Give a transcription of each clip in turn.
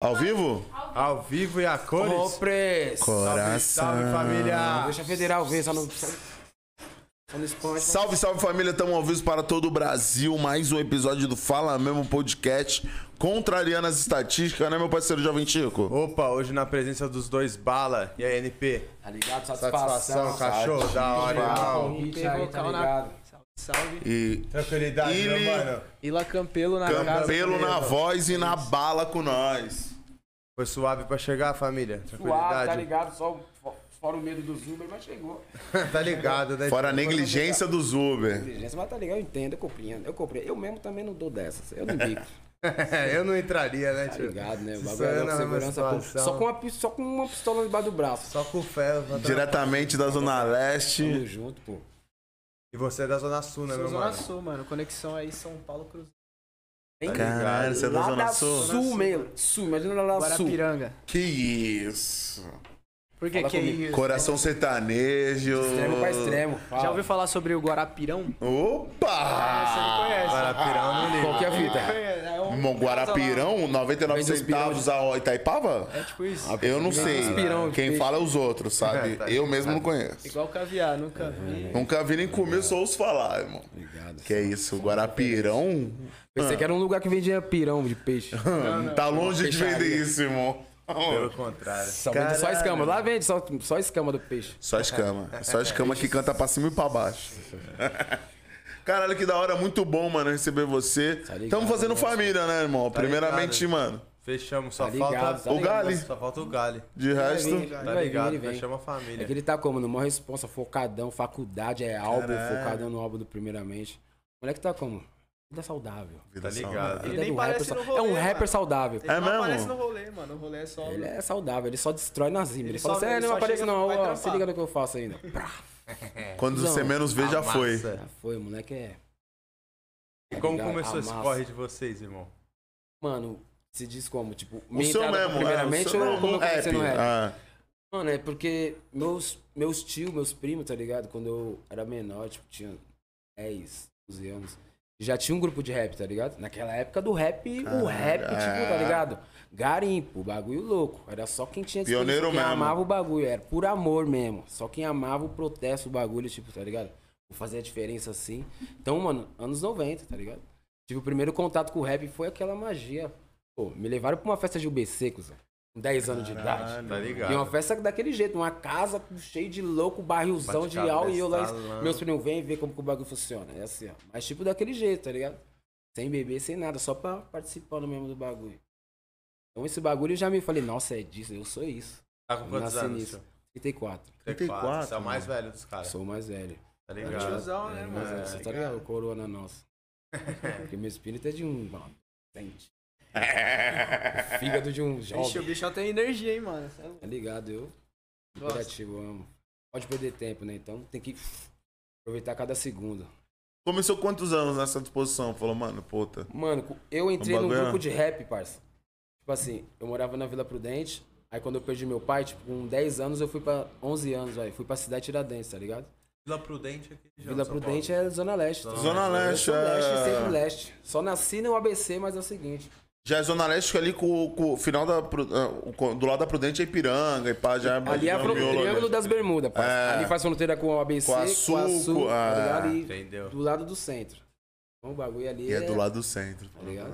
Ao vivo? Ao vivo e a cores. Compres. Salve, Coração. salve família. Deixa a federal ver, só no. Só no esponja. Salve, salve família, estamos ao vivo para todo o Brasil. Mais um episódio do Fala Mesmo Podcast, contrariando as estatísticas, né, meu parceiro Jovem Chico? Opa, hoje na presença dos dois Bala e a NP. Tá ligado? Satisfação, Satisfação. cachorro, da hora, irmão. Convite Pegou aí, tá cal na- ligado? Salve, salve. E Tranquilidade, Ele- meu mano. Ila Campelo na Tá casa. Campelo na beleza. voz e na bala com nós. Foi suave pra chegar, família. Suave, tá Tranquilidade. ligado? Só o- fo- fora o medo dos Uber, mas chegou. tá ligado, né? Fora a negligência dos Uber. Inteligência, mas tá É tipo, ligado, eu entendo, eu compreendo. Eu compreendo. Eu mesmo também não dou dessas. Eu não digo. É, eu não entraria, né, Tá tio? ligado, né? O Se bagulho sou eu é na com mesma segurança. pô. situação. Só com, uma, pi- só com uma pistola debaixo do braço. Só com o ferro. pra tra- Diretamente da Zona Tamo Leste. junto, pô. E você é da Zona Sul, né, meu Sou Zona mano? Sul, mano. Conexão aí, São Paulo, Cruzeiro. Hein? Caralho, você é da Lá Zona Sul? Sul mesmo. Sul, imagina lá da Sul. Guarapiranga. Que isso. Por que Fala que é comigo. isso? Coração sertanejo. Extremo pra extremo. Fala. Já ouviu falar sobre o Guarapirão? Ah, Opa! Guarapirão no livro. Qual que é a fita? É um- Mo- Guarapirão, 99 Vende os centavos a Itaipava? Ah, É tipo isso. Eu não sei. pirão de Quem peixe. fala é os outros, sabe? tá Eu mesmo não conheço. Igual caviar, nunca É. vi. Nunca vi nem comer, só ouço falar, irmão. Obrigado. Que é isso, Guarapirão? Pensei Ah. que era um lugar que vendia pirão de peixe. Tá longe de vender Peixaria. isso, irmão. Pelo contrário. Só vende só Caralho. escama. Lá vende só, só escama do peixe. Só escama. Só escama que canta pra cima e pra baixo. Caralho, que da hora. Muito bom, mano, receber você. ligado, Tamo fazendo família, né, irmão? Primeiramente, mano. Fechamos, só Tá ligado, falta... tá O ligado. Gali. Só falta o Gali. De resto, Ele vai vir, Tá ele ligado, vem. fechamos a É família. que ele tá como? No maior responsa, focadão, faculdade, é álbum, focadão no álbum do primeiramente. O moleque tá como? Vida saudável. Vida Tá saudável. ligado. Ele Vida nem do rapper parece no saudável. é um rolê, rapper mano. saudável. Ele É não mesmo? aparece no rolê, mano. O rolê é só. Ele é saudável, ele só destrói nas rimas. Ele, Ele fala só- assim, é, ele não só aparece chega, não, vai ó, trampar. se liga no que eu faço ainda. Prá, Quando você Não, menos vê, já tá Amassa. foi. já foi, o moleque é... E tá como ligado? começou esse Amassa. corre de vocês, irmão? Mano, se diz como? Tipo, O minha seu entrada mesmo, primeiramente, é, o seu ou como eu mesmo. comecei no App, rap? ah. Mano, é porque meus, meus tios, meus primos, tá ligado? Quando eu era menor, tipo, tinha 10, 11 anos. Já tinha um grupo de rap, tá ligado? Naquela época do rap, o rap, tipo, tá é. ligado? Garimpo, bagulho louco. Era só quem tinha Pioneiro quem mesmo. amava o bagulho, era por amor mesmo. Só quem amava o protesto, o bagulho, tipo, tá ligado? Vou fazer a diferença assim. Então, mano, anos 90, tá ligado? Tive o primeiro contato com o rap e foi aquela magia. Pô, me levaram pra uma festa de UBC, cuzão. Com 10 anos de idade. Tá ligado. E uma festa daquele jeito, uma casa cheia de louco, barrilzão de Bate-cabeça, tá álcool e eu lá. salão. Meus primos vêm ver como que o bagulho funciona. É assim, ó. Mas tipo daquele jeito, tá ligado? Sem beber, sem nada, só pra participar no mesmo do bagulho. Então esse bagulho eu já me falei, nossa, é disso, eu sou isso. Tá com quantos Nasci anos? nisso. seu? 34. 34, Você é o mais velho dos caras. Sou o mais velho. Tá É um ligado? tiozão, né, Mas, mano? é, você tá ligado? O corona nosso. Porque meu espírito é de um. mano, sente. é. O fígado de um Ixi, o jovem. bichão tem energia, hein, mano. Cê é louco. Tá ligado? Eu é Gosto. Imperativo, amo. Pode perder tempo, né? Então tem que aproveitar cada segundo. Começou quantos anos nessa disposição? Falou, mano, puta. Mano, cu- eu entrei Um num bagulho, grupo né? de rap, parça. Tipo assim, eu morava na Vila Prudente. Aí quando eu perdi meu pai, tipo, com 10 anos, eu fui pra 11 anos, aí fui pra cidade Tiradentes, tá ligado? Vila Prudente aqui. já, Vila São Paulo. Prudente é Zona Leste. tá ligado? Zona Eu Leste, sou leste, sempre é... leste. Só nasci no ABC, mas é o seguinte. Já é Zona Leste fica ali com, com o final da. Pru- ah, o co- Do lado da Prudente é Ipiranga, e pá, já é mais Ali é a fron- miolo, Triângulo né? das Bermudas, parça. É. Ali faz fronteira com o ABC, Com com a a Sul, Sul, com- tá ligado? E Entendeu? do lado do centro. Então o bagulho ali E é do lado do centro. Tá ligado?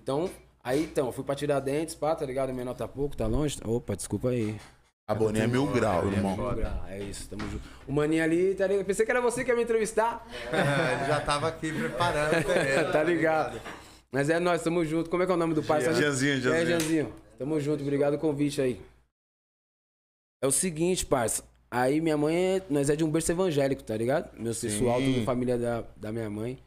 Então, aí então, fui pra Tiradentes, pá, tá ligado? Minha nota tá pouco, tá longe. Opa, desculpa aí. A Boninha é mil Tá grau, irmão. Ah, é isso, tamo junto. O maninho ali, tá ligado? Pensei que era você que ia me entrevistar. É, Ele já tava aqui preparando o terreno, tá ligado? Mas é nós, tamo junto. Como é que é o nome do parceiro? Gianzinho, É, Gianzinho. Janzinho. Tamo junto, obrigado o convite aí. É o seguinte, parça. Aí minha mãe, é- nós é de um berço evangélico, tá ligado? Meu pessoal, toda a família da, da minha mãe.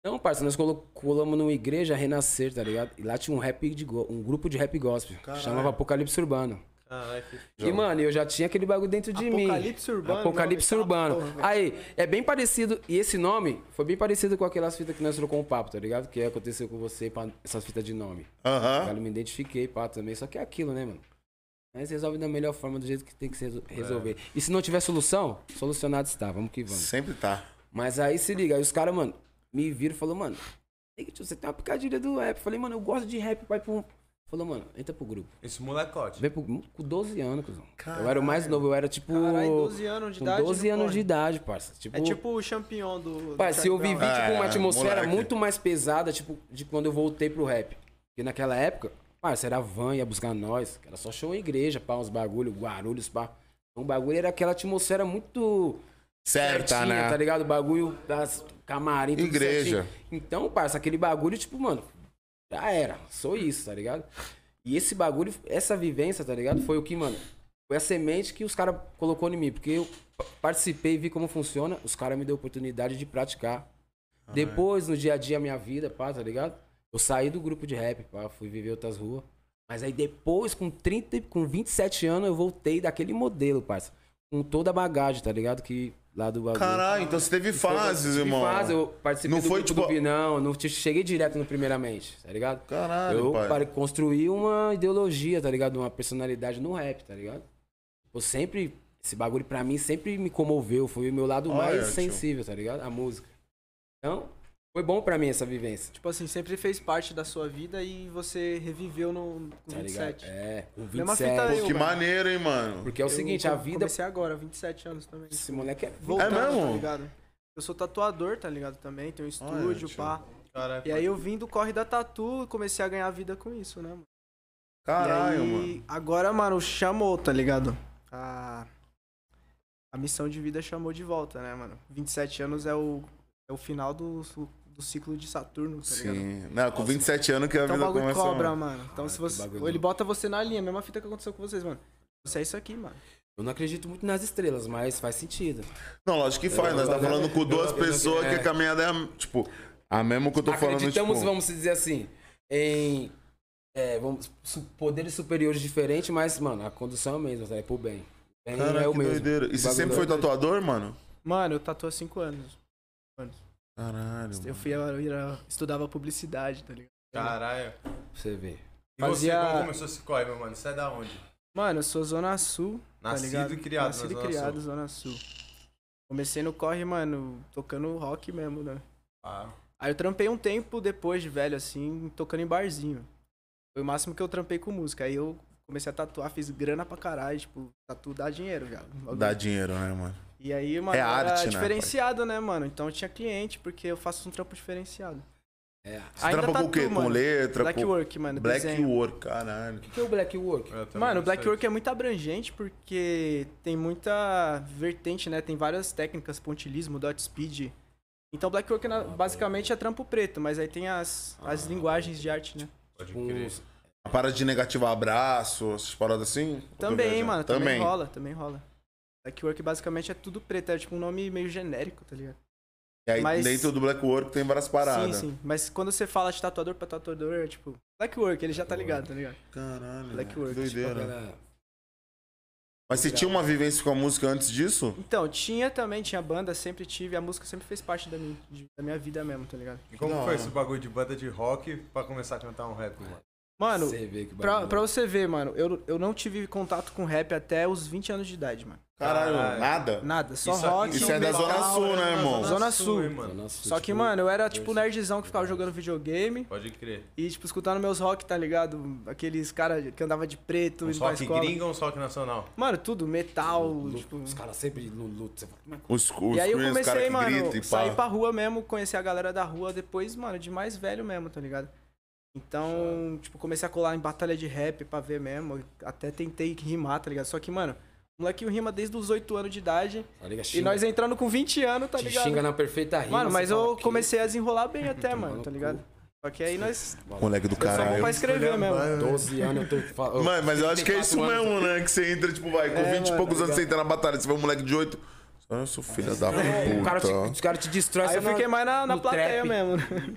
Então, parça, nós colo- colamos numa igreja Renascer, tá ligado? E lá tinha um rap de go- um grupo de rap gospel, que chamava Apocalipse Urbano. Caralho, que E, mano, eu já tinha aquele bagulho dentro de mim. Apocalipse Urbano, Apocalipse nome, tá uma Urbano. porra, Aí, é bem parecido. E esse nome foi bem parecido com aquelas fitas que nós trocamos um papo, tá ligado? Que aconteceu com você, pá, essas fitas de nome. Aham. Ah. Eu me identifiquei, pá, também. Só que é aquilo, né, mano? Mas resolve da melhor forma, do jeito que tem que se resol- É. resolver. E se não tiver solução, solucionado está. Vamos que vamos. Sempre tá. Mas aí se liga, aí os caras, mano, me viram e falaram, mano, ei, tio, você tem uma picadilha do rap. Eu falei, mano, eu gosto de rap, pai, pum. Falou, mano, entra pro grupo. Esse molecote. Vem pro grupo com 12 anos, cuzão. Eu era o mais novo, eu era tipo. Caralho, 12 anos de com idade. 12 não anos corre. de idade, parça. Tipo, É tipo o champion do. do Pai, se eu Charlie vivi Brown. É, tipo, uma atmosfera moleque. muito mais pesada, tipo, de quando eu voltei pro rap. Porque naquela época, parça, era van, ia buscar nós. Era só show em igreja, pá, uns bagulho, guarulhos, pá. Então o bagulho era aquela atmosfera muito Certa, certinha, tá né? ligado? O bagulho das camarim, tudo Igreja. certinho. Então, parça, aquele bagulho, tipo, mano, já era. Sou isso, tá ligado? E esse bagulho, essa vivência, tá ligado? Foi o que, mano, foi a semente que os caras colocou em mim. Porque eu pa- participei, vi como funciona, os caras me deu a oportunidade de praticar. Depois, no dia a dia, a minha vida, pá, tá ligado? Eu saí do grupo de rap, pá, fui viver outras ruas. Mas aí depois, com 30, e- com 27 anos, eu voltei daquele modelo, parça. Com toda a bagagem, tá ligado? Que lá do bagulho. Caralho, então você teve fases, Tive irmão. fase, eu participei Não do foi, grupo tipo, do Pinão, não te- cheguei direto no primeiramente, tá ligado? Caralho, eu pai. pare- construí uma ideologia, tá ligado? Uma personalidade no rap, tá ligado? Eu sempre, esse bagulho pra mim sempre me comoveu, foi o meu lado Olha, mais tio. sensível, tá ligado? A música. Então, foi bom pra mim essa vivência. Tipo assim, sempre fez parte da sua vida e você reviveu no com Tá 27. ligado? É, com Mesma fita 27. eu, Que mano. maneiro, hein, mano. Porque é o Eu seguinte, a com- vida. Comecei agora, 27 anos também. Esse moleque é. Voltando, mesmo? tá ligado? Eu sou tatuador, tá ligado? Também, tenho um Olha, estúdio, tio. pá. Cara, E aí eu vim do corre da tatu e comecei a ganhar vida com isso, né, mano? Caralho, e mano. aí, agora, mano, chamou, tá ligado? A... a missão de vida chamou de volta, né, mano? 27 anos é o, é o final do, do ciclo de Saturno, tá ligado? Sim. Não, com 27 anos que a Então o vida Ah, bagulho começou. cobra, mano. mano. Então se você. bagulho ou Ele louco. bota você na linha, mesma fita que aconteceu com vocês, mano. Você é isso aqui, mano. Eu não acredito muito nas estrelas, mas faz sentido. Não, lógico que faz. Nós tá falando com duas eu- eu- pessoas que a caminhada é, a- tipo, a mesma que eu tô falando, Acreditamos, tipo... vamos dizer assim, em é, vamos, su- poderes superiores diferentes, mas, mano, a condução é a mesma, tá? é pro bem. Bem é Caralho, o que mesmo. doideira. E você Bagulho sempre foi doido. tatuador, mano? Mano, eu tatuo há 5 anos. Anos. Caralho, mano. Eu fui, eu era- estudava publicidade, tá ligado? caralho. Pra você ver. E você, Fazia- como começou esse corre, meu mano? Você é da onde? Mano, eu sou Zona Sul, tá Nascido ligado? e criado na Nascido Zona e criado, Sul. Zona Sul. Comecei no corre, mano, tocando rock mesmo, né? Ah, Aí eu trampei um tempo depois de velho, assim, tocando em barzinho. Foi o máximo que eu trampei com música. Aí eu comecei a tatuar, fiz grana pra caralho, tipo, tatu dá dinheiro, viado. Um Dá dinheiro, né, mano? E aí, mano, É eu era arte, né, diferenciado, né, mano? Então eu tinha cliente, porque eu faço um trampo diferenciado. É. Você trampa com o quê? com letra? tá Black com... Work, mano, Black desenho. Work, caralho. O que é o black work? eu também Mano, gostei. o Black Work é muito abrangente porque tem muita vertente, né? Tem várias técnicas, pontilismo, dot speed. Então Black Work Ah, na- basicamente é trampo preto, mas aí tem as, as linguagens de arte, né? Pode Com crer. os- A parada de negativar abraço, essas paradas assim? Ou tô Também, viajando? mano, também. rola, também rola. Black Work basicamente é tudo preto, é tipo um nome meio genérico, tá ligado? E aí Mas- dentro do Black Work tem várias paradas. Sim, sim. Mas quando você fala de tatuador pra tatuador, é tipo. Black Work, ele já tá ligado, tá ligado? Caralho, Black que Work, doideira. aquela- Mas você tinha uma vivência com a música antes disso? Então, tinha também, tinha banda, sempre tive, a música sempre fez parte da minha, de- da minha vida mesmo, tá ligado? E como Da foi hora. esse bagulho de banda de rock pra começar a cantar um rap, mano? Mano, Você vê que Pra, bagulho. é pra você ver, mano, eu, eu não tive contato com rap até os 20 anos de idade, mano. Caralho, Caralho. nada? Nada, só Isso aqui rock. Isso é da metal. Zona Sul, né, irmão? Zona Sul. hein, Pra mano? nós, Só que, tipo, mano, eu era tipo nerdzão que ficava jogando videogame Pode crer. e, tipo, escutando meus rock, tá ligado? Aqueles caras que andava de preto, Um indo pra rock escola. gringo ou um rock nacional? Mano, tudo, metal, lu- tipo. Os caras sempre no luto. você fala, "Mas Os, os E aí eu screens, os cara comecei, que mano, grita e sair pá. pra rua mesmo, conhecer a galera da rua depois, mano, de mais velho mesmo, tá ligado? Então, tipo, comecei a colar em batalha de rap pra ver mesmo. Até tentei rimar, tá ligado? Só que, mano, o molequinho rima desde os 8 anos de idade. tá ligado? E Xinga- nós entrando com 20 anos, tá te ligado? xinga na perfeita rima. Mano, mas você fala, eu "Que comecei a desenrolar bem até, mano, no tá ligado? cu." Só que aí nós. Moleque do Tá, Eu sou bom caralho. pra escrever mesmo. 12 anos eu tô falando. Mano, mas eu acho que é isso 34 anos, mesmo, né? Que você entra, tipo, vai, com 20 e É, mano, poucos anos obrigado. você entra na batalha, você vê um moleque de 8. Olha, eu sou filha da O cara, tipo, te, puta. os caras te destrói. Aí eu você não- fiquei mais na, na no plateia trap. mesmo. né?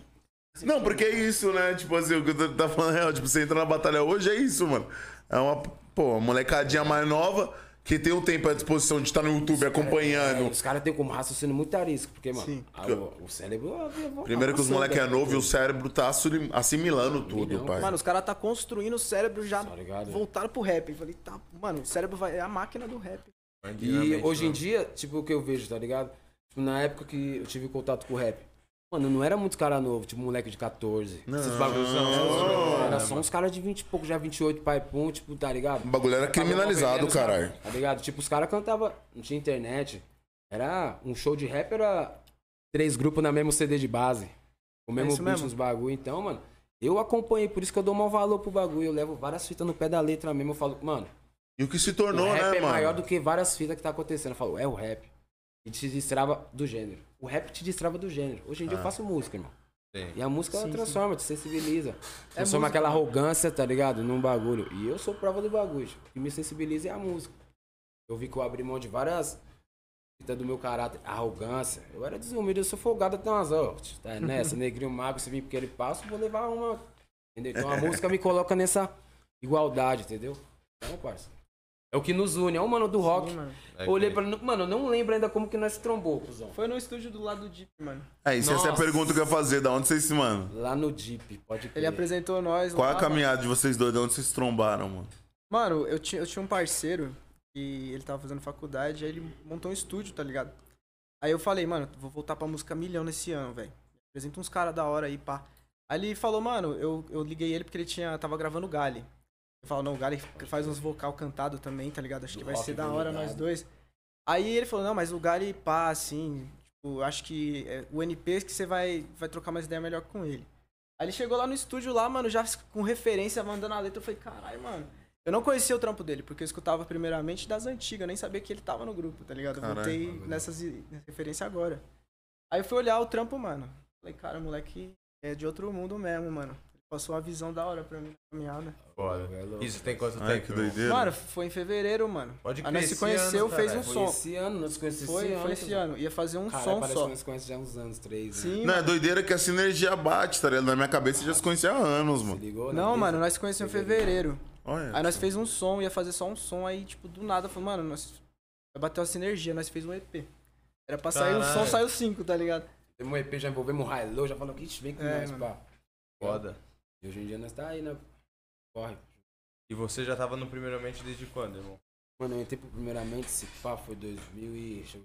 Não, porque é isso, né? Tipo assim, o que eu tá falando é real. Tipo, você entra na batalha hoje, é isso, mano. É uma, pô, uma molecadinha mais nova que tem o tempo à disposição de estar no YouTube É, acompanhando. os caras têm como raciocínio muito arisco, porque, mano, Sim. a- o, o cérebro. a- a- Primeiro que os avançando, moleque é né? novo e o cérebro tá assuli- assimilando tudo, Milhão. pai. Mano, os caras tá construindo o cérebro já. Tá ligado? Voltaram pro rap. Eu falei, tá, mano, o cérebro vai. É a máquina do rap. né? né? E hoje em dia, tipo, o que eu vejo, tá ligado? Tipo, na época que eu tive contato com o rap, Mano, não era muito cara novo, tipo moleque de 14. Não. esses bagulhos. Não. Era só uns caras de 20 e pouco, já 28, pai pum, tipo, tá ligado? O bagulho era criminalizado, né? caralho. Tá ligado? Tipo, os caras cantavam, não tinha internet. Era um show de rap, era três grupos na mesmo CD de base. O mesmo É isso beat mesmo. nos bagulho. Então, mano, eu acompanhei, por isso que eu dou maior valor pro bagulho. Eu levo várias fitas no pé da letra mesmo. Eu falo, mano, E o que se o tornou, rap né, é mano? maior do que várias fitas que tá acontecendo. Eu falo, é o rap. E te destrava do gênero. O rap te destrava do gênero. Hoje em Ah. dia eu faço música, irmão. Sim. E a música ela Sim, transforma, te sensibiliza. Transforma aquela arrogância, tá ligado? Num bagulho. E eu sou prova do bagulho. O que me sensibiliza é a música. Eu vi que eu abri mão de várias fitas do meu caráter. Arrogância. Eu era desumilde, eu sou folgado até umas horas. Tá nessa, negrinho mago, se vir porque ele passa, eu vou levar uma. Entendeu? Então a música me coloca nessa igualdade, entendeu? Então, parceiro. É o que nos une, é o mano do rock. Sim, mano. É Olhei que- pra. Mano, eu não lembro ainda como que nós se trombou, cuzão. Foi no estúdio do lado do Deep, mano. É, isso essa é a Nossa. pergunta que eu ia fazer. Da onde vocês, mano? Lá no Jeep, pode crer. Ele apresentou nós Qual é lá. a caminhada de vocês dois? De onde vocês trombaram, mano? Mano, eu tinha, eu tinha um parceiro e ele tava fazendo faculdade, aí ele montou um estúdio, tá ligado? Aí eu falei, mano, vou voltar pra música milhão nesse ano, velho. Apresenta uns caras da hora aí, pá. Aí ele falou, mano, eu, eu liguei ele porque ele tinha, tava gravando o Gale. Eu falo, não, o Gale faz uns vocal cantado também, tá ligado? Acho Do que vai rock ser da bem hora ligado. nós dois. Aí ele falou, não, mas o Gale, pá, assim, tipo, acho que é, o NP que você vai, vai trocar mais ideia melhor com ele. Aí ele chegou lá no estúdio lá, mano, já com referência, mandando a letra, eu falei, caralho, mano. Eu não conhecia o trampo dele, porque eu escutava primeiramente das antigas, eu nem sabia que ele tava no grupo, tá ligado? Eu Caralho. voltei nessas i- nessa referência agora. Aí eu fui olhar o trampo, mano. Falei, cara, o moleque é de outro mundo mesmo, mano. Ele passou uma visão da hora pra mim na caminhada. Foda. Isso tem quanto Ai, tempo? que irmão? doideira. Mano, foi em fevereiro, mano. Pode Aí crer, nós se esse conheceu, ano, fez um caralho. Foi som. esse ano, nós conhecemos Foi, esse ano. foi esse ano. Ia fazer um Caralho, som parece só. que nós conhecemos já há uns anos, três. né? Sim, Não, é mano. doideira que a sinergia bate, tá ligado? Na minha cabeça eu já se conhecia há anos, Se mano. ligou? né? Não, Beleza? mano, nós se conhecemos em fevereiro. Olha. Aí nós fez um som, ia fazer só um som, aí, tipo, do nada, falou, mano, nós bateu a sinergia, nós fez um EP. Era pra sair um som, Caralho. saiu cinco, tá ligado? Temos um EP, já envolvemos um Hilo, já falamos que "Ixi, vem com É, nós, mano. pá. Foda. E hoje em dia nós tá aí, né? Corre. E você já tava no Primeiramente desde quando, irmão? Mano, eu entrei pro primeiramente, esse pá foi 2017.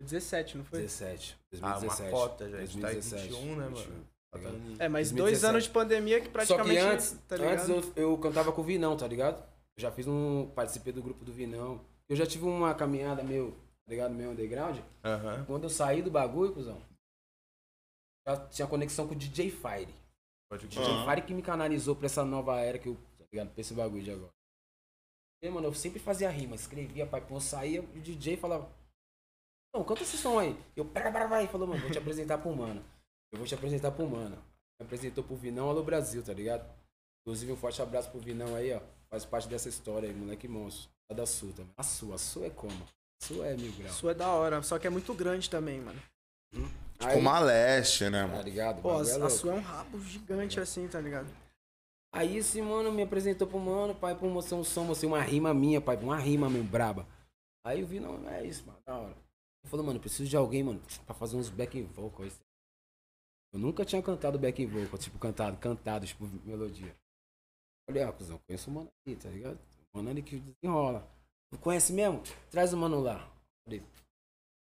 17, não foi? 2017. Ah, uma cota, gente. Tá em 21, né, mano? 21, tá Tá ligado? no- É, mas 2017. dois anos de pandemia que Só que praticamente. antes, tá ligado? antes eu, eu cantava com o Vinão, tá ligado? Eu já fiz um. Participei do grupo do Vinão. Eu já tive uma caminhada meio, tá ligado? Meio underground. Aham. Quando eu saí do bagulho, cuzão, já tinha conexão com o DJ Fire. Pode O DJ Aham. Fire que me canalizou pra essa nova era que eu, tá ligado? Pra esse bagulho de agora. E, mano, eu sempre fazia rima, escrevia, pai, pô, saía, o DJ falava, não, canta esse som aí. Eu, pera, pera, pera, e falou, mano, vou te apresentar pro mano. Eu vou te apresentar pro mano. Me apresentou pro Vinão, alô Brasil, tá ligado? Inclusive, um forte abraço pro Vinão aí, ó. Faz parte dessa história aí, moleque monstro. Lá da Sul também. A sua, a sua é como? A sua é mil graus. Isso é da hora, só que é muito grande também, mano. Tipo, uma leste, né, Tá mano? ligado? O é Pô, bagulho é a louco. É. sua é um rabo gigante assim, tá ligado? Aí esse mano me apresentou pro mano, pai, pô, mostrei um som, mostrei uma rima minha, pai, uma rima mesmo, braba. Aí eu vi, não, é isso, mano, da hora. Ele falou, mano, eu preciso de alguém, mano, pra fazer uns back vocal. aí. Eu nunca tinha cantado back vocal, tipo, cantado, cantado, tipo, melodia. Falei, ah, cuzão, conheço o mano aqui, tá ligado? O mano ali que desenrola. Tu conhece mesmo? Traz o mano lá. Falei,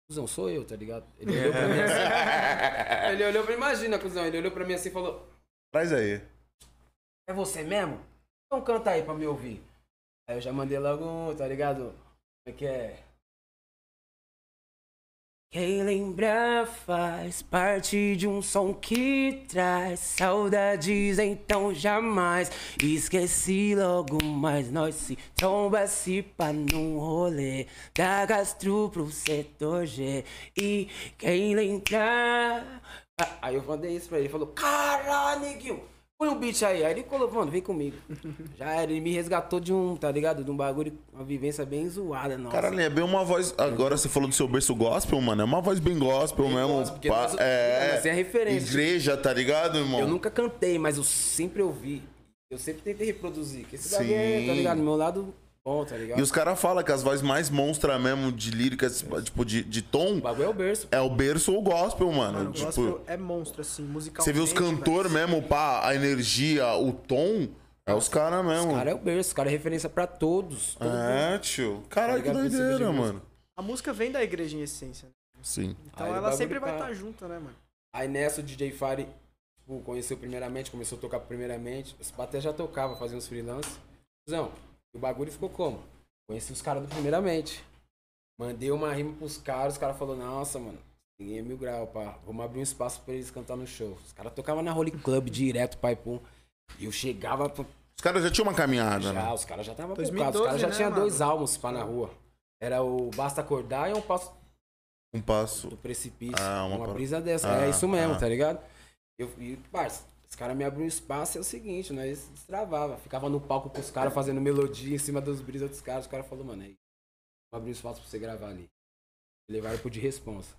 cuzão, sou eu, tá ligado? Ele olhou pra mim assim. ele olhou pra imagina, cuzão, ele olhou pra mim assim e falou, Traz aí. é você mesmo? Então canta aí pra me ouvir. Aí eu já mandei logo um, tá ligado? Como é que é? Quem lembra faz parte de um som que traz saudades, então jamais esqueci logo mais. Nós se tromba se pá num rolê, da gastro pro setor G. E quem lembra. Ah, Aí eu mandei isso pra ele, ele falou: Caralho, neguinho, põe um beat aí. Aí ele colocou, mano, vem comigo. Já era, ele me resgatou de um, tá ligado? De um bagulho, uma vivência bem zoada, nossa. Caralho, é bem uma voz. Agora você falou do seu berço gospel, mano. É uma voz bem gospel mesmo. gospel, porque pá, nós- é. nós é referência. Igreja, tá ligado, irmão? Eu nunca cantei, mas eu sempre ouvi. Eu sempre tentei reproduzir. Que esse Sim. bagulho, é, tá ligado? Meu lado bom, tá ligado? E os caras falam que as vozes mais monstras mesmo de líricas, tipo, de, de tom, O bagulho é o berço. é o berço ou o gospel, Ah, mano. Mano, o tipo, gospel é monstro, assim, musical. você vê os cantores mesmo, pá, a energia, o tom, é os caras mesmo. O cara é o berço. O cara é referência pra todos. Todo mundo. É, tio. Caralho, que ligado? Esse tipo de doideira, música. mano. A música vem da igreja em essência. né? Sim. Então Aí o ela bagulho sempre vai tá- estar junta, né, mano? Aí nessa o DJ Fari tipo, conheceu primeiramente, começou a tocar primeiramente. Esse até já tocava, fazia uns freelance. Cusão, e o bagulho ficou como? Conheci os caras do primeiramente. Mandei uma rima pros caras, os caras falaram, nossa, mano, ninguém é mil grau, pá. Vamos abrir um espaço pra eles cantar no show. Os caras tocavam na Holy Club direto, pai pum. E eu chegava pra Os caras já tinham uma caminhada, já, né? os caras já estavam focados. 2012, Os caras já né, tinham mano? dois álbuns pra na rua. Era o Basta Acordar e um Passo Um do passo. Precipício. Ah, uma uma par- brisa dessa. Ah, é isso mesmo, ah. tá ligado? Eu, e, parça, os caras me abriam espaço e é o seguinte, nós destravava. Ficava no palco com os caras fazendo melodia em cima dos brisas dos caras. Os caras falaram, mano, aí, vou abrir um espaço pra você gravar ali. Me levaram pro de responsa.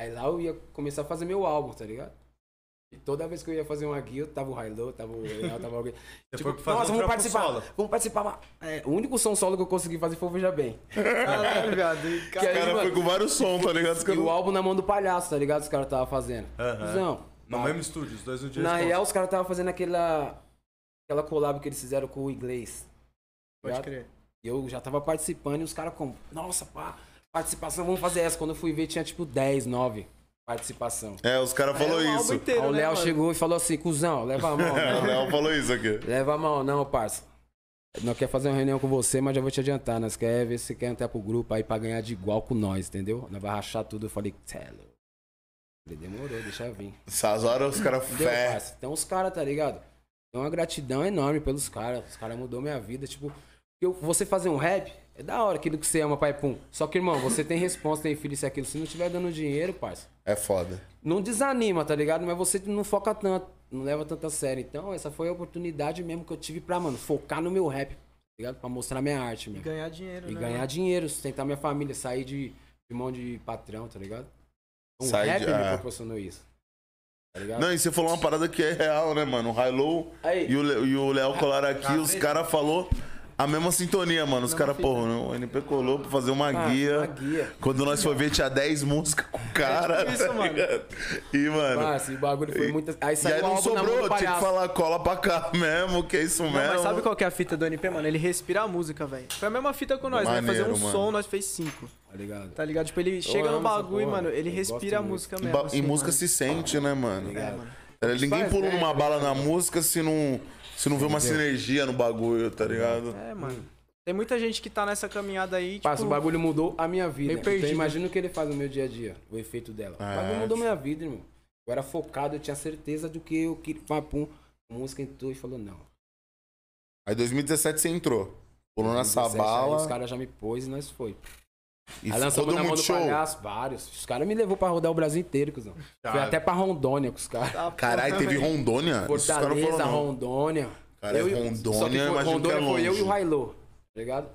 Aí lá eu ia começar a fazer meu álbum, tá ligado? E toda vez que eu ia fazer uma guia, tava o Hilo, tava o Leal, tava alguém. Você Tipo, foi fazer nossa, um vamos trampo participar. solo. Vamos participar. mas, é, o único som solo que eu consegui fazer foi o Veja Bem. Caralho, viado. E, Que O cara, aí, cara mano, foi com vários sons, tá ligado? Os E caras- o álbum na mão do palhaço, tá ligado? Os caras tava fazendo. Aham. Não. No pá. mesmo estúdio, os dois no dia Na responsa. real, os caras tava fazendo aquela. Aquela collab que eles fizeram com o inglês. tá pode ligado? crer. E eu já tava participando e os caras como. Nossa, pá, participação, vamos fazer essa. Quando eu fui ver, tinha tipo 10, 9 participação. É, os caras falaram É um álbum isso. inteiro, Aí o né? né, Léo mano? chegou e falou assim, cuzão, leva a mão. É, não. o Léo falou isso aqui. Leva a mão, não, parça. Não quer fazer uma reunião com você, mas já vou te adiantar. Nós quer ver se você quer entrar pro grupo aí pra ganhar de igual com nós, entendeu? Nós vai rachar tudo. Eu falei, Telo. Ele demorou, deixa eu vir. Essas horas os caras Entendeu, fé. parça? Então os caras, tá ligado? Tem uma gratidão enorme pelos caras. Os caras mudou minha vida. Tipo, eu, você fazer um rap é da hora aquilo que você ama, pai pum. Só que, irmão, você tem resposta, tem filho, isso e aquilo. Se não tiver dando dinheiro, parça, É foda. não desanima, tá ligado? Mas você não foca tanto, não leva tanto a sério. Então, essa foi a oportunidade mesmo que eu tive pra, mano, focar no meu rap, tá ligado? Pra mostrar minha arte, E mesmo. ganhar dinheiro, E né? ganhar dinheiro, sustentar minha família, sair de, de mão de patrão, tá ligado? Um Sair rap de- me ah. proporcionou isso. Tá ligado? Não, e você falou uma parada que é real, né, mano? O Hilo Aí. Tá e o Le- e o Léo colaram aqui, os caras falou a mesma sintonia, mano. Os caras, porra, o NP colou pra fazer uma Ah, é guia. uma guia. Quando nós foi ver, tinha 10 músicas com o cara. tipo isso, tá mano. ligado? E, mano. Parça, e o bagulho foi e- muito. Aí e saiu aí o não álbum na mão sobrou, do tinha que palhaço. falar cola pra cá mesmo, que é isso mesmo. Não, mas sabe qual que é a fita do NP, mano? Ele respira a música, velho. Foi a mesma fita com nós, né? Fazer Maneiro, um mano. som, nós fez cinco. Tá ligado? Tá ligado? Tipo, ele chega no amo essa bagulho, porra. mano, ele Eu respira a gosto muito. música Em mesmo. ba- assim, Em música mano. se sente, né, mano? É, mano. É, Ninguém Faz pula bem, numa tá bala na música se não, se não vê uma sinergia no bagulho, tá ligado? É, mano. Tem muita gente que tá nessa caminhada aí, tipo... Parça, Hum. o bagulho mudou a minha vida. meio perdido. Então imagina o que ele faz no meu dia a dia, o efeito dela. Ah, o bagulho mudou minha vida, irmão. Eu era focado, eu tinha certeza do que eu queria. Papum, a música entrou e falou, não. Aí 2017 você entrou. Pulou nessa 17, aí Os bala caras já me pôs e nós foi. e aí ficou lançamos do na mão do Multishow. palhaço, vários. Os caras me levou pra rodar o Brasil inteiro, cuzão. Foi até pra Rondônia com os caras. tá, porra, Caralho, teve velho. Rondônia? Isso os caras não Fortaleza, foram, não. Rondônia. Cara, Eu e- Rondônia, só que foi- eu imagino que é Rondônia foi eu e o longe. Railô, tá ligado?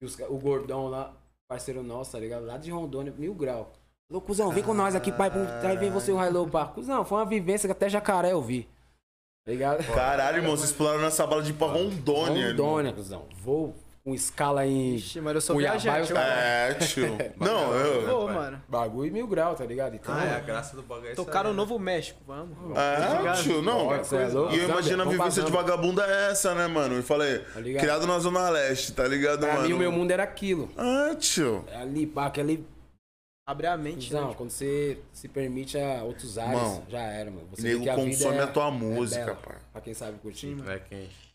E os ca- o gordão lá, parceiro nosso, tá ligado? Lá de Rondônia, mil grau. Falou, cuzão, vem com nós aqui, pai. pum, Aí vem você e o Railô, pá. Cuzão, foi uma vivência que até jacaré eu vi. Tá ligado? Caralho, irmão, vocês pularam nessa bala de ir pra Rondônia. irmão. Rondônia, cuzão. Vou com escala em Ixi, mano, eu sou Cuiabá, viajante, os eu caras- É, tio. Não, é eu. né, vou, mano. bagulho mil grau, tá ligado? Então, Ah, é a graça do bagulho. é essa, Tocar no né? Novo México, vamos. É, tio, não. Nossa, é louco. E eu imagino a Vamos vivência de vazando. vagabunda é essa, né, mano? E falei, ligado? criado na Zona Leste, tá ligado, pra mano? mim o meu mundo É, era aquilo. Ah, tio. Ali, pá, aquele Abre a mente, né? Não, quando você se permite a outros ares, Mão, já era, mano. Você nego vê que a vida consome é- a tua é música, bela, pá. Pra quem sabe curtir. Sim, mano. É quente.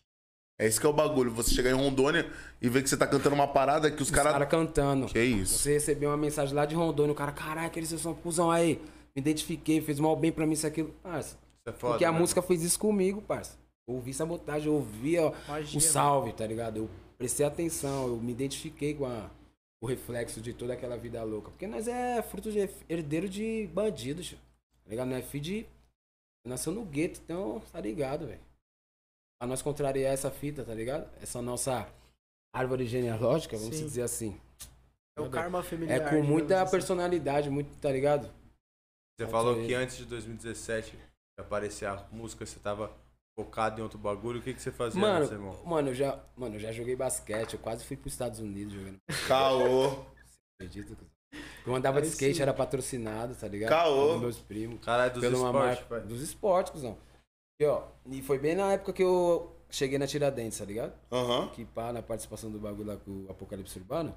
É isso que é o bagulho. Você chegar em Rondônia e ver que você tá cantando uma parada que os Os caras caras. cantando. Que isso? Você recebeu uma mensagem lá de Rondônia, o cara, caralho, aquele seu som, um cuzão aí. Me identifiquei, fez mal bem pra mim isso e aquilo. Parça, Isso é foda. porque a né? música fez isso comigo, parça. Eu ouvi sabotagem, eu ouvi ó, Magia, o salve, tá ligado? Eu prestei atenção, eu me identifiquei com a- o reflexo de toda aquela vida louca. Porque nós é fruto de herdeiro de bandidos, tio, tá ligado? Não é filho de. Nasceu no gueto, então tá ligado, velho. Pra nós contrariar essa fita, tá ligado? Essa nossa árvore genealógica, vamos Sim. dizer assim. É o karma É familiar. com muita digamos assim. personalidade, muito, tá ligado? Você Pode falou ser. que antes de 2017 que aparecer a música, você tava focado em outro bagulho. O que, que você é fazia Mano, antes, irmão? mano, eu já, mano, eu já joguei basquete, eu quase fui pros Estados Unidos jogando Caô. Acredito. Eu andava de Aí skate, sim. era patrocinado, tá ligado? Caô. Pelos meus primos. Caralho, dos pela uma esportes, marca pai. dos esportes, cuzão. E, ó, e foi bem na época que eu cheguei na Tiradentes, tá ligado? Aham. Que pá, na participação do bagulho lá com o Apocalipse Urbano.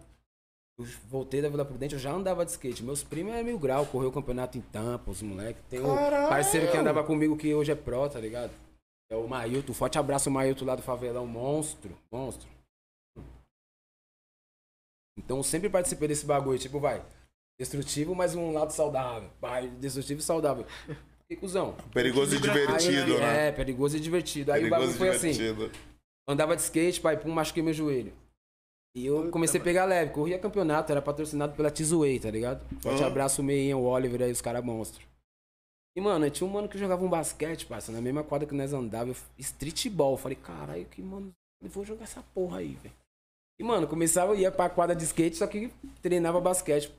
Eu voltei da Vila Prudente, eu já andava de skate. Meus primos é mil grau, correu o campeonato em Tampa, os moleques. Tem um Caralho! parceiro que andava comigo que hoje é pró, tá ligado? É o Mailton. Forte abraço, Mailton, lá do favelão. Monstro, monstro. Então eu sempre participei desse bagulho, tipo, vai. Destrutivo, mas um lado saudável. Vai, destrutivo e saudável. Que cuzão. Perigoso e divertido, tipo Aí, né? É, perigoso e divertido. Aí o Perigoso bagulho e foi assim. divertido. Andava de skate, pai, pum, machuquei meu joelho. E eu comecei a pegar leve, corria campeonato, era patrocinado pela Tizuei, tá ligado? Forte Aham. abraço, o Meinha, o Oliver aí, os caras monstros. E, mano, tinha um mano que jogava um basquete, parça, na mesma quadra que nós andava, streetball. Falei, caralho, que mano, eu vou jogar essa porra aí, velho. E, mano, começava, ia pra quadra de skate, só que treinava basquete.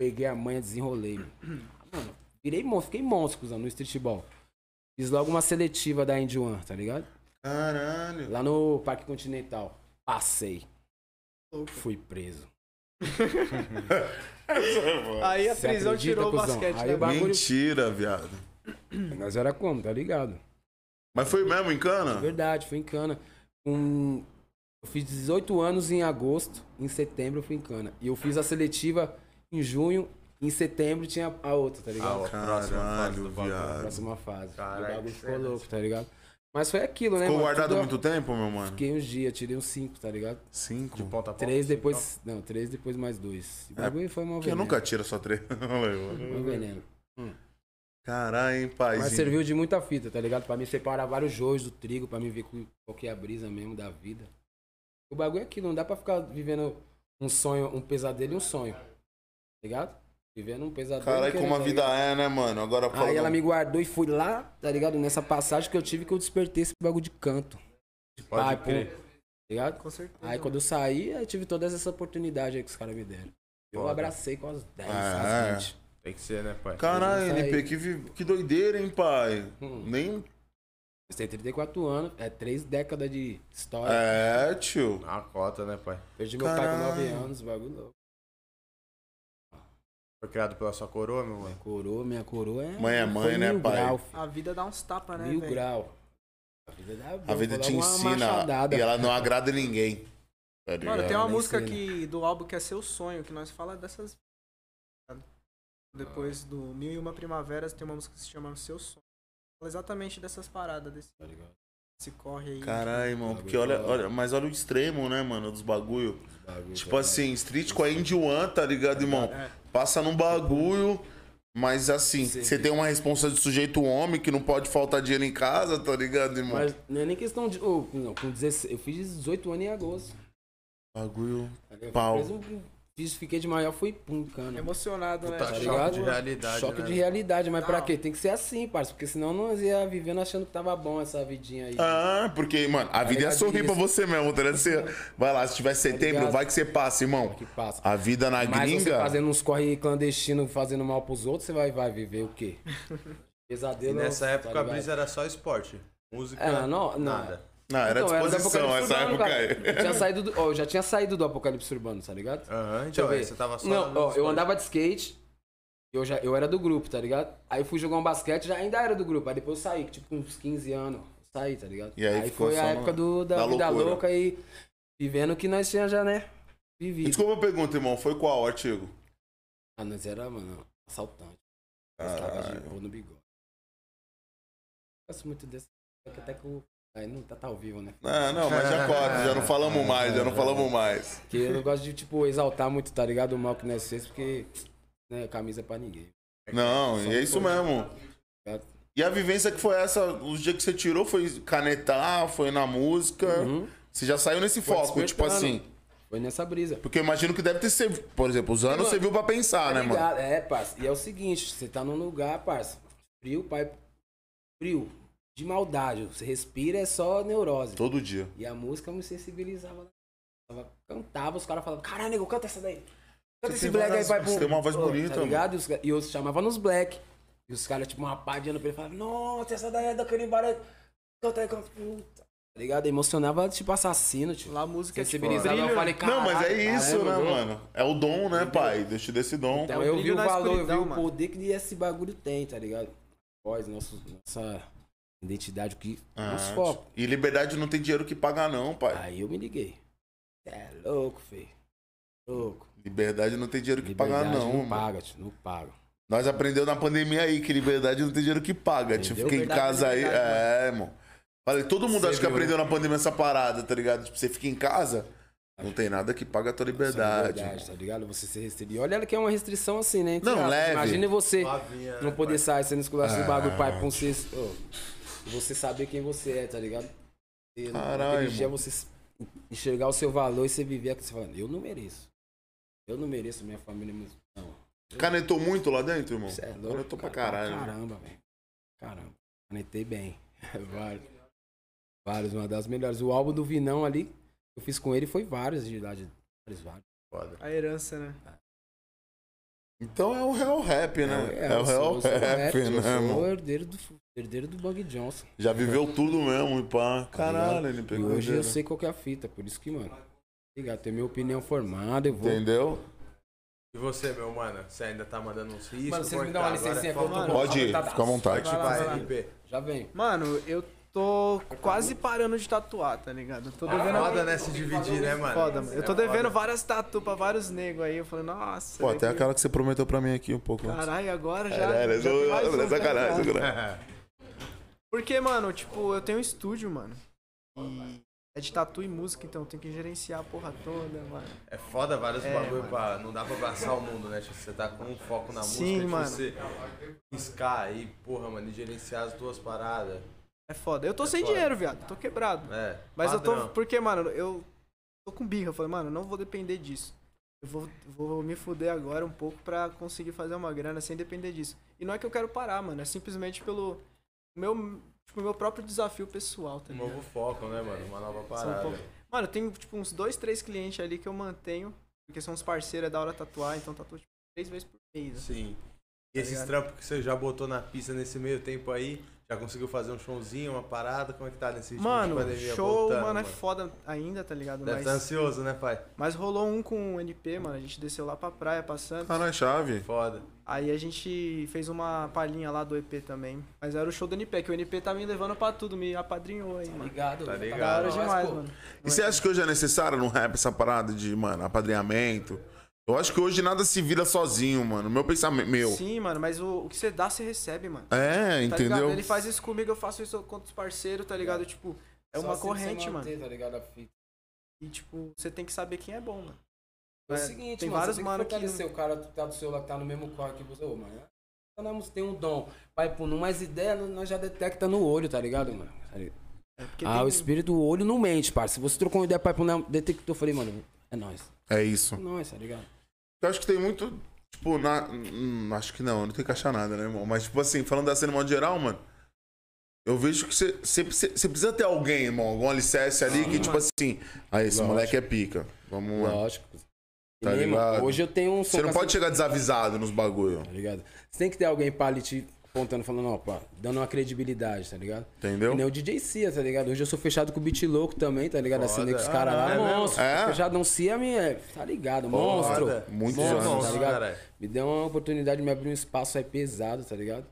Peguei a manha, desenrolei. Mano, virei monstro, fiquei monstro, cuzão, no streetball. Fiz logo uma seletiva da Indy One, tá ligado? Caralho. Lá no Parque Continental. Passei. Louco. Fui preso. Aí a Você prisão acredita, tirou o cuzão? basquete. Aí né? o ba- bagulho- Mentira, viado. Hum. Nós era como, tá ligado? Mas foi mesmo em cana? Verdade, fui em cana. Com- Eu fiz 18 anos em agosto, em setembro eu fui em cana. E eu fiz a seletiva em junho, em setembro tinha a outra, tá ligado? Ah, ó, próxima fase do Caralho, bagulho. viado. Próxima fase. Caralho, o bagulho que ficou sério. louco, tá ligado? Mas foi aquilo, né? Ficou mano? guardado Tudo- muito tempo, meu mano? Fiquei uns dias, tirei uns 5, tá ligado? Cinco? De ponta assim, a ponta. Três depois. Não, três depois mais dois. O bagulho foi uma É. Porque veneno. nunca tira só três. Foi Uhum. um veneno. Caralho, hein, paizinho. Mas serviu de muita fita, tá ligado? Pra mim separar vários jogos do trigo, pra mim ver cu- qual que é a brisa mesmo da vida. O bagulho é aquilo, não dá pra ficar vivendo um sonho, um pesadelo e um sonho. Tá ligado? Vivendo um pesadelo. Caralho, querendo, como a tá vida ligado? é, né, mano? Agora Aí falando- ela me guardou e fui lá, tá ligado? Nessa passagem que eu tive que eu despertei esse bagulho de canto. De Pode pai, pô. crer. Tá ligado? Com certeza. Aí quando eu saí, eu tive todas essas oportunidades aí que os caras me deram. Eu Foda. abracei com as 10, Ah, as 20. Tem que ser, né, pai? Caralho, Isso aí. NP, que, vi- que doideira, hein, pai? Hum. Nem. Você tem 34 anos, é três décadas de história. É, tio. Uma cota, né, pai? Perdi meu pai com 9 Caralho. anos, bagulho louco. Foi criado pela sua coroa, meu mano? Coroa, minha coroa é. Mãe é mãe, foi né, mil pai? Grau, filho, A vida dá uns tapas, né, mil velho? grau. A vida, dá A bom, vida vou dar te uma ensina. machadada. E ela não agrada ninguém. Tá Mano, ligado? tem uma nem música sei, né? aqui do álbum que é Seu Sonho, que nós fala dessas. Depois do Mil e Uma Primaveras, tem uma música que se chama Seu Sonho. Fala exatamente dessas paradas, desse Tá ligado? se corre aí. Caralho, irmão, porque olha, olha, mas olha o extremo, né, mano, dos bagulho. Bagulho, Tipo tá assim, street com a Indy One, tá ligado, irmão? É. Passa num bagulho, mas assim, você tem uma responsa de sujeito homem que não pode faltar dinheiro em casa, tá ligado, irmão? Mas não é nem questão de. ô, não, com 16, eu fiz 18 anos em agosto. Bagulho. tá ligado? Pau. Fiz um- fiz, fiquei de maior, fui pum, cana. Emocionado, né? Puta, Tá É choque ligado? de realidade. Choque né? de realidade, mas pra Não. quê? Tem que ser assim, parça, porque senão nós ia vivendo achando que tava bom essa vidinha aí. Ah, porque, mano, a vida ia ligado sorrir pra isso. você mesmo, tá ligado? Você, vai lá, se tiver setembro, Tá ligado? vai que você passa, irmão. Que passa. A vida na Mas você gringa. fazendo uns corre clandestino, fazendo mal pros outros, você vai, vai viver o quê? E Pesadelo. nessa tá época a ligado? brisa era só esporte. Música, Era, não- não. nada. Não, era Então, da disposição Apocalipse essa Urbano, época cara. Eu, tinha aí. saído do, ó, eu já tinha saído do Apocalipse Urbano, tá ligado? Aham, Deixa eu então aí é, ver. você tava só... Não, no ó, eu esporte. andava de skate, eu, já, eu era do grupo, tá ligado? Aí fui jogar um basquete, já ainda era do grupo. Aí depois eu saí, tipo, com uns 15 anos. Saí, tá ligado? E aí ficou foi a só época na- do, da, na vida loucura. louca e vivendo o que nós tinha já, né? Vivido. Desculpa a pergunta, irmão. Foi qual artigo? Ah, nós era, mano, assaltante. Gostava de Caralho. pôr no bigode. Gosto muito desse. Até que o. Aí não tá, tá ao vivo, né? Não, Ah, não, mas já corta, já não falamos mais, já não falamos mais. Porque eu não gosto de, tipo, exaltar muito, tá ligado? O mal que nós fez, porque. Né, camisa é pra ninguém. Não, e é isso mesmo. tá ligado? E a vivência que foi essa, os dias que você tirou foi canetar, foi na música. Você já saiu nesse Uhum. Foi foco, tipo despertando. assim. Foi nessa brisa. Porque eu imagino que deve ter servido, por exemplo, os anos Mano, serviu pra pensar, né, mano? Ligado? É, parça. E é o seguinte, você tá num lugar, parça. Frio, pai. Frio. De maldade. Você respira, é só neurose. Todo dia. E a música me sensibilizava. Tava- cantava, os caras falavam, caralho, nego, canta essa daí. Canta Você esse tem black aí, várias- pai. você tem uma voz Pô, bonita, tá mano. ligado? E os ca- E eu chamava nos black. E os caras, tipo, uma pá de ano pra ele, falavam, nossa, essa daí é da Canibaré. Canta aí, canta. Puta. Tá ligado? Emocionava, tipo, assassino, tipo. Lá a música é tipo. Sensibilizava, eu brilho- falei, cara. não, mas é isso, né, mano? É o dom, né, pai? Deixa eu desse dom. Então É o eu vi brilho o na valor, eu vi escuridão, o mano. poder que esse bagulho tem, tá ligado? Voz, nosso, nossa identidade, o que. Ah, nosso foco. e liberdade não tem dinheiro que pagar, não, pai. Aí eu me liguei. Cê é louco, filho. Louco. Liberdade não tem dinheiro que pagar, Liberdade não, não mano. paga, tio, não paga. Nós aprendeu na pandemia aí que liberdade não tem dinheiro que paga. Tipo, Entendeu? fiquei em Liberdade casa é aí. liberdade, É, irmão. Falei, todo mundo Você acho que né? viu, aprendeu na pandemia essa parada, tá ligado? Tipo, você fica em casa, não tem nada que paga a tua Essa liberdade. liberdade, tá ligado? Você ser restrito. E olha ela que é uma restrição assim, né? Entre Não, aspas. leve. Imagina você Lavinha, né, não poder pai? sair sendo esculachado Ah. do pai pra um sexto. Ô, você saber quem você é, tá ligado? E no- Caralho, naquele dia mano. é você s- enxergar o seu valor e você viver aqui, você falando, eu não mereço. Eu não mereço, minha família mesmo. Não. Canetou muito lá dentro, irmão? Você é louco. Canetou pra cara. caralho. Caramba, velho. Caramba. Canetei bem. vários. Vários, uma das melhores. O álbum do Vinão ali, que eu fiz com ele, foi vários de idade. Vários, vários. Foda. A herança, né? Então é o real rap, né? É, o eu sou- real eu sou rap, eu né, sou irmão? herdeiro do, herdeiro do Bug Johnson. tá Já viveu tudo mesmo, e pá. tá Caralho, ele E pegou. hoje eu dinheiro. sei qual que é a fita, por isso que, mano. tá Ligado, tenho minha opinião formada, eu vou. Entendeu? E você, meu mano? Você ainda tá mandando uns riscos? Mano, vocês Como é me que dão tá uma agora? licencinha Fala, que eu tô mano. com- Pode ir, fica à vontade. Vai lá, Vai, vai lá. LP. Já vem. Mano, eu tô quase parando de tatuar, tá ligado? Eu tô devendo. Foda, né? Se dividir, né, mano? Foda, mano. Eu tô É foda. devendo várias tatu pra vários negros aí. Eu falei, nossa. Pô, velho, até que- aquela que você prometeu pra mim aqui um pouco. antes. Caralho, agora já. Caralho, já tem mais um, né? é sacanagem, tá ligado? sacanagem. Porque, mano, tipo, eu tenho um estúdio, mano. E é de tatu e música, então eu tenho que gerenciar a porra toda, mano. É foda vários É, bagulho mano. pra. Não dá pra abraçar o mundo, né? Tipo, Você tá com um foco na Sim, música, mano. tipo, você piscar e, porra, mano, e gerenciar as duas paradas. É foda. Eu tô sem foda. dinheiro, viado. Tô quebrado. É. Mas eu tô. padrão. Porque, mano, eu tô com birra. Eu falei, mano, eu não vou depender disso. Eu vou, vou me fuder agora um pouco pra conseguir fazer uma grana sem depender disso. E não é que eu quero parar, mano. É simplesmente pelo meu, tipo, meu próprio desafio pessoal, tá Um ligado? novo foco, né, mano? Uma nova São parada. um pouco- Mano, eu tenho, tipo, uns dois, três clientes ali que eu mantenho. Porque são uns parceiros, é da hora tatuar, então tatuo tipo, três vezes por mês. Sim. E esses Tá ligado? trampos que você já botou na pista nesse meio tempo aí, já conseguiu fazer um showzinho, uma parada? Como é que tá nesse ritmo Mano, de pandemia? show, voltando, mano, é foda ainda, tá ligado? Deve estar Mas, ansioso, né, pai? mas rolou um com o NP, mano. A gente desceu lá pra praia passando. Caralho, chave. Foda. Aí a gente fez uma palhinha lá do EP também. Mas era o show do NP, que o NP tá me levando pra tudo, me apadrinhou aí, mano. Obrigado, Tá ligado. Da hora Nós, demais, mano. E você acha que hoje é necessário no rap essa parada de, mano, apadrinhamento? Eu acho que hoje nada se vira sozinho, mano. Meu pensamento. Meu. Sim, mano, mas o, o que você dá, você recebe, mano. É, Tá ligado? entendeu? Ele faz isso comigo, eu faço isso com os parceiros, tá ligado? Tipo, é uma corrente, mano. Tá ligado, a fita. E, tipo, você tem que saber quem é bom, mano. É o É, seguinte, tem mano, vários você mano tem que que fortalecer o cara que tá do seu lado, que tá no mesmo corre que você. Ô, mano, é nós tem um dom. Vai por mais ideia, nós já detecta no olho, tá ligado, mano? É, porque Ah, tem- o espírito do olho não mente, parça. Se você trocou uma ideia, pai, não detectou, eu falei, mano, é nóis. É É isso. nóis, tá ligado? Eu acho que tem muito. Tipo, na. hum, acho que não, não tem que achar nada, né, irmão? Mas, tipo assim, falando da cena de modo geral, mano. Eu vejo que você- você precisa- você precisa ter alguém, irmão, algum alicerce ali que, tipo assim. Aí, esse Lógico. moleque é pica. Vamos lá. Lógico. E Tá nem, mano, ligado? Hoje eu tenho um som. Você não com pode essa- chegar desavisado nos bagulho, Tá ligado? Você tem que ter alguém pra ali te apontando, falando, ó, pá, dando uma credibilidade, tá ligado? entendeu? Que nem o DJ Cia, tá ligado? Hoje eu sou fechado com o Beat Louco também, tá ligado? Assim, né, com os caras lá, Ah, é mesmo? monstro. É? Fechado, não Cia, me é, tá ligado? Monstro. Foda. Muitos Monstro, anos. monstro, tá ligado? caralho. Me deu uma oportunidade de me abrir um espaço aí pesado, tá ligado?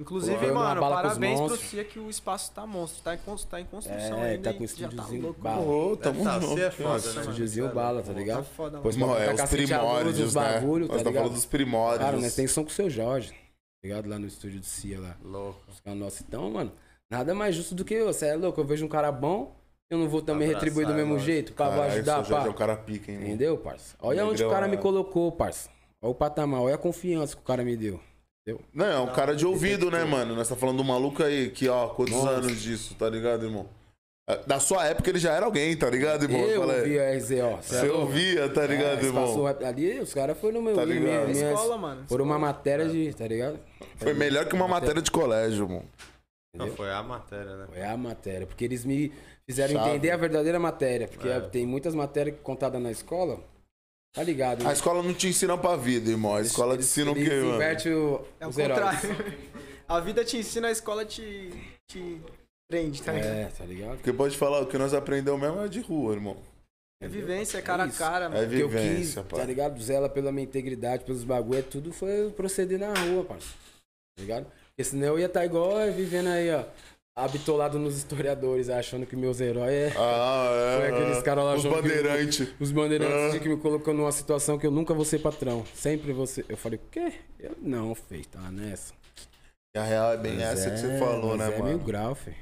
Inclusive, Colou uma mano, bala com os parabéns pro monstros. Cia que o espaço tá monstro. Tá em, cons- tá em construção É, ainda. tá com um e já tá estúdiozinho louco. bala. Ô, Deve tamo tá, junto. você é foda, né? Nossa, mano? Sujizio bala, tá ligado? foda, Pois Não, é tá os cacete a luz, primórdios, os né? bagulho, tá Nós tá ligado? falando dos primórdios. Cara, nós tem som com o seu Jorge, tá ligado? Lá no estúdio do Cia lá. Hum. Louco. Os caras nossos. Então, mano, nada mais justo do que eu. Você é louco, eu vejo um cara bom, eu não vou também Abraçar, retribuir do é mesmo lógico. jeito, pá, vou Caralho, ajudar, seu Jorge é o pá. cara pica, hein? mano? Entendeu, parça? Olha Negrão, onde o cara me é. colocou, parça. Olha o patamar, olha a confiança que o cara me deu. Não, é um cara de ouvido, né, mano? Nós tá falando do maluco aí, que, ó, quantos anos disso, tá ligado, irmão? É, Da sua época ele já era alguém, tá ligado, irmão? eu Fala aí. ouvi a RZO. cê é Você louco? ouvia, tá ligado, Esse passou irmão? rap- Ali os caras foram no meu. Tá minha- ligado? minhas- é Escola, mano. Foram uma matéria de. Tá ligado? Foi melhor que uma matéria de colégio, irmão. Não, Entendeu? foi a matéria, né? É a matéria, porque eles me fizeram Chave. entender a verdadeira matéria. Porque É. eh, tem muitas matérias contadas na escola. Tá ligado? A escola não te ensina pra vida, irmão. A escola te ensina o eles quê, mano? inverte o, É o os heróis. contrário. A vida te ensina, a escola te, te prende, tá ligado? É, tá ligado? Porque pode falar, o que nós aprendemos mesmo é de rua, irmão. É vivência, é cara a isso. cara, É mano. que eu quis, vivência, tá pai. ligado? Zela pela minha integridade, pelos bagulho, é tudo foi eu proceder na rua, parceiro. Tá ligado? Porque senão eu ia estar igual eu tá vivendo aí, ó. habitolado nos historiadores, achando que meus heróis é Ah, é. Foi aqueles é. caras lá Os jogando- bandeirantes. os bandeirantes Ah. que me colocou numa situação que eu nunca vou ser patrão. Sempre você. Eu falei, o quê? Eu não, feio, tá nessa. E a real é bem Mas essa é, que você falou, mas né, é mano? meio grau, feio.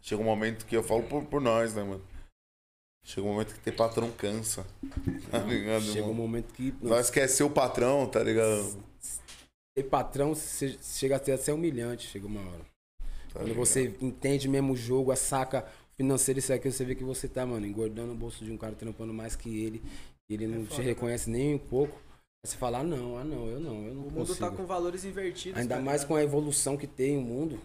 Chega um momento que eu falo por, por nós, né, mano? Chega um momento que ter patrão cansa. Tá ligado, Chega um mano? momento que. não, Nós quer ser o patrão, tá ligado? Ser patrão se- chega até a ser humilhante, chega uma hora. Tá Quando ligado? você entende mesmo o jogo, a saca financeira, isso aqui, você vê que você tá, mano, engordando o bolso de um cara trampando mais que ele. E É ele não te né? reconhece nem um pouco. Aí Você fala, ah, não, ah não, eu não, eu não O mundo consigo. tá com valores invertidos. Ainda tá mais ligado? com a evolução que tem o mundo.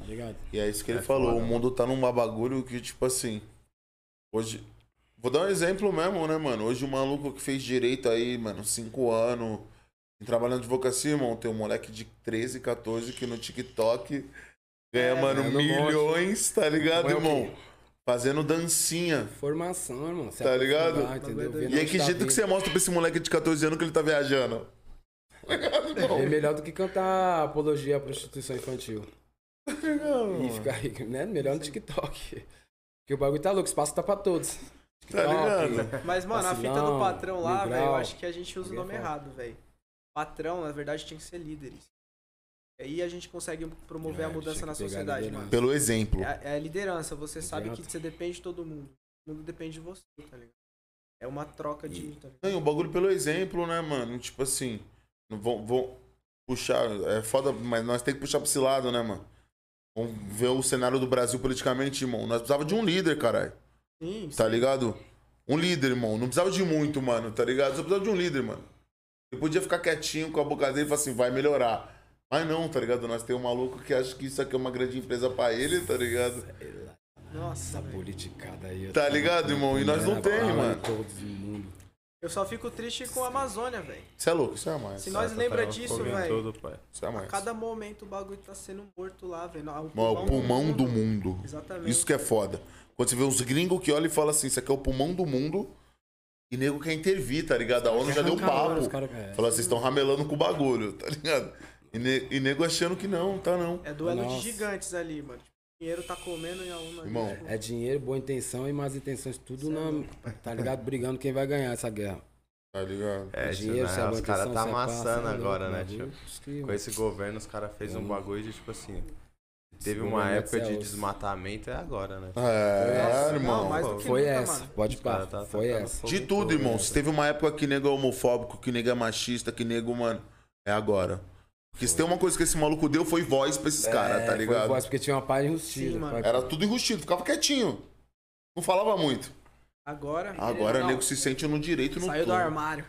Tá ligado? E é isso que ele É falou. foda, o mundo tá num bagulho que, tipo assim. Hoje. Vou dar um exemplo mesmo, né, mano? Hoje o maluco que fez direito aí, mano, 5 anos, trabalhando de advocacia, irmão, tem um moleque de 13, 14 que no TikTok ganha, mano, ganhando um milhões, tá ligado, Põe o quê? irmão? Fazendo dancinha. Formação, irmão. se Tá ligado? aprofundar, entendeu? Ver E onde aí, que tá jeito vindo. que você mostra pra esse moleque de 14 anos que ele tá viajando? É melhor do que cantar apologia à prostituição infantil. E Não, ficar rico, né? Melhor no TikTok. Porque o bagulho tá louco, o espaço tá pra todos. Tá ligado? Mas, mano, a fita do Vacilão, patrão lá, mil velho, eu grau. é acho que a gente usa o Ninguém nome fala. errado, velho. Patrão, na verdade, tinha que ser líderes. Aí a gente consegue promover É, a mudança tinha na que pegar a sociedade, liderança. mano. Pelo exemplo. É, a- é a liderança, você sabe que Exato. você depende de todo mundo. Todo mundo depende de você, tá ligado? É uma troca de. Tá ligado? Não, e o bagulho pelo exemplo, né, mano? Tipo assim, não vão, vão puxar. É foda, mas nós temos que puxar pra esse lado, né, mano? Vamos ver o cenário do Brasil politicamente, irmão. Nós precisava de um líder, caralho. Sim, sim. Tá ligado? Um líder, irmão. Não precisava de muito, mano, tá ligado? Só precisava de um líder, mano. Ele podia ficar quietinho com a boca dele e falar assim, vai melhorar. Mas não, tá ligado? Nós temos um maluco que acha que isso aqui é uma grande empresa pra ele, tá ligado? Nossa, Essa velho. politicada aí. eu Tá tava ligado, irmão? E nós não na tem, bala mano. em Todo mundo. Eu só fico triste com a Amazônia, velho. Isso é louco, isso é mais. Se nós lembra um disso, velho. Isso é mais. Cada momento o bagulho tá sendo morto lá, velho. Ah, Mano, é o pulmão do mundo. Exatamente. Isso que é foda. Quando você vê uns gringos que olham e falam assim, isso aqui é o pulmão do mundo, e nego quer intervir, tá ligado? A ONU já deu Caralho, papo. os cara- é. Falou, vocês estão ramelando com o bagulho, tá ligado? E, ne- e nego achando que não, tá não. É duelo Nossa. de gigantes ali, mano. O dinheiro tá comendo e a uma. Irmão. É dinheiro, boa intenção e más intenções, tudo na. Tá ligado? Brigando quem vai ganhar essa guerra. Tá ligado? É, tio, dinheiro, né? se é boa os caras intenção, tá se é pá, se é amassando louco, agora, né, bagulho, tio? isso que- Com esse governo, os caras fez um bagulho de tipo assim. Teve Esse uma governo época é de osso. desmatamento, é agora, né? É, Não, irmão. mais do que Foi nunca, essa, mano. pode Os cara parar. tá Foi tacando essa. fogo De em tudo, irmão. né? Se teve uma época que nego é homofóbico, que nego é machista, que nego, mano, é agora. Porque se tem uma coisa que esse maluco deu, foi voz pra esses caras, tá É, ligado? Foi voz, porque tinha uma página enrustida. Sim, mano. Era tudo enrustido, ficava quietinho. Não falava muito. Agora. Agora o Não, nego se sente no direito e no Saiu do todo. armário.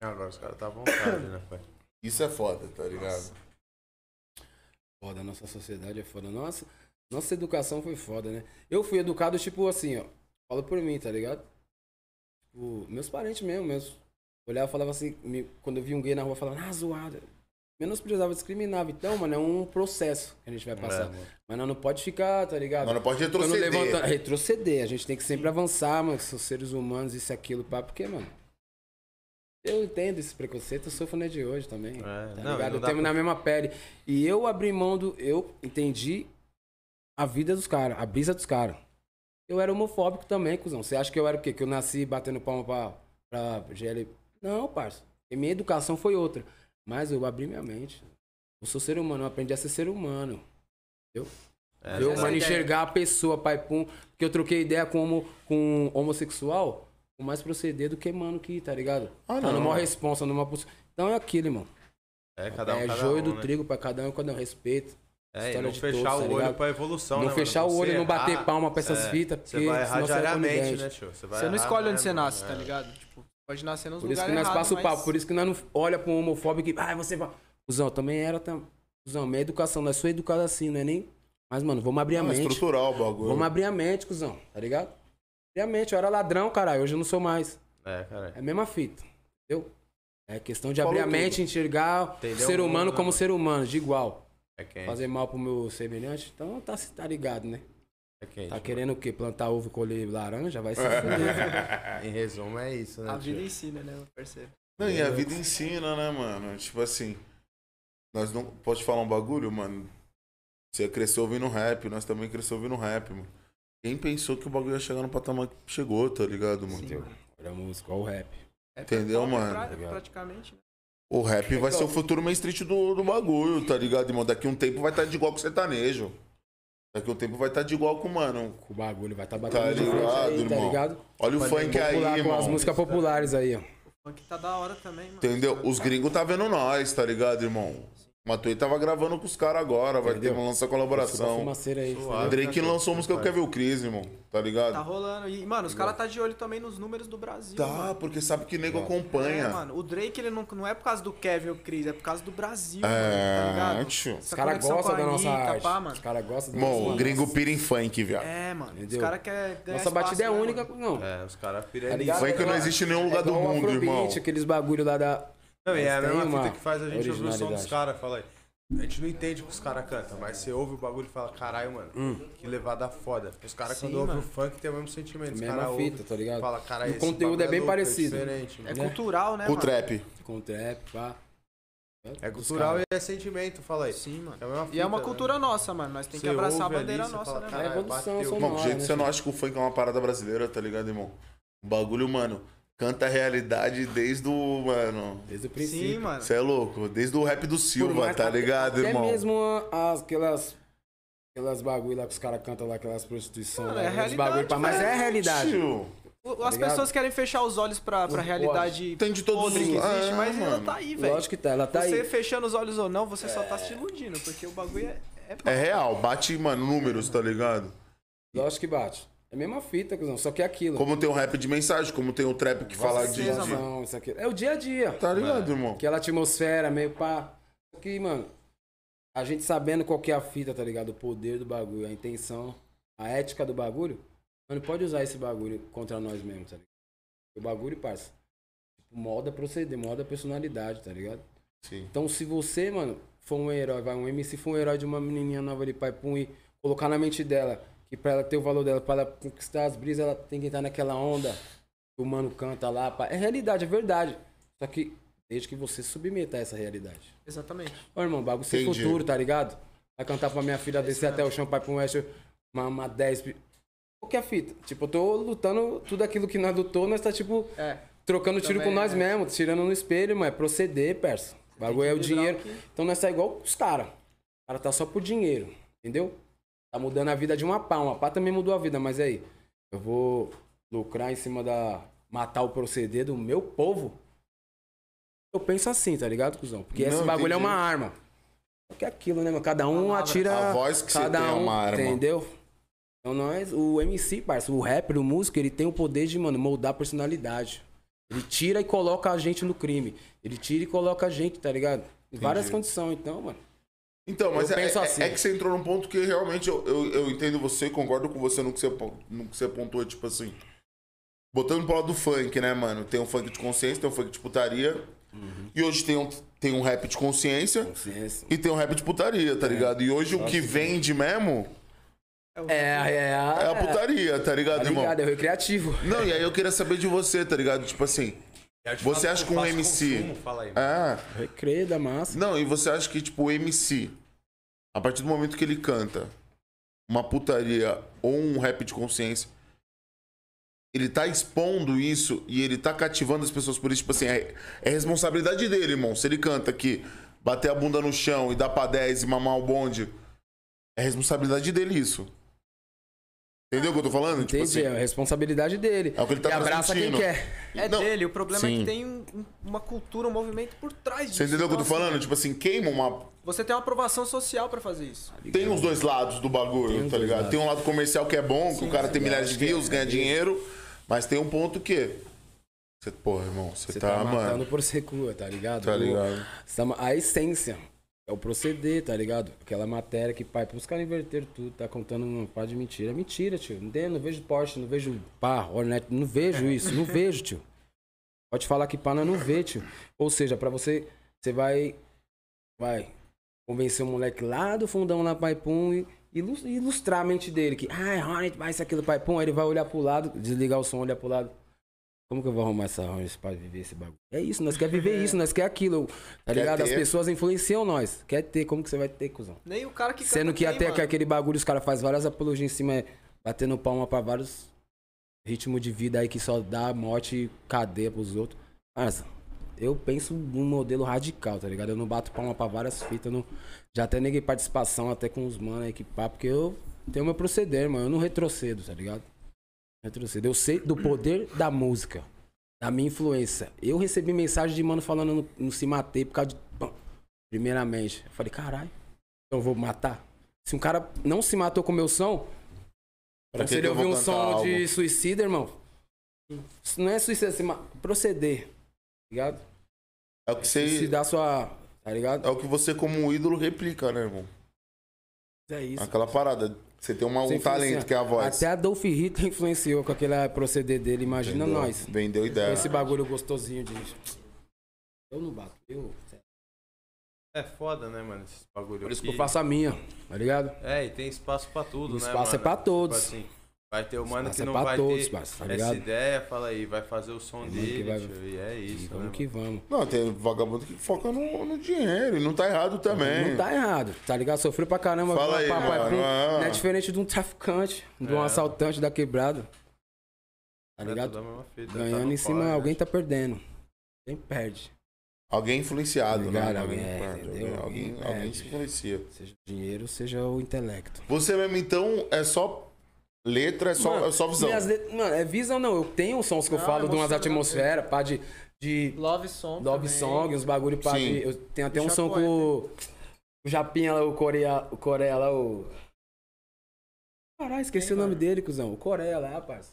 Agora os caras tá à vontade, né, pai? Isso é foda, tá ligado? Foda, nossa sociedade é foda. Nossa, nossa educação foi foda, né? Eu fui educado, tipo assim, ó. Fala por mim, tá ligado? Tipo, meus parentes mesmo, meus. Olhava e falava assim, me- quando eu via um gay na rua, falava, ah, zoada. Menos precisava, discriminava. Então, mano, é um processo que a gente vai É, passar. mano. Mas nós não pode ficar, tá ligado? Nós não pode retroceder. É Quando levanta- retroceder. A gente tem que sempre avançar, mano. São seres humanos, isso, aquilo, pá. Porque, mano. Eu entendo esse preconceito, eu sofro né, de hoje também. É, tá não, ligado? não Eu dá tenho pra- na mesma pele. E eu abri mão do. Eu entendi a vida dos caras, a brisa dos caras. Eu era homofóbico também, cuzão. Você acha que eu era o quê? Que eu nasci batendo palma pra, pra GL? Não, parça. E minha educação foi outra. Mas eu abri minha mente. Eu sou ser humano, eu aprendi a ser ser humano. É, Eu, essa ideia. mano, enxergar a pessoa, pai pum, porque eu troquei ideia com, homo, com homossexual, com mais proceder do que, mano, que, tá ligado? Ah, Tá não. numa responsa, numa pos- Então é aquilo, irmão. É, cada um, é cada joio um, do né? trigo pra cada um, cada um respeito. É, e História não de fechar todos, tá o olho ligado? pra evolução, Não né, mano? fechar o Você olho, não bater palma pra essas é, fitas, Você porque vai senão errar você vai diariamente, conivente. né, tio? Vai Você não errar, escolhe né, onde você mano? nasce, É. tá ligado? Tipo, pode nascer nos Por isso lugares que nós errados, passamos o mas papo, por isso que nós não olha pra um homofóbico e, ah, você vai. Cusão, também era. Tam... Cusão, minha educação, nós somos educados assim, não é nem. Mas, mano, vamos abrir a É mente. estrutural o bagulho. Vamos abrir a mente, cuzão, tá ligado? Abrir a mente, eu era ladrão, caralho, hoje eu não sou mais. É, cara. É a mesma fita, entendeu? É questão de Falou abrir a tudo. mente, enxergar Entendeu o ser o mundo, humano né, como mano? ser humano, de igual. É quente. Fazer mal pro meu semelhante, então tá, tá ligado, né? É quente. Tá mano. querendo o quê? Plantar ovo e colher laranja? Vai assim se fuder. né? Em resumo, é isso, né, A vida tio? ensina, né, meu parceiro? Não, e a vida ensina, né, mano? Tipo assim, nós não. Posso te falar um bagulho, mano? Você cresceu ouvindo rap, nós também cresceu ouvindo rap, mano. Quem pensou que o bagulho ia chegar no patamar que chegou, tá ligado, mano? Sim. Olha a música, olha o rap. É Entendeu, pop, é mano? pra- Obrigado. praticamente. né? O rap vai Então. ser o futuro main street do, do bagulho, tá ligado, irmão? Daqui um tempo vai estar de igual com o sertanejo. Daqui um tempo vai estar de igual com, mano. O bagulho vai estar tá Tá batendo de frente ligado, aí, irmão? tá ligado? Olha o funk aí, Popular com as irmão. músicas populares aí, ó. Funk tá da hora também, mano. Entendeu? Os gringos tá vendo nós, tá ligado, irmão? Matuei tava gravando com os caras agora, vai Entendeu? ter uma lança Uma né, colaboração. fumaceira aí. Suave. Drake lançou música com o Kevin Cris, irmão. Tá Tá ligado? rolando. E, mano, os caras tá de olho também nos números do Brasil. Tá, mano. porque sabe que Tá. nego É, acompanha. mano, o Drake ele não, não é por causa do Kevin ou Chris, é por causa do Brasil, É, mano, tá ligado? tio. Essa Os caras conexão gostam com a da nossa Anitta, arte. pá, Os mano. caras gostam da Irmão, nossa o gringo pira em funk, viado. É, mano. Entendeu? Os caras querem ganhar Nossa batida é espaço, né, única. mano? Não, É, os caras Tá pirelli. ligado? Funk é, não Igual- existe em nenhum um lugar do É igual o mundo, Afrobeat, irmão. aqueles bagulho lá da. Não, e é a Mas mesma tem uma fita que faz a gente ouvir o som dos originalidade. caras, fala aí. A gente não entende o que os caras cantam, mas você ouve o bagulho e fala, caralho, mano, Hum. que levada foda. Os caras, Sim, quando ouvem mano. o funk, tem o mesmo sentimento. Os Mesma caras ouvem, fita, tá ligado? fala, caralho, O esse conteúdo bagulho é bem louco, parecido. É, diferente, É mano. cultural, né, O mano? trap. Com trap, pá. é, cultural e é sentimento, fala aí. Sim, mano. É a mesma E é fita, uma né? cultura nossa, mano. Nós tem que Você abraçar a ouve ali, bandeira você nossa, fala, né, É mano? caralho, evolução, bateu. são Bom, Irmão, do nós, jeito né, que você não acha que o funk é uma parada brasileira, tá ligado, irmão? O bagulho, mano, canta a realidade desde o. Mano. Desde o Sim, princípio. mano. Você é louco, desde o rap do Por Silva, mais- tá até- ligado, até irmão? mesmo a- as, aquelas. Aquelas bagulho lá que os caras cantam lá, aquelas prostituição Mano, lá, é aqueles realidade, bagulho, pá. Mas é a realidade. Tio, O- As tá ligado? pessoas querem fechar os olhos pra, pra Os- realidade tem de todos podre os que existe, Ah, mas ela mano. tá aí, velho. Lógico que tá, ela tá Você aí. fechando os olhos ou não, você só tá se iludindo, porque o bagulho é. é É real, bate, mano, números, tá ligado? Lógico que bate. É a mesma fita, cuzão, só que é aquilo. Como tem o rap de mensagem, como tem o trap que fala de. certeza, de- mano. Não, isso aqui. É o dia a dia. Tá ligado, irmão? Aquela atmosfera meio pá. Só que, mano, a gente sabendo qual que é a fita, tá ligado? O poder do bagulho, a intenção, a ética do bagulho, mano, pode usar esse bagulho contra nós mesmos, tá ligado? O bagulho, parça, moda proceder, moda personalidade, tá ligado? Sim. Então se você, mano, for um herói, vai, um MC for um herói de uma menininha nova ali, pai, pum, e colocar na mente dela que pra ela ter o valor dela, pra ela conquistar as brisas, ela tem que entrar naquela onda que o mano canta lá, pá. É realidade, é verdade. Só que desde que você se submeta a essa realidade. Exatamente. Ô, irmão, bagulho sem Entendi. futuro, tá ligado? Vai cantar pra minha filha descer até o chão, pai pro oeste, uma, uma 10. pi- Qual que é a fita? Tipo, eu tô lutando tudo aquilo que nós lutou, nós tá, tipo, É. trocando tiro Também, com nós é. mesmos, tirando no espelho, mas é proceder, parça. O bagulho é o equilibrar dinheiro. o que- Então nós tá igual os caras. O cara tá só por dinheiro, entendeu? Tá mudando a vida de uma pá. Uma pá também mudou a vida, mas aí, eu vou lucrar em cima da. matar o proceder do meu povo. Eu penso assim, tá ligado, cuzão? Porque Não, esse bagulho é entendi. uma arma. Que é aquilo, né, mano? Cada um Palavras. atira. A voz que você cada tem é um, uma arma. Entendeu? Então nós, o MC, parça, o rapper, o músico, ele tem o poder de, mano, moldar a personalidade. Ele tira e coloca a gente no crime. Ele tira e coloca a gente, tá ligado? Em várias condições, então, mano. Então, mas Eu é, penso é- assim. é que você entrou num ponto que realmente eu, eu, eu entendo você, concordo com você no que você, pon- no que você pontuou, tipo assim. Botando pro lado do funk, né, mano? Tem um funk de consciência, tem um funk de putaria. Uhum. E hoje tem um, tem um rap de consciência Consciência. e tem um rap de putaria, tá ligado? E hoje o que vende mesmo É, é, é. é a putaria, tá ligado, Tá irmão? Tipo ligado, é o recreativo. Não, e aí eu queria saber de você, tá ligado? Tipo assim. Eu te Você falo acha eu que um faço MC consumo, fala aí, mano. Ah, Recreio da massa. Não, e você acha que, tipo, o MC, a partir do momento que ele canta uma putaria ou um rap de consciência, ele tá expondo isso e ele tá cativando as pessoas por isso, tipo assim, é, é responsabilidade dele, irmão. Se ele canta que bater a bunda no chão e dar pra 10 e mamar o bonde, é responsabilidade dele isso. Entendeu o que eu tô falando? Tipo assim, Entendi, é a responsabilidade dele. É o que ele tá e abraça quem transmitindo. quer. É Não. dele, o problema é Sim. que tem um- um- uma cultura, um movimento por trás disso. você entendeu o que eu tô Então, assim, falando? Tipo assim, queima uma Você tem uma aprovação social pra fazer isso. Tem os dois lados do bagulho, Tem os tá ligado? ligado? Tem um lado comercial que é bom, que o cara tem milhares de é views, ganha dinheiro, mas tem um ponto que. Você, porra, irmão, você, Você tá, tá, matando mano. por secura, tá ligado? Tá O- ligado? Essa ma- A essência é o proceder, tá ligado? Aquela matéria que, pai, os caras inverteram tudo, tá contando uma pá de mentira. É mentira, tio. Não, tem, não vejo Porsche, não vejo pá, Hornet, não vejo isso, não vejo, tio. Pode falar que pá, nós não vê, tio. Ou seja, pra você, você vai, vai convencer o moleque lá do fundão lá, pai, pum, e ilus- ilustrar a mente dele que, ah, é Hornet, vai isso, aquilo, pai, pum. Aí ele vai olhar pro lado, desligar o som, olhar pro lado. Como que eu vou arrumar essa range pra viver esse bagulho? É isso, nós quer viver isso, nós quer aquilo. Tá ligado? As ter. pessoas influenciam nós. Quer ter, como que você vai ter, cuzão? Nem o cara que Sendo canta que bem, até mano. que é aquele bagulho os caras fazem várias apologias em cima, é, batendo palma pra vários ritmos de vida aí que só dá morte e cadeia pros outros. Mas eu penso num modelo radical, tá ligado? Eu não bato palma pra várias fitas, eu não... já até neguei participação até com os mano aí que pá, porque eu tenho meu proceder, mano. Eu não retrocedo, tá ligado? Retrocedo. Eu sei do poder da música, da minha influência. Eu recebi mensagem de mano falando no, no se matei por causa de. pã, Primeiramente. Eu falei, caralho, então eu vou matar. Se um cara não se matou com o meu som, Pra então, que se que ele eu ouvir vou um cantar som algo? de suicida, irmão. isso Não é suicida, assim, mas proceder. Ligado? É o que Se você. dá sua. Tá ligado? É o que você, como ídolo, replica, né, irmão? É isso. Aquela parada. Você tem uma, Você um talento influencia. que Então, é a voz. Até Adolf Hitler influenciou com aquele proceder dele, imagina Entendeu? É. nós. Vendeu Com ideia. esse bagulho gostosinho de. Eu não bato. Eu... É foda, né, mano? Esse bagulho Por isso que aqui. eu faço a minha, tá ligado? É, e tem espaço pra tudo, né? Espaço é mano? pra todos. Tipo assim, vai ter o mano Espaço que é não pra vai todos, ter parça, tá essa ligado? ideia, fala aí, vai fazer o som mano que dele, vai- tio, e é E isso, né? vamos mano? que vamos. Não, tem vagabundo que foca no, no dinheiro. E não tá errado também. Não tá errado, tá ligado? Sofreu pra caramba. Fala aí, papai, mano, pum. ah. Não é diferente de um traficante, de um É. assaltante da quebrada. É Tá ligado? tudo a mesma fita, tá Ganhando no em cima, corre, alguém né? tá perdendo. Quem perde. Alguém influenciado, Obrigado, né? Alguém, alguém, perde, alguém, entendeu? É. alguém, Alguém alguém perde. se influencia. Seja o dinheiro, seja o intelecto. Você mesmo, então, é só letra, é só, Mano, é só visão. né? minhas let- Mano, é visão não. Eu tenho sons que eu Não, falo de umas emocionante. atmosferas, pá, de. de Love Song. love também. song, uns bagulho pá. Sim. De, eu tenho até O um som Chapoé, com o. O Japinha lá, o Coreia, o Coreia lá, o. Caralho, esqueci o nome dele, cuzão. O Coreia lá, rapaz.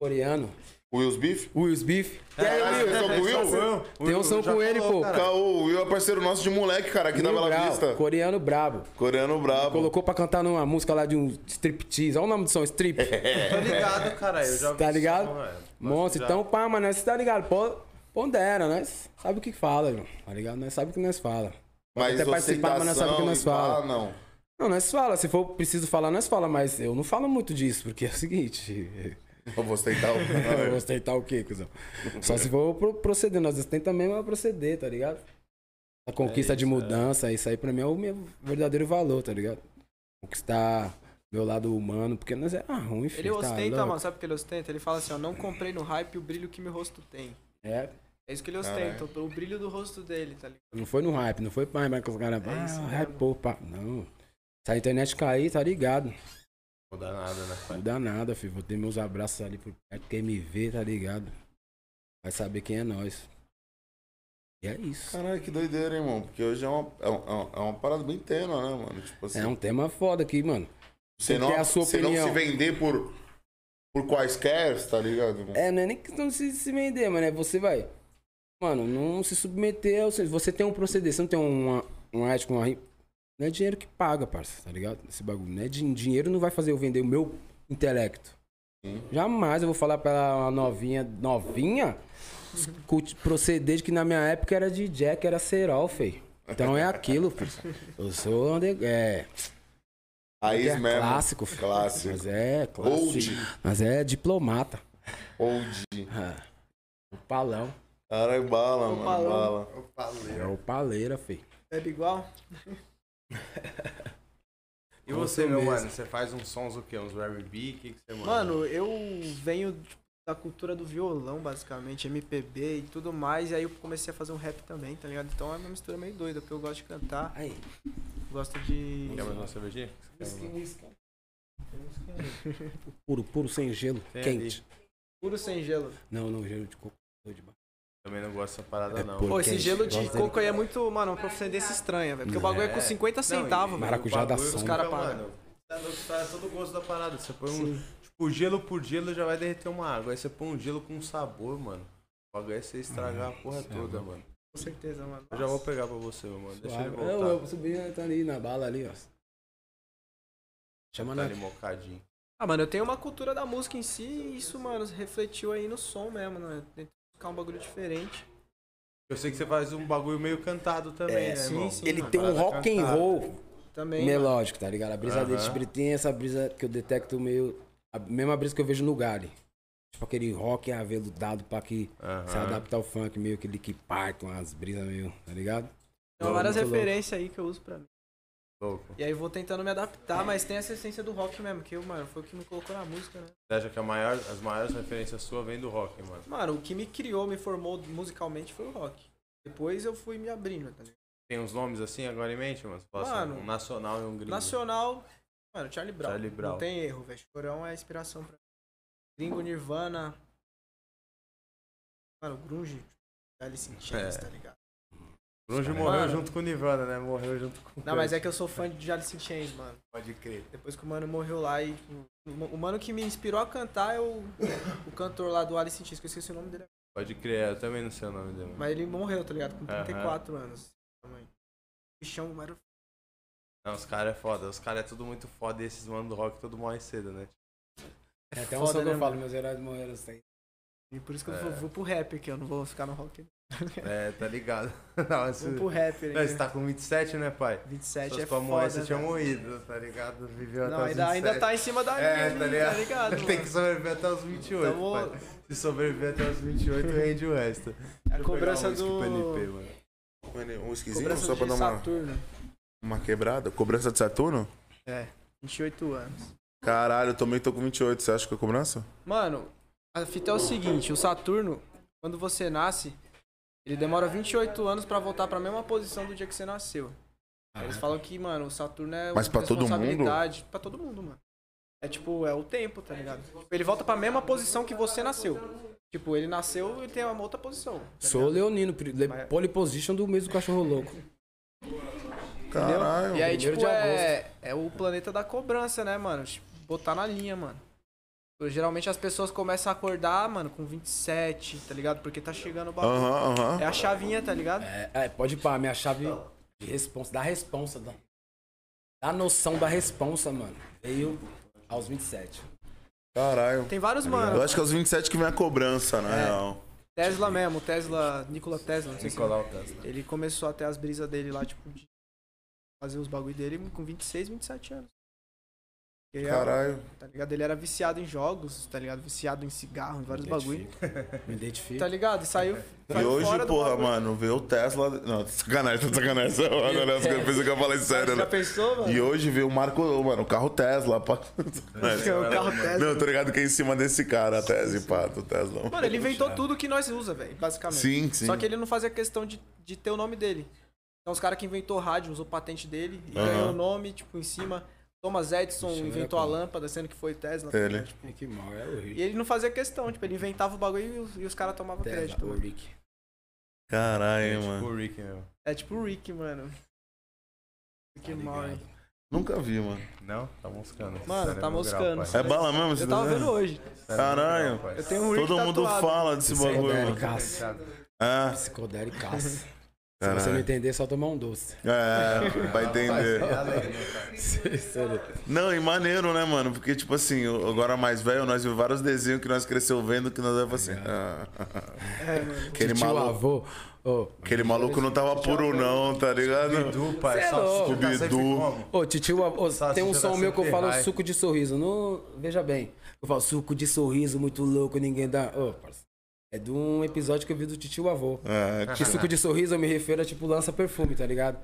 Coreano. É, Will's Beef? O Will's Beef. Caralho, você tocou com o Will? Tem um som já com ele, falou, pô. cara. Tá, o Will é parceiro nosso de moleque, cara, aqui da Mil Bela Grau, Vista. Coreano brabo. Coreano brabo. Colocou pra cantar numa música lá de um striptease. Olha o nome do som, strip. É. Tô ligado, cara, eu já ouvi Tá esse ligado? som, é. Monstro. Já- Então, pá, mano, nós tá ligado. Pô, pondera, nós sabe o que fala, irmão. Tá ligado? Nós sabe o que nós fala. Mas até participar, mas não sabe o que nós ostentação e pá, fala. não. Não, nós fala. Se for preciso falar, nós fala. Mas eu não falo muito disso, porque é o seguinte... Eu vou ostentar Eu vou o... ostentar o quê, cuzão? Só se for pro- proceder. Nós ostentamos mesmo é proceder, tá ligado? A É conquista de mudança, isso aí pra mim é o meu verdadeiro valor, tá ligado? Conquistar meu lado humano, porque nós é ruim, filho. Ele tá ostenta, louco? mano. Sabe por que ele ostenta? Ele fala assim, ó. Não comprei no hype o brilho que meu rosto tem. É, É isso que ele Caralho. ostenta. O brilho do rosto dele, tá ligado? não foi no hype, não foi pra mas que os caras. É isso Ah, mesmo. hype, pô, pá. Não. Se a internet cair, tá ligado? Não dá nada, né? Não pai? dá nada, filho. Vou ter meus abraços ali por perto. Quem me vê, tá ligado? Vai saber quem é nós. E é isso. Caralho, que doideira, hein, irmão? Porque hoje é uma, é uma, é uma parada bem tênua, né, mano? Tipo assim, É um tema foda aqui, mano. você, não, tem a sua você não se opinião. vender por, por quaisquer, tá ligado? irmão? É, não é nem questão de se, se vender, mano. É você vai. Mano, não se submeter ao. Você tem um proceder, você não tem uma, uma ética, uma. ri- Não é dinheiro que paga, parça, tá ligado? Esse bagulho. Não é din- dinheiro não vai fazer eu vender o meu intelecto. Sim. Jamais eu vou falar pra ela, uma novinha. Novinha? Escute, proceder de que na minha época era de Jack, era Serol, feio. Então é aquilo, parça. Eu sou. under- É, Aí é mesmo. clássico, filho. Clássico. Mas é Old. clássico. Mas é diplomata. Old. Ah, O palão. Caralho, bala, Ô, mano. balão. Bala. É o paleira, feio. Bebe igual? E você, meu mesmo. mano, você faz uns sons o quê? Uns R&B? O que, que você manda? Mano, eu venho tipo, da cultura do violão, basicamente, MPB e tudo mais, e aí eu comecei a fazer um rap também, tá ligado? Então é uma mistura meio doida, porque eu gosto de cantar, Aí. gosto de. Quer mais uma cervejinha? Puro, puro, sem gelo, Tem quente. Puro sem gelo. Não, não, gelo de coco. gelo de ba- Também não gosto dessa parada, É não. por- Pô, esse Quente. gelo de Gosto dele. coco aí é muito, mano, uma procedência estranha, velho. Porque o bagulho é com 50 centavos, velho. Maracujá dá Os sono. caras Fica, param. Tá todo o gosto da parada. Você põe um. Tipo, gelo por gelo já vai derreter uma água. Aí você põe um gelo com sabor, mano. O bagulho é você estragar Hum, a porra toda, mano. Com certeza, mano. Eu já vou pegar pra você, meu mano. Deixa ele Suave. voltar. Não, eu subi, tá ali na bala ali, ó. Chama né? Tá na. ali mocadinho. Ah, mano, eu tenho uma cultura da música em si e isso, mano, refletiu aí no som mesmo, né? Tentar buscar um bagulho diferente. Eu sei que você faz um bagulho meio cantado também, É, né, sim, irmão? sim. Ele Uma tem um parada rock and cantada. né? roll Também. né? mano. melódico, tá ligado? A brisa Aham. dele tem essa brisa que eu detecto meio. A mesma brisa que eu vejo no Gali. Tipo aquele rock aveludado pra que se Aham. adapta ao funk, meio que Lick Park, umas brisas meio, tá ligado? Tem várias Muito louco. referências aí que eu uso pra mim. Louco. E aí vou tentando me adaptar, mas tem essa essência do rock mesmo, que, mano, foi o que me colocou na música, né? Você acha que a maior, as maiores referências suas vêm do rock, mano? Mano, o que me criou, me formou musicalmente foi o rock. Depois eu fui me abrindo, tá ligado? Tem uns nomes assim agora em mente, mano? Você fala assim, Mano, um nacional e um gringo. Nacional, mano, Charlie Brown. Charlie Brown. Não tem erro, velho. Chorão é inspiração pra mim. Gringo Nirvana. Mano, Grunge. Alice in Chains, É. tá ligado? Grunge Mano. morreu junto com o Nirvana, né? Morreu junto com Não, mas é que eu sou fã de Alice in Chains, mano. Pode crer. Depois que o mano morreu lá e. O o mano que me inspirou a cantar é o, o cantor lá do Alice in Chains, que eu esqueci o nome dele. Pode crer, eu também não sei o nome dele. mano. Mas ele morreu, tá ligado? Com Aham. 34 anos. Tamanho. Bichão, mano. Não, os caras é foda. Os caras é tudo muito foda e esses mano do rock tudo morre cedo, né? É até um foda, som que né, eu falo, meus heróis morreram sem. E por isso que eu É. vou, vou pro rap aqui, eu não vou ficar no rock. É, tá ligado? Não, esse... Vou pro rap, não, você né? tá com 27, né, pai? 27 Se é fosse pra foda. morrer, você tinha velho. morrido, tá ligado? Viveu Não, até os ainda, 27. ainda tá em cima da É, linha, tá ligado? Tem que mano? sobreviver até os 28, Então, pai. Se sobreviver até os 28, rende o resto. A cobrança Deixa eu pegar um whisky do. pra NP, mano. Um whiskyzinho Cobrança só pra de dar uma, Saturno. uma quebrada? Cobrança de Saturno? É, 28 anos. Caralho, eu também tô com 28. Você acha que é cobrança? Mano, a fita é o seguinte: o Saturno, quando você nasce, ele demora 28 anos pra voltar pra mesma posição do dia que você nasceu. Eles falam que, mano, o Saturno é Mas pra todo mundo? responsabilidade pra todo mundo, mano. É tipo, é o tempo, tá ligado? Ele volta pra mesma posição que você nasceu. Tipo, ele nasceu e tem uma outra posição. tá Sou ligado? leonino, pri- le- Mas- pole position do mesmo cachorro louco. Entendeu? Caralho. E aí, primeiro tipo, de é, é o planeta da cobrança, né, mano? Tipo, botar na linha, mano. Então, Geralmente as pessoas começam a acordar, mano, com 27, tá ligado? Porque tá chegando o bagulho. Aham, aham. É a chavinha, tá ligado? É, é, pode pá, minha chave de responsa, da responsa, da, da noção da responsa, mano. Veio aos 27. Caralho. Tem vários, Eu mano. acho que é aos 27 que vem a cobrança, na É. real. Tesla mesmo, Tesla, Nikola Tesla, não sei se Nicolau Tesla. Ele começou até as brisas dele lá, tipo, de fazer os bagulho dele com 26, 27 anos. Ele era- Caralho. tá ligado? Ele era viciado em jogos, tá ligado? Viciado em cigarro, em vários Me bagulho. identifico. Me identifico. Tá ligado? E saiu. E saiu fora hoje, do porra, bagulho. mano, ver o Tesla. Não, tô de sacanagem, tô de sacanagem. Mano, né? As coisas pensam que eu falei sério, né? Já pensou, mano? E hoje ver o Marco, mano, o carro Tesla. Pá. Que é o carro Tesla. Não, tô ligado que é em cima desse cara, a tese, pá, do Tesla. Mano, ele inventou tudo que nós usa, velho, basicamente. Sim, sim. Só que ele não fazia questão de, de ter o nome dele. Então os caras que inventou rádio usou patente dele e Aham. ganhou o nome, tipo, em cima. Thomas Edison Isso, inventou né, a pô? lâmpada, sendo que foi Tesla. Ele. né, tipo. É que mal, é E horrível. ele não fazia questão, tipo, ele inventava o bagulho e os, e os caras tomavam crédito. Tesla, mano. É, Rick. Caralho, tipo mano. o Rick mesmo. É tipo o Rick, mano. Que Tá mal, hein? ligado? Nunca vi, mano. Não? Tá moscando. Mano, tá moscando. É bala mesmo esse Eu tava desenho? vendo hoje. Caralho. Eu tenho um Rick Todo mundo tatuado. fala desse Isso é bagulho, ideia, mano. cara. Tá Ah, Psicodelicaço. Se você não caralho. entender, é só tomar um doce. É, vai entender. né, Sério. Não, e maneiro, né, mano? Porque, tipo assim, o- agora mais velho, nós vimos vários desenhos que nós cresceu vendo que nós era assim. Tá ah, É, mano. aquele Tio maluco. avô. Ô, Aquele maluco não tava puro, não, tá ligado? Bidu, pai. Cê é Salve, louco. Bidu. Tá sempre Bidu. como? Ô, titio, avô, Salsicha tem um da som meu que eu falo Saint-Pierre. suco de sorriso. No, veja bem, eu falo suco de sorriso, muito louco, ninguém dá. Ô, parceiro, é de um episódio que eu vi do titio avô. Ah, Que suco de sorriso eu me refiro a tipo lança perfume, tá ligado?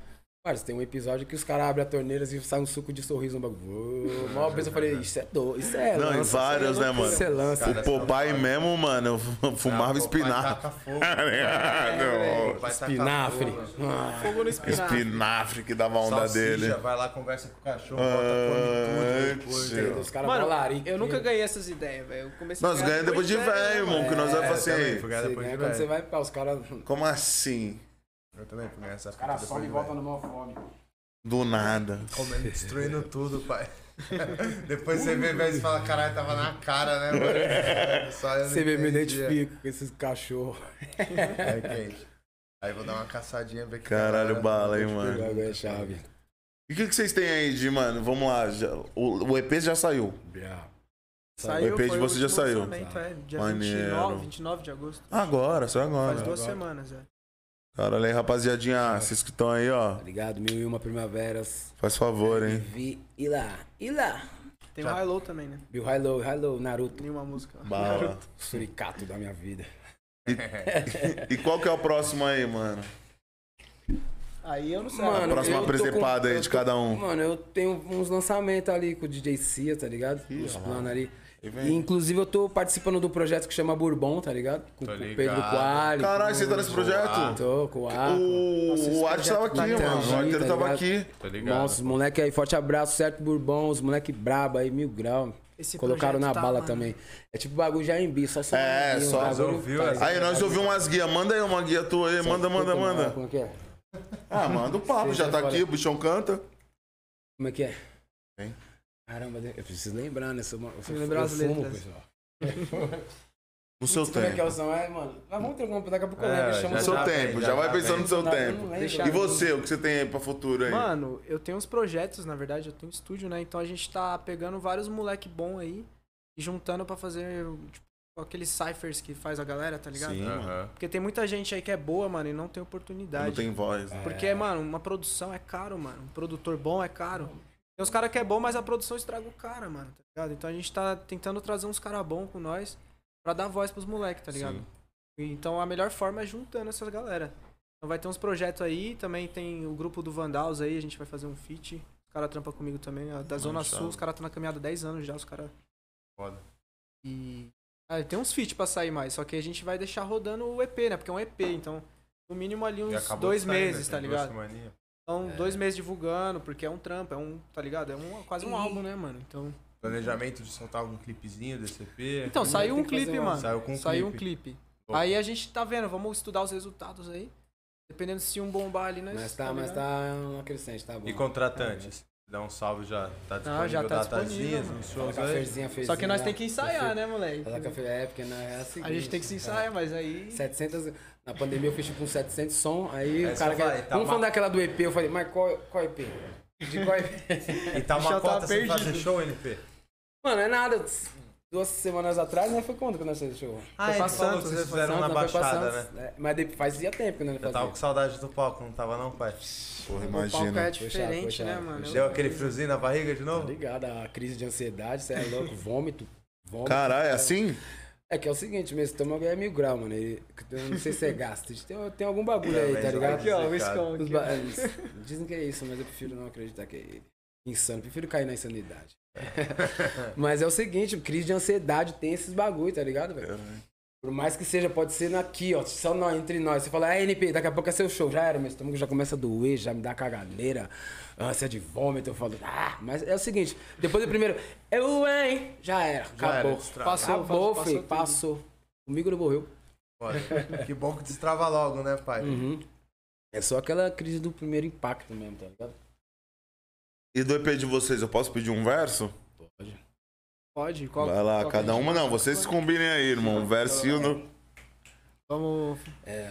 Parceiro, tem um episódio que os caras abrem a torneira e sai um suco de sorriso no bagulho. Ô, Mó vez eu falei, isso é do, isso é Não, lança, e isso é vários, né, loucura, mano? Isso é lança. o Popeye mesmo, mano, eu fumava Não, pô, pai, espinafre. Tá taca fogo. É, Tá ligado? Vai tacar Espinafre. fogo. Ah, Fogo no espinafre. Espinafre que dava a onda Salsicha, dele. Vai lá, conversa com o cachorro, é, Ah, volta, come tudo. tio. depois. É, os caras Mano, vão larico. eu nunca ganhei essas ideias, velho. Eu comecei a Nós ganhar ganhamos depois de velho, irmão, que nós É, vamos também, assim. fui ganhar Você depois de ganha Né, quando você velho. vai pá, os caras. Como assim? Eu também fui ganhar essa O cara fita depois sobe e de volta velho. no maior fome. Do nada. Comendo, destruindo tudo, pai. Depois você vê velho e fala, caralho, tava na cara, né, mano? Só eu não é. Você vê, me entendia. identifico com esses cachorros. Aí, quente. Aí vou dar uma caçadinha, ver que Caralho, bala, hein, O mano. bagulho é chave. E o que, que vocês têm aí de, mano? Vamos lá. já- o, o EP já saiu. Saiu, O EP de foi você já último saiu. lançamento, é, dia Maneiro. Ah, 29, 29 de agosto. Agora, só Faz agora. duas semanas, é. Caralho, aí, rapaziadinha, vocês que estão aí, ó. Tá ligado? Mil e uma primaveras. Faz favor, hein? Vi, e lá, e lá. Tem o High Low também, né? Bill Hilo, Hilo, Naruto. Nenhuma música. Bala. Suricato da minha vida. E qual que é o próximo aí, mano? Aí eu não sei. Mano, Próxima eu tô presepada com- aí eu de tô- cada um. Mano, eu tenho uns lançamentos ali com o DJ Cia, tá ligado? Uns olha lá. planos ali. E E, vem. inclusive eu tô participando do projeto que chama Bourbon, tá ligado? Com, com o Pedro ligado. Coalho. Caralho, você tá nesse projeto? Tô com um o Arco. O, o Arte tava aqui, tá mano. O interagindo, Arteiro tá tava ligado? aqui. Tá ligado? Nossa, os moleque aí, forte abraço, certo, Bourbon, os moleque brabo aí, mil grau. Esse Colocaram na projeto tá, bala mano. também. É tipo bagulho já em bi, só só É, um só- bagulho, ouviu tá essa- ligado? Aí, nós ouvimos umas guias. Manda aí uma guia tua aí. Manda, manda, Puta, mano, manda. Como é que é? Ah, manda o papo. Já tá aqui, o bichão canta. Como é que é? Hein? Caramba, eu preciso lembrar, né? Sou, uma- eu, sou, lembrar eu as fumo, letras. pessoal. No seu Como é que é o tempo. som? É, mano. Mas vamos ter um daqui a pouco eu É, lembro. já chama No o seu Já Jonathan. tempo. vem, Já já vai tá pensando bem. no seu Não, tempo. não lembro. Deixa- E você, o que você tem aí pra futuro aí? Mano, eu tenho uns projetos, na verdade, eu tenho estúdio, né? Então a gente tá pegando vários moleque bom aí e juntando pra fazer tipo, aqueles ciphers que faz a galera, tá ligado? Sim, mano. Aham. Porque tem muita gente aí que é boa, mano, e não tem oportunidade. Não tem voz. né? Porque, mano, uma produção é caro, mano. Um produtor bom é caro. Tem uns caras que é bom, mas a produção estraga o cara, mano, tá ligado? Então a gente tá tentando trazer uns caras bons com nós pra dar voz pros moleques, tá ligado? Sim. E Então a melhor forma é juntando essas galera. Então vai ter uns projetos aí, também tem o grupo do Vandals aí, a gente vai fazer um feat. Os caras trampam comigo também, ó, da Zona Manchado. Sul, os caras estão na caminhada há 10 anos já, os caras. Foda. E. Ah, tem uns feat pra sair mais, só que a gente vai deixar rodando o EP, né? Porque é um EP, então no mínimo ali E uns acabou dois de sair, né? meses, Tem tá duas ligado? semaninhas. É. Então, dois meses divulgando, porque é um trampo, é um, tá ligado? É um, quase um E- álbum, né, mano? Então, Planejamento de soltar um clipezinho desse EP. então saiu tem um que fazer clipe, um álbum. mano. Saiu com um saiu clipe. um clipe. Aí a gente tá vendo, vamos estudar os resultados aí. Dependendo se um bombar ali, nós. Mas tá, mas ligado? tá uma crescente, tá bom. E é contratantes? Dá um salve já. Tá disponível já tá datazinhas, disponível, uns Fala shows com a aí. Ferzinha, Só que Ferzinha, nós tem que ensaiar, Fer- tá né, moleque? Fala com a Fer- é, porque não é a seguinte. A gente tem que se né? ensaiar, mas aí. 700, na pandemia eu fiz tipo uns 700 som, aí o Essa cara vai, quer, tá vamos uma- falar daquela do EP, eu falei, mas qual, qual EP? De qual EP? E tá O uma bichão cota tá sem fazer perdido. show, NP. Mano, é nada, duas semanas atrás, né, foi quando que nós fizemos show? Ah, Foi pra Santos, vocês né? fizeram na Santos, não, foi pra Baixada, Santos, né? é, Mas de- fazia tempo que nós não Eu tava com fazíamos. saudade do palco, não tava não, pai? Porra, O palco é imagina. diferente, Puxa, né, puxa, mano? puxa. Deu aquele friozinho na barriga de Tá novo? Obrigado, a crise de ansiedade, você é louco, vômito. vômito. Caralho, é assim? É que é o seguinte, meu estômago é mil grau, mano. e Eu não sei se é gastrite. Tem, tem algum bagulho aí, tá Também, ligado? Aqui, ó, o Cara, Viscão. Os aqui, ba- ó. eles Dizem que é isso, mas eu prefiro não acreditar que é ele. insano. Prefiro cair na insanidade. mas é o seguinte, crise de ansiedade tem esses bagulho, tá ligado, velho? Por mais que seja, pode ser aqui, ó, só nó- entre nós. Você fala, ah, NP, daqui a pouco é seu show. Já era, meu estômago já começa a doer, já me dá cagaleira, ânsia de vômito. Eu falo, ah, mas é o seguinte, depois do primeiro, eu, hein, já era, Já acabou. era, destrava. passou, acabou, Passou, filho, passou passou. Comigo não morreu. Foda. Que bom que destrava logo, né, pai? Uhum. É só aquela crise do primeiro impacto mesmo, tá ligado? E do EP de vocês, eu posso pedir um verso? Pode. Pode? Qual, Vai lá, qual que é? a cada gente uma vai? um não. Vocês se combinem aí, irmão. Um versinho no... Vamos. É.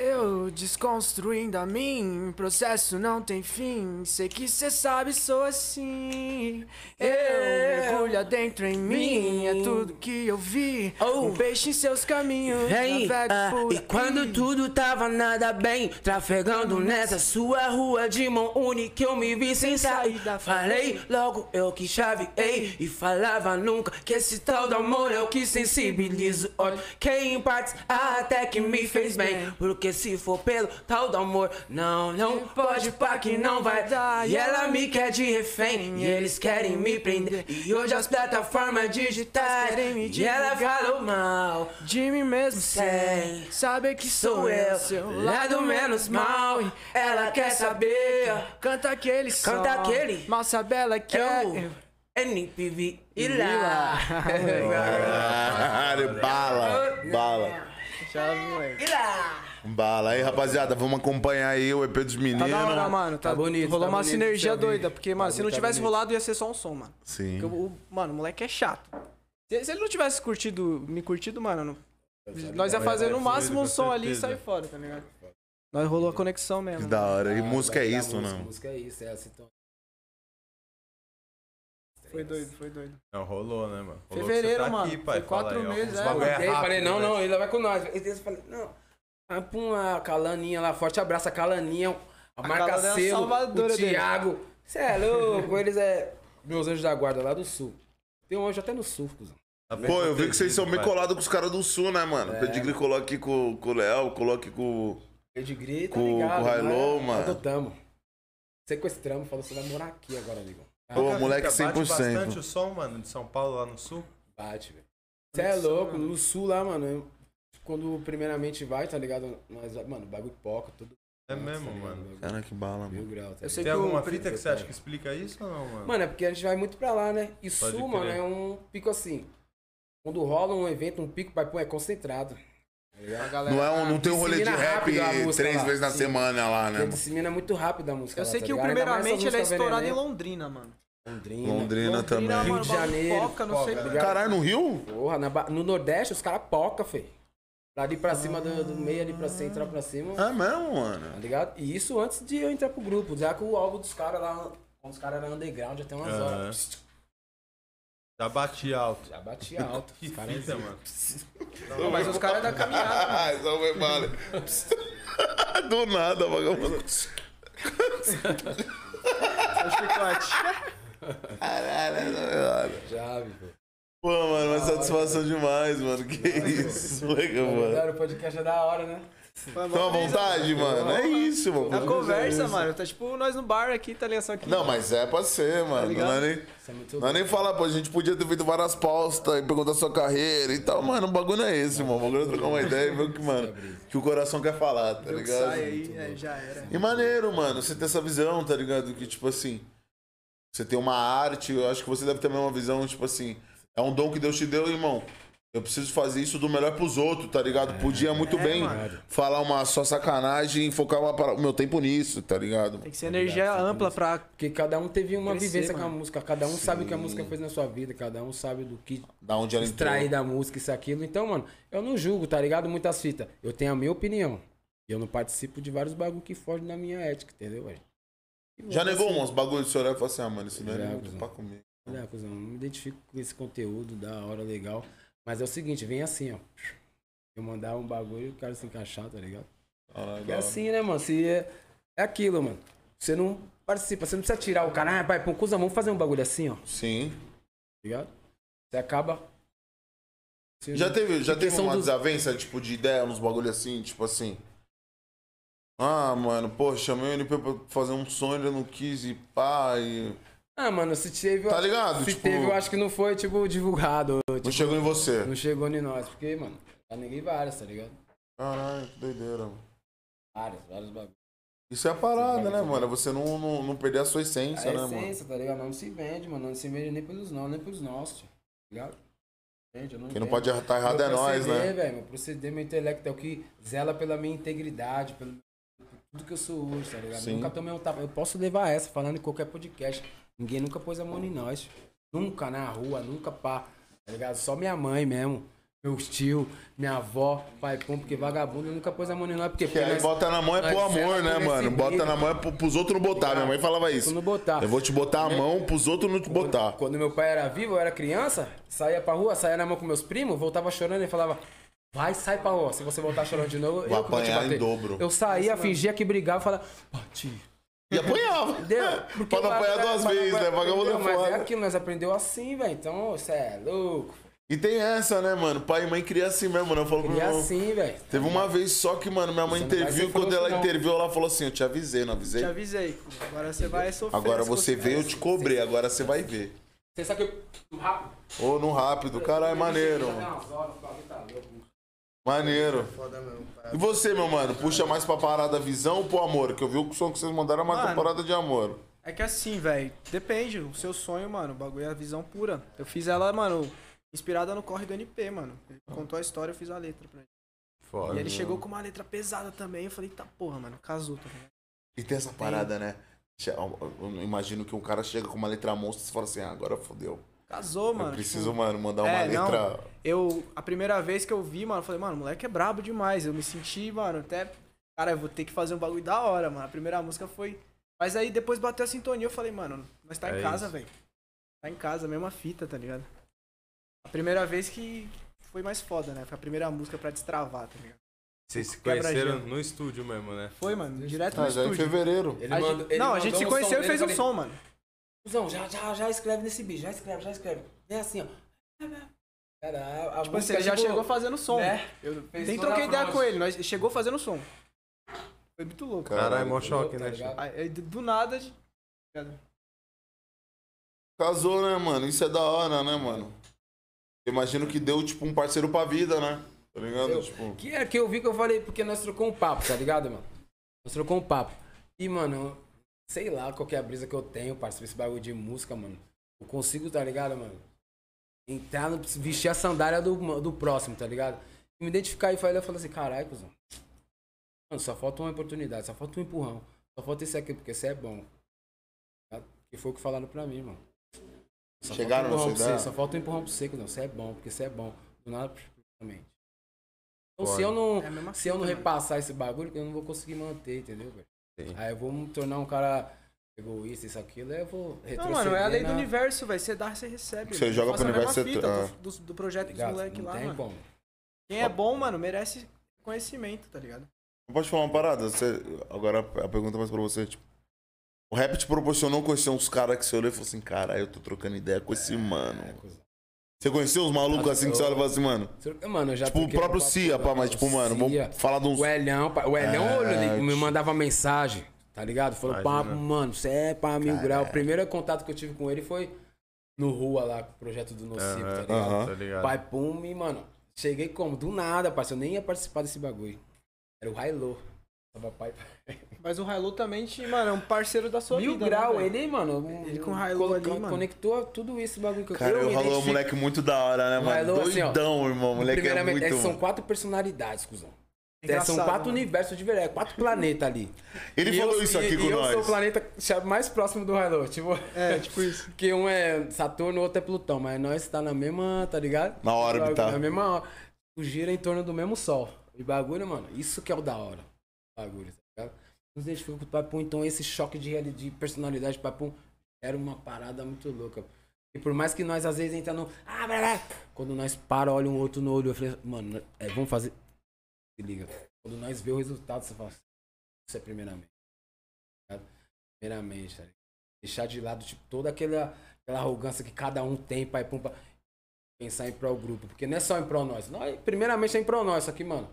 Eu desconstruindo a mim, processo não tem fim. Sei que cê sabe, sou assim. Eu mergulho dentro em mim, é tudo que eu vi. Oh. Um peixe em seus caminhos, Ei, navego ah, por e quando aqui. tudo tava nada Tá bem, trafegando nessa sua rua de mão única, eu me vi sem saída. Falei logo eu que chaveei e falava nunca que esse tal do amor é o que sensibiliza. Olha, quem em partes até que me fez bem, porque se for pelo tal do amor, não, não pode pá que não vai dar. E ela é. me quer de refém, e eles querem me prender. E hoje as plataformas digitais querem me E ela falou mal. De mim mesmo Sei. sei Saber que Sou eu, seu lado menos mal. Ela quer saber. Canta aquele som Canta aquele. Mal sabe ela que é Eu, NPV e lá. Caralho, bala, bala, Chave, moleque. bala. Aí, rapaziada, vamos acompanhar aí o EP dos Tá meninos. da hora, mano. Tá, Tá bonito, Rolou tá uma bonito, deixa sinergia eu ver. doida. Porque, mano, se não Tá tivesse bonito. rolado, ia ser só um som, mano. Sim. Porque o- o, mano, o moleque é chato. Se, se ele não tivesse curtido, me curtido, mano, não- nós ia fazer no fluido, máximo com um som ali e certeza. sair fora, tá ligado? Nós rolou a conexão Que mesmo. da hora. E música é isso, música, não? Música é isso, é assim. Então... Foi doido, foi doido. Não, rolou, né, mano? Rolou Fevereiro, que você tá mano. aqui, pai. Foi Fala quatro aí, ó. meses, Os é, bagulho Eu mandei, rápido, falei, não, né? não, ele vai com nós. E eu falei, não. Aí pum, a Calaninha lá, forte abraço, a Calaninha, a, Calaninha é marca a selo, salvadora o dele. Thiago. Você é louco, eles é meus anjos da guarda lá do sul. Tem um anjo até no sul, cuzão. Tá Pô, eu vi que vocês são bem colados com os caras do sul, né, mano? É. Pedigree colou aqui com, com o Léo, colou aqui com. Pedigree, tá Com- ligado? com o Hilo, né? mano. Adotamos. Sequestramos, falou, você vai morar aqui agora, amigo. Pô, moleque Bate 100%. bastante o som, mano, de São Paulo lá no sul. Bate, velho. Você é louco, no sul lá, mano. eu- Quando primeiramente vai, tá ligado? Nós, mano, bagulho poca, tudo. É tá mesmo, ligado? mano. Bagulho Cara, que bala, Mil mano. grau, tá Uhum. Eu sei Tem ligado? que o alguma pre- fita que você acha que explica isso ou não, mano? Mano, é porque a gente vai muito pra lá, né? Pode E sul, mano, crer. é um pico assim. Quando rola um evento, um pico, vai pô, é concentrado. tá ligado? A galera Não, é um, tá- não tem um rolê de dissemina rap rápido a música três lá. vezes na Sim. semana lá, né, Porque mano? dissemina muito rápido a música. Eu lá, sei tá que o ligado? Ainda mais primeiramente ele é essas músicas estourado em venenentas. Londrina, mano. Londrina. Londrina também. mano, né? Rio de bagulho Janeiro, tá Foca, não sei foca. ligado? Caralho, no Rio? Porra, na Ba- no Nordeste os caras poca, feio. Lá ali pra cima, do, do meio ali pra central pra cima. É mesmo, mano. Tá ligado? E isso antes de eu entrar pro grupo, já que o álbum dos caras lá, quando os caras eram underground, até umas Aham. horas. Pss, Já bati alto. Já batia alto. Que Os caras fita, mano. Mas os caras da caminhada. Ah, só foi bala. Do nada, vagabundo. é Caralho, caralho. já, viu? Pô, mano, uma satisfação demais, mano. Que isso, legal, mano. Cara, o podcast é da hora, né? Tão à vontade, mano. É isso, mano. A conversa, mano. Tá tipo nós no bar aqui, tá ligado? Só que. Não, mas é pra ser, mano. ligado? não é nem, Isso é muito não é nem falar, pô, a gente podia ter feito várias pausas e perguntar sua carreira e tal. Mano, o bagulho é esse, mano. O bagulho é trocar uma ideia e ver o que, mano, que o coração quer falar, tá ligado? Sai aí, é, já era. E maneiro, mano, você ter essa visão, tá ligado? Que, tipo assim, você tem uma arte, eu acho que você deve ter a mesma visão, tipo assim, é um dom que Deus te deu, irmão. Eu preciso fazer isso do melhor pros outros, tá ligado? Podia muito bem É, mano. falar uma só sacanagem e focar uma para- o meu tempo nisso, tá ligado? Tem que ser energia ampla pra. Porque cada um teve uma Crescer, vivência com a mano. música, cada um sabe o que a música fez na sua vida, cada um sabe do que Da onde ela entrou. extrair da música, isso e aquilo. Então, mano, eu não julgo, tá ligado? Muitas fitas. Eu tenho a minha opinião. E eu não participo de vários bagulho que fogem da minha ética, entendeu, velho? Já negou uns bagulhos do senhor e falou assim, ah, mano, isso não é Já, muito cuzão. pra comer. Olha, "Ah, cuzão, não me identifico com esse conteúdo, da hora, legal. Mas é o seguinte, vem assim, ó. Eu mandar um bagulho e o cara se encaixar, tá ligado? Caralho, É da hora. assim, né, mano? Se é, é aquilo, mano. Você não participa, você não precisa tirar o cara. Ah, pai, pô, cuzão, vamos fazer um bagulho assim, ó. Tá Sim. ligado? Você acaba... Você Já teve, já Em teve questão uma dos- desavença, tipo, de ideia, uns bagulho assim, tipo assim. Ah, mano, pô, chamei o NP pra fazer um sonho, ele não quis e pá, e... Ah, mano, se teve... Tá ligado? Se tipo, teve, eu acho que não foi, tipo, divulgado. não chegou em você. Não chegou nem nós, porque, mano, já neguei várias, tá ligado? Caralho, que doideira, mano. Várias, vários bagulho. Isso é a parada, né, mano? É Você não, não, não perder a sua A essência, né, mano? essência, tá ligado? Não se vende, mano. Não se vende nem pelos não, nem pelos nossos, tio. tá ligado? Gente, né? eu não Quem não vendo. pode estar errado é Meu nós, proceder, né? velho, meu proceder, meu intelecto é o que zela pela minha integridade, pelo por tudo que eu sou hoje, tá ligado? Sim. Nunca tomei um tapa. Eu posso levar essa falando em qualquer podcast. Ninguém nunca pôs a mão em nós. tio. Nunca na rua, nunca pá. Tá ligado? Só minha mãe mesmo. Meu tio, minha avó, pai pum, porque vagabundo nunca pôs a mão em nós. Porque Que aí nós- bota na mão é nós pro amor, zela né, por esse mano? Bota nível. na mão é pro- pros outros não botar. Minha mãe falava isso. não botar. Né? Eu vou te botar a mão pros outros não te botar. Quando meu pai era vivo, eu era criança, saía pra rua, saía na mão com meus primos, voltava chorando e falava. Vai, sai pra rua. Se você voltar chorando de novo, eu que vou te apanhar em bater. dobro. Eu saía, fingia que brigava, falava, bati. E apanhava. Deu. Porque É, Pra não apanhar vagabundo- duas pra não vezes, né? apanhar- Vagabundo é Entendeu? Mas é foda. aquilo, nós aprendeu assim, velho. Então, você é louco. E tem essa, né, mano? Pai e mãe cria assim mesmo, mano. Eu falo pro E meu é irmão. assim, velho. Teve uma vez só que, mano, minha mãe Você não vai interviu. ser Quando frouxo, ela não. interviu, ela falou assim: Eu te avisei, não avisei? Te avisei. Agora você vai sofrer. Agora as você vê, eu consequências. te cobrei. Agora você vai ver. Você sabe que eu... rápido. Ô, no rápido. Caralho, maneiro, mano. tá Maneiro. E você, meu mano? Puxa mais pra parada visão ou pro amor? Que eu vi o som que vocês mandaram é mais pra Mano. parada de amor. É que assim, velho. Depende. O seu sonho, mano. O bagulho é a visão pura. Eu fiz ela, mano, inspirada no corre do NP, mano. Ele contou a história, eu fiz a letra pra ele. Foda. E ele chegou com uma letra pesada também. Eu falei, tá porra, mano. Casou, tá ligado? E tem essa parada, né? Che- Eu eu imagino que um cara chega com uma letra monstro e fala assim: ah, agora fodeu. Casou, mano. Eu tipo, preciso, mano, mandar uma é, não. letra. Eu, a primeira vez que eu vi, mano, eu falei, mano, o moleque é brabo demais. Eu me senti, mano, até. Cara, eu vou ter que fazer um bagulho da hora, mano. A primeira música foi. Mas aí depois bateu a sintonia, eu falei, mano, nós tá em É casa, isso. velho. Tá em casa, mesma fita, tá ligado? A primeira vez que foi mais foda, né? Foi a primeira música pra destravar, tá ligado? Vocês se Quebra conheceram gelo. no estúdio mesmo, né? Foi, mano, direto Tá, no é Ah, já em estúdio. fevereiro. Ele A mandou- gente- ele não, a mandou gente se um conheceu e dele, fez um falei, som, mano. Cusão, já, já, já escreve nesse bicho, já escreve, já escreve. É assim, ó. Cara, a, a Tipo assim, música, ele já tipo, chegou fazendo som. né? Nem troquei ideia com ele, nós chegou fazendo som. Foi muito louco. Caralho, mó choque, tá né? ligado? Chico? Aí, aí, do nada. de- Casou, né, mano? Isso é da hora, né, mano? Eu Imagino que deu, tipo, um parceiro pra vida, né? Tá ligado? Eu- Tipo, Que é que eu vi que eu falei, porque nós trocamos um papo, tá ligado, mano? Nós trocamos um papo. E, mano, sei lá qual que é a brisa que eu tenho, parceiro, esse bagulho de música, mano. Eu consigo, tá ligado, mano? Entrar, no, vestir a sandália do, do próximo, tá ligado? E me identificar e falar, eu falo assim, caralho, cuzão. Mano, só falta uma oportunidade, só falta um empurrão. Só falta esse aqui, porque esse é bom. Tá? Que foi o que falaram pra mim, mano. Só Chegaram nessa falta um empurrão pra você, ideia? só falta um empurrão pra você, cuzão. Você é bom, porque você é bom. Do nada, realmente. Então, Foda. se eu não, É a mesma se eu não fita, né? repassar esse bagulho, eu não vou conseguir manter, entendeu, velho? Sim. Aí eu vou me tornar um cara egoísta, isso, aquilo, aí eu vou Não, retroceder. né? mano, é a lei do na- universo, velho. Você dá, você recebe. Você velho. joga Eu faço pro a mesma universo, fita você- é. do, do, do projeto dos Tá Ligado? moleques não lá, tem mano. como. Quem é bom, mano, merece conhecimento, tá ligado? Pode falar uma parada? Você- Agora a pergunta mais pra você, tipo. O rap te proporcionou conhecer uns caras que você olhou e falou assim, caralho, eu tô trocando ideia com esse É, mano. cuzão. Você conheceu os malucos Ah, assim que você eu- olha e fala assim, mano? Você- Mano, eu já Tipo, o toquei no próprio papo Cia, da- pá, mas tipo, mano, Cia. vamos falar de uns. O Elhão, pá, o Elhão É, olha, ele me tio. mandava mensagem, tá ligado? Falou, Imagina. papo, mano, você é pá, mil né?" Caralho. grau. O primeiro contato que eu tive com ele foi no Rua lá, com o projeto do Nocivo, tá ligado? aham. Tá ligado? Pai Pum e, mano, cheguei como? Do nada, parceiro. Eu nem ia participar desse bagulho. Era o Railô. Tava pai. Mas o Hailu também, te, mano, é um parceiro da sua Mil vida. né, grau, velho? ele, mano. Ele com o Hylô coloca- ali, mano. Conectou tudo isso, bagulho que eu Cara, o eu me Ralô é um identifico. moleque muito da hora, né, O mano? Ralô, assim, ó, Doidão, irmão. O moleque é Primeiramente, muito. é que são mano. quatro personalidades, cuzão. É É, são engraçado, quatro mano. universos de verdade, é quatro planetas ali. Ele E falou eu- isso e- aqui e com Eu sou o nós. planeta cha- mais próximo do Hylô, tipo. É, tipo isso. Porque um é Saturno, o outro é Plutão, mas nós tá na mesma, tá ligado? Na órbita. Na mesma hora. Gira em torno do mesmo sol. E bagulho, mano, isso que é o da hora. Bagulho, tá ligado? Nos identifica com o Papum, então esse choque de, reali- de personalidade do Papum era uma parada muito louca. E por mais que nós às vezes entra no. Ah, blá, blá, quando nós para, olha um outro no olho, eu falei, mano, é, vamos fazer. Se liga. Quando nós vê o resultado, você fala, isso é primeiramente. tá ligado? Primeiramente, tá ligado? deixar de lado tipo, toda aquela, aquela arrogância que cada um tem, pai, pum, pá. pensar em prol grupo, porque não é só em prol nós. nós primeiramente é em prol nós, só que, mano,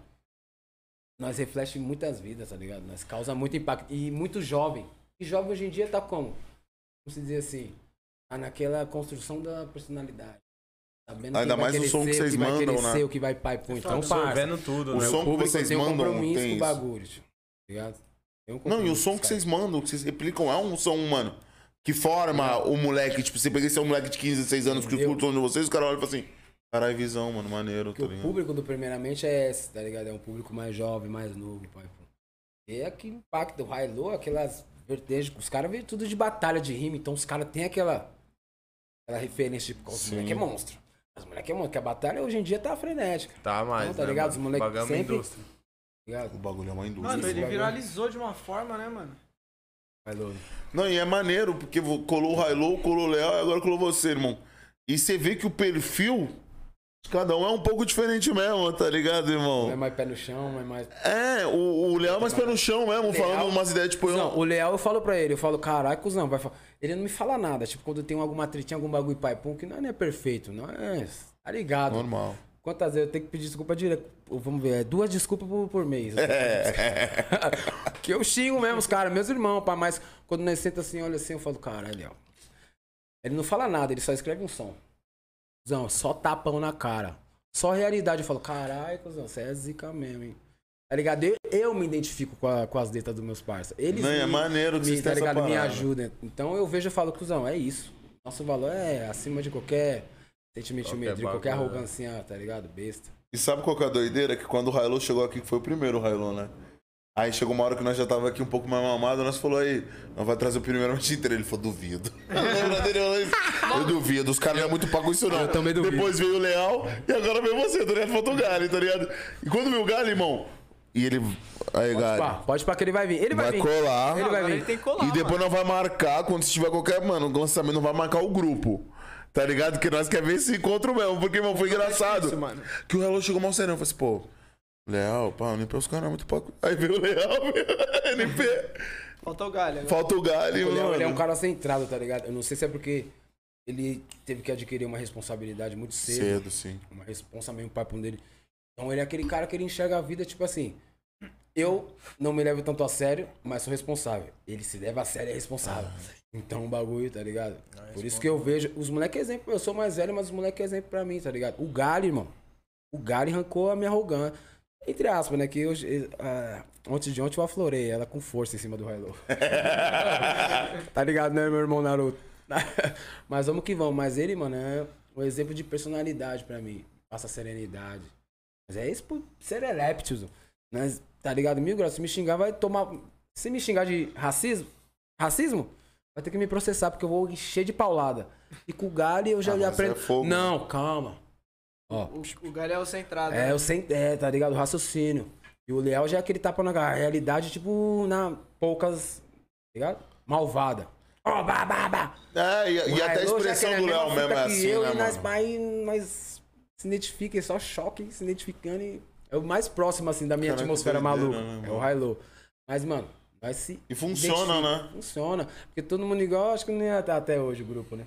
nós reflete muitas vidas, tá ligado? Nós causa muito impacto e muito jovem. E jovem hoje em dia tá como? Como se dizer assim, tá naquela construção da personalidade. Sabendo Ainda quem vai mais o querer som que ser, vocês o vai querer mandam, né? ser, O que vai pai, pum, então, parça. Absorvendo O tudo, né? som que público vocês tem um mandam compromisso tem com o isso. bagulho, tio, tá ligado? Tem Não, e um o compromisso, som que cara. vocês mandam, que vocês replicam, é um som, mano. Que forma o moleque, tipo, você pega esse é um moleque de 15, 16 anos que É. Entendeu? curta o som de vocês, o cara olha e fala assim, caralho, visão, mano, maneiro, Porque tá o ligado? público do Primeiramente é esse, tá ligado? É um público mais jovem, mais novo, pai. pô. E é que impacta o Hilo, aquelas vertentes. Os caras vêm tudo de batalha de rima, então os caras têm aquela, aquela referência, tipo, os Sim. moleque é monstro. Os moleque é monstro, porque a batalha hoje em dia tá frenética, tá Tá mais, Não, tá né, ligado? mano? Os moleque Bagulho é uma sempre- indústria. O ligado? bagulho é uma indústria. Mano, Esse ele bagulho. viralizou de uma forma, né, mano? Hilo. Não, e é maneiro, porque vo- colou o Railô, colou o Léo e agora colou você, irmão. E você vê que o perfil de cada um é um pouco diferente mesmo, tá ligado, Não é irmão? mais pé no chão, não é mais. É, o, o Léo é mais pé no chão mesmo, falando umas ideias, tipo, eu. é, Não, o Leal eu falo pra ele, eu falo, caralho, cuzão, vai falar. Ele não me fala nada, tipo, quando tem alguma tretinha, algum bagulho pai, pum, que não é perfeito, não é. Tá ligado? Normal. Quantas vezes eu tenho que pedir desculpa direto? Ou Vamos ver, é duas desculpas por, por mês. É. É. que eu xingo mesmo os caras, meus irmãos, pá, mas quando nós senta assim, olha assim, eu falo, caralho, ó. Ele não fala nada, ele só escreve um som. Cusão, só tapão na cara. Só realidade. Eu falo, caralho, cuzão, você é zica mesmo, hein? Tá ligado? Eu, eu me identifico com, a- com as letras dos meus parceiros. Eles Não, é me- maneiro que me, vocês tá têm essa ligado? me parada. ajudam. Então eu vejo e falo, cuzão, é isso. Nosso valor é acima de qualquer sentimento de Qualquer medril, qualquer bagulho, é. arrogancinha, tá ligado? Besta. E sabe qual que é a doideira? Que quando o Railô chegou aqui, que foi o primeiro Railô, né? Aí chegou uma hora que nós já tava aqui um pouco mais mamado, nós falou aí, nós vai trazer o primeiro match inteiro. Ele falou, duvido. Lembra dele? Eu falei, Eu duvido, os caras não é muito pago isso não. Eu também duvido. Depois veio o Leal e agora veio você, tá ligado? Faltou o Gale, tá ligado? E quando veio o Gale, irmão, e ele... Aí, Gale, Pá, pode pra que ele vai vir. Ele vai, vai vir. colar. Ele vai Agora vir. ele tem que colar, E depois nós vai marcar, quando se tiver qualquer, mano, lançamento, não vai marcar o grupo. Tá ligado? Que nós quer ver esse encontro mesmo, porque, irmão, foi engraçado. difícil, é mano. Que o Hello chegou mal serão, eu falei assim, pô, Leal, pá, o NP, os caras é muito pouco. Aí veio o Leal, meu, NP. Falta o galho. agora. Falta o galho, Ele é- mano. Ele é um cara centrado, tá ligado? Eu não sei se é porque ele teve que adquirir uma responsabilidade muito cedo, Cedo, sim. uma responsa meio papo dele. Então ele é aquele cara que ele enxerga a vida, tipo assim. Eu não me levo tanto a sério, mas sou responsável. Ele se leva a sério e é responsável. Ah. Então o bagulho, tá ligado? Por isso que é eu vejo. Os moleques exemplo, eu sou mais velho, mas os moleques exemplo pra mim, tá ligado? O Galo, irmão. O Galo arrancou a minha arrogância. Entre aspas, né? Que hoje. ah, ontem de ontem eu aflorei ela com força em cima do Hello. É, Tá ligado, né, meu irmão Naruto? Mas vamos que vamos. Mas ele, mano, é um exemplo de personalidade pra mim. Passa serenidade. Mas é isso por serelepe, tiozão. Mas, tá ligado? Mil graus. Se me xingar, vai tomar. Se me xingar de racismo, racismo, vai ter que me processar, porque eu vou encher de paulada. E com o galho eu já Ah, mas aprendo. é fogo, Não, calma. Ó. O, o galho é o centrado. É, né? eu sei, é, tá ligado? O raciocínio. E o Leal já é aquele tapa na ga- realidade, tipo, na poucas. tá ligado? Malvada. Ó, bah, bah, bah. É, e, e até O a Hello já expressão quer a do mesma Léo mesmo fita é que assim, eu, né, e nós, mano? vai, nós se identifica, é só choque, se identificando e. É o mais próximo, assim, da minha Caraca, atmosfera doideira, maluca. né, é mano? o Hilo. Mas, mano, nós se. E funciona, identifica, né? Funciona. Porque todo mundo igual, acho que nem até, até hoje o grupo, né?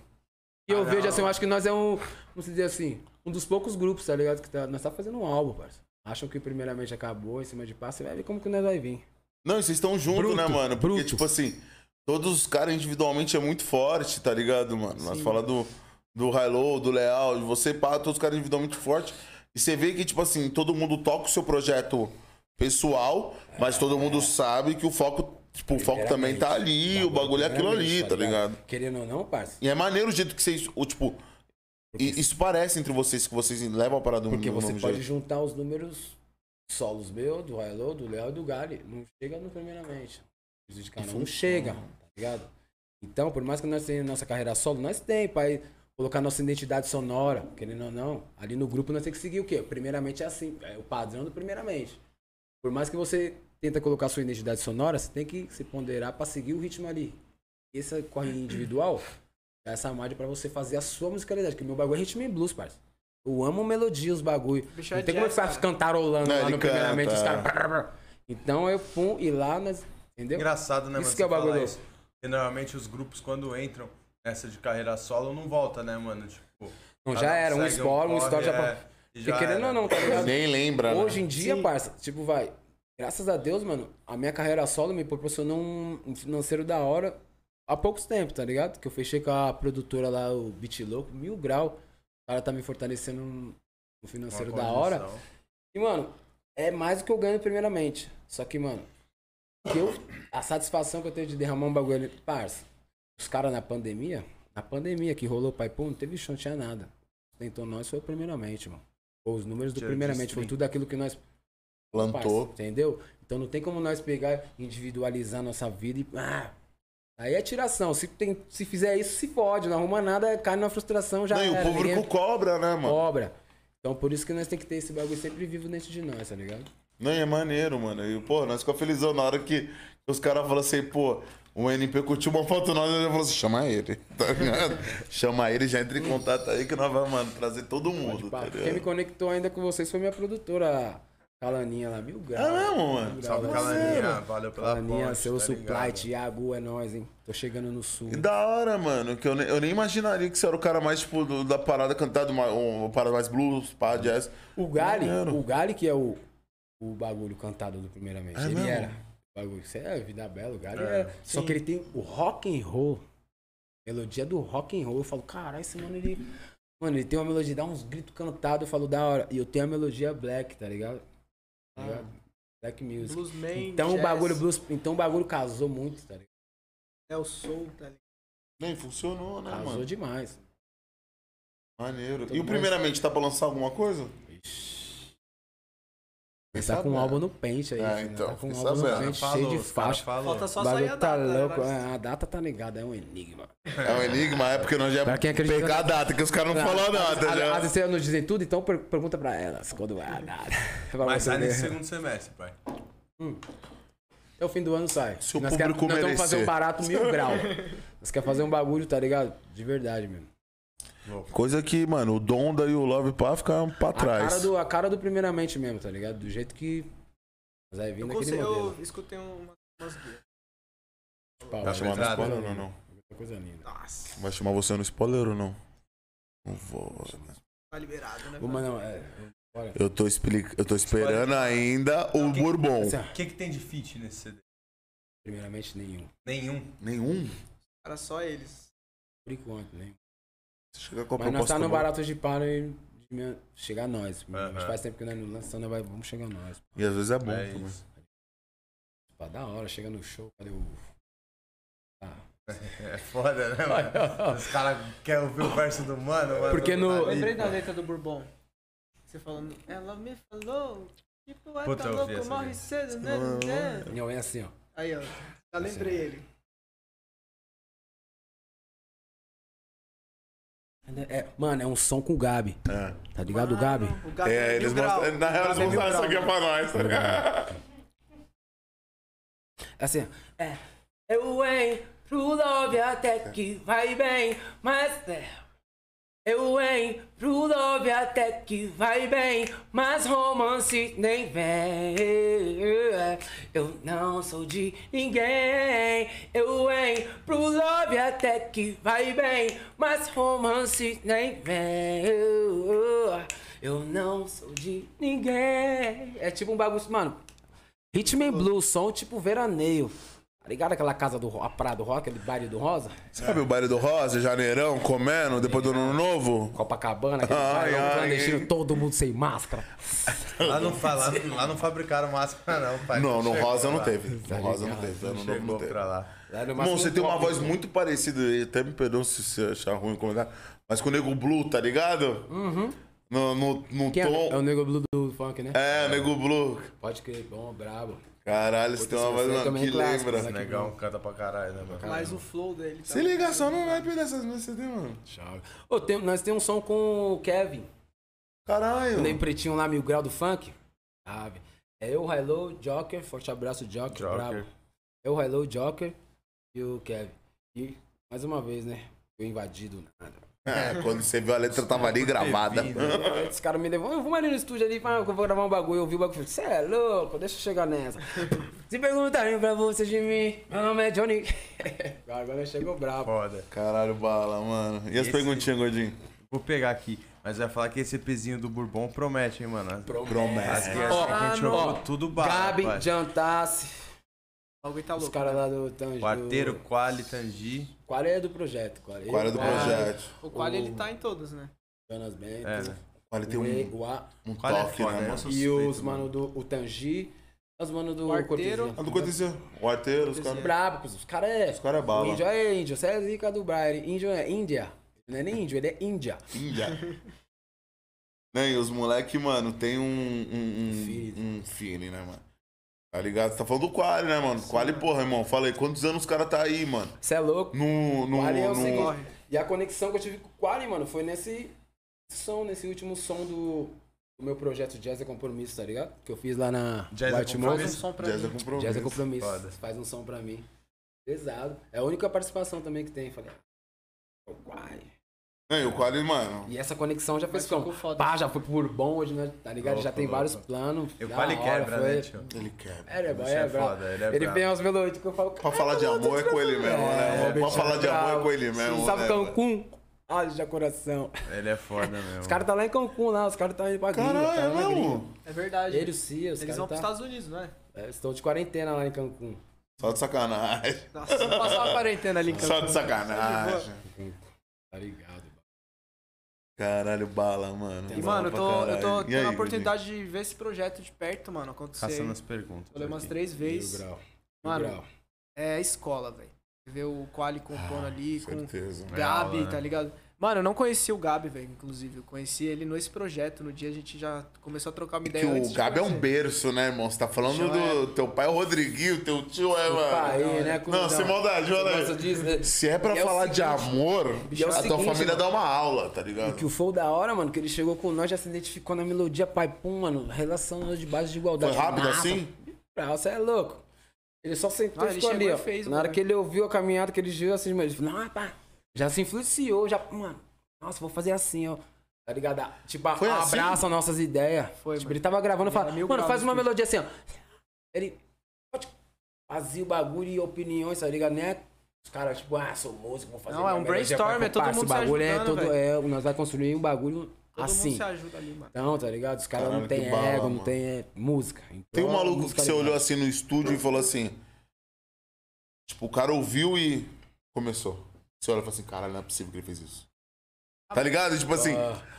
E eu Ah, vejo não. assim, eu acho que nós é um. Vamos dizer assim, um dos poucos grupos, tá ligado? Que tá, nós tá fazendo um álbum, parça. Acham que primeiramente acabou em cima de passe, vai ver como que nós vai vir. Não, e vocês estão juntos, Bruto, né, mano? Porque, bruto. tipo assim, todos os caras individualmente é muito forte, tá ligado, mano? Nós fala do, do Hilo, do Leal, de você, pá, todos os caras individualmente forte. E você vê que, tipo assim, todo mundo toca o seu projeto pessoal, mas todo É. mundo sabe que o foco, tipo, o foco também tá ali, o bagulho é aquilo ali, tá ligado? Querendo ou não, parça. E é maneiro o jeito que vocês, o, tipo, e- isso parece entre vocês, que vocês levam a parada do Porque do você mesmo pode jeito. juntar os números solos meu, do Hello, do Léo e do Gali. Não chega no primeiramente. Os de cada um funciona. não chega, tá ligado? Então, por mais que nós tenhamos nossa carreira solo, nós tem pra ir colocar nossa identidade sonora, querendo ou não. Ali no grupo nós temos que seguir o quê? Primeiramente é assim, é o padrão do primeiramente. Por mais que você tenta colocar sua identidade sonora, você tem que se ponderar pra seguir o ritmo ali. E essa corre individual dá essa margem pra você fazer a sua musicalidade, que meu bagulho é ritmo e blues, parça. Eu amo melodia, os bagulho. Bicho, é Não tem como eu jazz, ficar cara. cantarolando Não, lá ele no primeiramente, os canta. caras. Então eu pum, e lá nós. Entendeu? Engraçado, né, mano? Isso que é o você falar bagulho. isso. Porque normalmente os grupos, quando entram nessa de carreira solo, não volta, né, mano? Tipo. Não, cada já era, um segue spoiler, um corre, story já. é, pra- e Porque já querendo era. ou não, tá ligado? Nem lembra, né? Hoje em dia, Sim. parça, tipo, vai. Graças a Deus, mano, a minha carreira solo me proporcionou um um financeiro da hora há poucos tempos, tá ligado? Que eu fechei com a produtora lá, o Beat Louco, mil grau. Ela tá me fortalecendo um, um Uma financeiro da condição. hora. E, mano, é mais do que eu ganho primeiramente. Só que, mano, que eu, a satisfação que eu tenho de derramar um bagulho ali, parça, os caras na pandemia, na pandemia que rolou pai, pô, não teve chão, não tinha nada. Então nós foi o primeiramente, mano. Pô, os números do Dia de primeiramente, foi stream. tudo aquilo que nós Plantou. parça, entendeu? Então não tem como nós pegar, individualizar nossa vida e. Ah, aí é tiração. Se, tem, se fizer isso, se pode. Não arruma nada, cai na frustração, já. Não, e o era, público ninguém cobra, né, mano? cobra. Então por isso que nós tem que ter esse bagulho sempre vivo dentro de nós, tá ligado? Não, e é maneiro, mano. E, pô, nós ficamos felizão na hora que os caras falam assim, pô, o NP curtiu uma foto nós, ele falou assim, chama ele, tá ligado? chama ele, já entra em contato aí que nós vamos, mano, trazer todo mundo, tá Pá, Quem me ligado? conectou ainda com vocês foi minha produtora, Calaninha lá, Mil Grau. É mesmo, mano? Salve, Calaninha. Valeu pela Calaninha, ponte, Tá seu tá supply, ligado? Thiago, é nóis, hein? Tô chegando no sul. E da hora, mano, que eu nem, eu nem imaginaria que você era o cara mais, tipo, do- da parada cantada, uma, um, uma parada mais blues, pá, jazz. O Gali, Maneiro. o Gali que é o, o bagulho cantado do primeiramente. É ele mesmo? era. O bagulho, você é vida bela, o Gali É, é. Só que ele tem o rock and roll. Melodia do rock and roll. Eu falo, caralho, esse mano, ele. Mano, ele tem uma melodia, dá uns gritos cantados, eu falo, da hora. E eu tenho a melodia black, tá ligado? Tá ligado? Black music. Bluesman, então o jazz, bagulho blues, então o bagulho casou muito, tá ligado? É o soul, tá ligado? Nem funcionou, né, Casou mano? demais. Maneiro. Todo e o mundo- primeiramente, tá pra lançar alguma coisa? Ixi. Ele tá Fiquei com um sabendo. álbum no pente aí. Ah, filho, então, Tá com um fiquei álbum no sabendo. Cara, pente, falou, cheio de os cara faixa. falou. Falta O só sair a bagulho tá data. né? louco. Vai- É, a data tá ligada, é um enigma. É um enigma, é porque nós já Pra quem acredita- pegar a data, que os caras não falam nada, né? As- já. As estrelas não dizem tudo, então per- pergunta pra elas quando é a data. Pra Mas você sai nesse ver. segundo semestre, pai. Até o fim do ano sai. Se o nós quer- público nós vamos fazer merecer. um barato mil grau. Nós quer fazer um bagulho, tá ligado? De verdade mesmo. Coisa que, mano, o Donda e o Love Pá ficaram pra A cara, trás. do, a cara do primeiramente mesmo, tá ligado? Do jeito que. Mas aí Eu, um, vindo aquele conse- eu modelo. escutei uma- umas guias. Pau, Vai chamar no Entrada. spoiler ou não? uma coisa linda. Nossa, Vai chamar você no spoiler ou não? Não vou. né? tá liberado, né? Vou mano? mandar uma- é, bora. Eu tô, explic... eu tô esperando ainda o Bourbon. Assim, ó, O que, que tem de feat nesse CD? primeiramente, nenhum. Nenhum. Nenhum? Era só eles. Por enquanto, nenhum. Você chega com a Mas nós proposta tá no boa. barato de paro e de me- chegar nós. Aham. Faz tempo que nós não lançamos, nós vai- vamos chegar nós. E às vezes é bom É também. isso. Pá, da hora, chega no show, cadê o. Ah. É foda, né, mano? Os caras querem ouvir o verso do mano, mano. Porque no- Ali, Ah, Lembrei da pô. letra do Bourbon. Você falando, ela me falou. Tipo, vai Puta, tá eu ouvi louco, essa morre música. cedo, né? né? Não, é assim, ó. Aí, ó. Já lembrei ele. É, mano, é um som com o Gabi. É. Tá ligado, o Gabi? Ah, O Gabi É, eles mil grau. mostram. Na Tá real, eles Gabi mil mostraram isso aqui grau. pra nós, tá ligado? Assim, ó, é. Eu hein, pro love até que vai bem, mas. É. Eu hein, pro love até que vai bem, mas romance nem vem. Eu não sou de ninguém. Eu hein, pro love até que vai bem, mas romance nem vem. Eu não sou de ninguém. É tipo um bagunço, mano. Hitman Blue, som tipo veraneio. Tá ligado aquela casa do Ro- a Praia do Rock, aquele baile do Rosa? Sabe o baile do Rosa, janeirão, comendo, depois do ano novo? Copacabana, aquele Ai, bailão ai. clandestino, todo mundo sem máscara. Lá não, fa- lá, lá não fabricaram máscara, não, pai. Não, no Chegou Rosa não lá. teve. No Rosa não teve, Não ano novo não chegou teve. pra lá. Lá no Irmão, máximo você um tem uma copo. voz muito parecida, e até me perdoa se você achar ruim o comentário, mas com o Nego Blue, tá ligado? Uhum. No, no, no Quem é? É o tom. Nego Blue do funk, né? É, o Nego Blue. Pode crer, bom, brabo. Caralho, você tem uma você voz mano, também é que clássico, lembra. né? Negão um canta pra caralho, né, mano? Mas o flow dele tá. Se liga só no naipe dessas músicas, né, mano? Chave. Ô, tem- nós temos um som com o Kevin. Caralho. Lembra pretinho lá, mil grau do funk? Chave. É eu, Hello, Joker. Forte abraço, Joker. Joker. Brabo. É Eu, Hello, Joker e o Kevin. E, mais uma vez, né? Eu invadido nada. É, quando você viu a letra, tava ali gravada. É, Esse cara me levou, eu vou ali no estúdio ali, fala que eu vou gravar um bagulho, eu ouvi o bagulho, você é louco, deixa eu chegar nessa. Se perguntarem pra você de mim, meu nome é Johnny. Agora chegou bravo. Foda. Caralho, bala, mano. E as Esse- perguntinhas, Gordinho? Vou pegar aqui. Mas vai falar que esse EPzinho do Bourbon promete, Ah, hein, mano? As Promessa. guerras que a gente Mano, jogou tudo bala, Gabi, pai. Jantasse, O bagulho tá os louco. caras lá do Tanjo. Quarteiro, Quali, Tangi. Qual é do projeto? Qual é, Qual é do Qual é? projeto? O qual ele tá em todos, né? Jonas Bento, É, né? Olha, tem o E, um, o A, um Quali é toque, foda, né, né? mano? e os mano. mano do o Tangi, os mano do Quarteiro. Ah, do aconteceu? O arteiro, os caras. Brabo, os caras é... Os caras é O bala. índio é índio, você é zica do Brian. Índio é Índia. Não é nem índio, ele é Índia. Índia. né, e os moleque, mano, tem um. Um, um, Feeling. um feeling, né, mano? Tá ligado? Você tá falando do Quali, né, mano? Quali, porra, irmão. Fala aí, quantos anos o cara tá aí, mano? Você é louco. No. no, Quali é o no- seguinte. E a conexão que eu tive com o Quali, mano, foi nesse som, nesse último som do, do meu projeto Jazz é Compromisso, tá ligado? Que eu fiz lá na Jazz é White Compromisso? Faz um Mountain. som pra Jazz é mim. compromisso. Jazz é Compromisso. Foda. Faz um som pra mim. Pesado. É a única participação também que tem, falei. ah, Quali. Né, e o Quali, mano. E essa conexão já fez Mas ficou como? foda. Pá, já foi por bom hoje, né? Tá ligado? já Louco, tem vários louco. planos. E o da Quali hora, quebra, foi- né, tio? Ele quebra. É, ele é, bom, Esse é é bravo. foda, ele é Ele bravo. tem umas melodias que eu falo. Pra falar de amor é com ele mesmo, né? Pra falar de amor é com ele mesmo. Sabe um né, Cancún? Haja coração. Ele é foda mesmo. Os caras tá lá em Cancún lá, os caras tá indo pra gringa. Caralho, tá é lá na mesmo? gringa. É verdade. Ele, o Cia, os Eles caras vão tá... pros Estados Unidos, não é? é, estão de quarentena lá em Cancún. Só de sacanagem. Nossa, se eu passar uma quarentena ali em Só de Cancún. sacanagem. Tá ligado. mano. Caralho, bala, mano. E, Bala mano, eu pra tô, eu caralho. tô E tendo aí, a oportunidade de ver esse projeto de perto, mano, acontecer. Caçando hein? as perguntas. Falei umas aqui. três Mil vezes. grau. Mano, Mil grau. É escola, velho. Você vê o Quali compondo ali, com Gordinho? Certeza. É Gabi, aula, né? tá ligado? Mano, eu não conhecia o Gabi, velho, inclusive. Eu conheci ele nesse projeto. No dia a gente já começou a trocar uma ideia. Que antes o de Gabi é um conhecer. berço, né, irmão? Você tá falando Tio é. do teu pai é o Rodriguinho, teu tio é, mano. Pai, né, Não, sem maldade, olha Nossa, aí. diz, né? Se é pra E é o falar de seguinte, amor, bicho, é o a tua seguinte, família mano. dá uma aula, tá ligado? Que o Flow da hora, mano, que ele chegou com nós, já se identificou na melodia, pai, pum, mano, relação de base Foi de igualdade. rápido Massa, assim? Brau, você é louco. Ele só sentou Ah, e ele ficou ali, chegou ó. e fez o Na hora bagulho. que ele ouviu a caminhada que ele viu, assim, mano, ele falou, não, pá. Já se influenciou, já, mano, nossa, vou fazer assim, ó. Tá ligado? Ah, Tipo, a- Foi assim? abraçam nossas ideias. Foi, tipo, mano. ele tava gravando e Ele era falava, mil mano, graus faz no uma estúdio. melodia assim, ó. Ele, pode, fazia o bagulho e opiniões, tá ligado? Né? Os caras, tipo, ah, sou músico, vou fazer. Não, é um minha melodia pra brainstorm, é todo compasso. mundo O se bagulho é ajudando, todo. velho. É, nós vai construir um bagulho Todo mundo assim. se ajuda ali, mano. Então, tá ligado? Os caras não Caralho, tem que bala, ego, não mano. tem é, música. Tem um Então, maluco música que você ali, olhou mano. assim no estúdio e falou assim. Tipo, o cara ouviu e começou. Você olha e fala assim, caralho, não é possível que ele fez isso. Tá ligado? Tipo assim,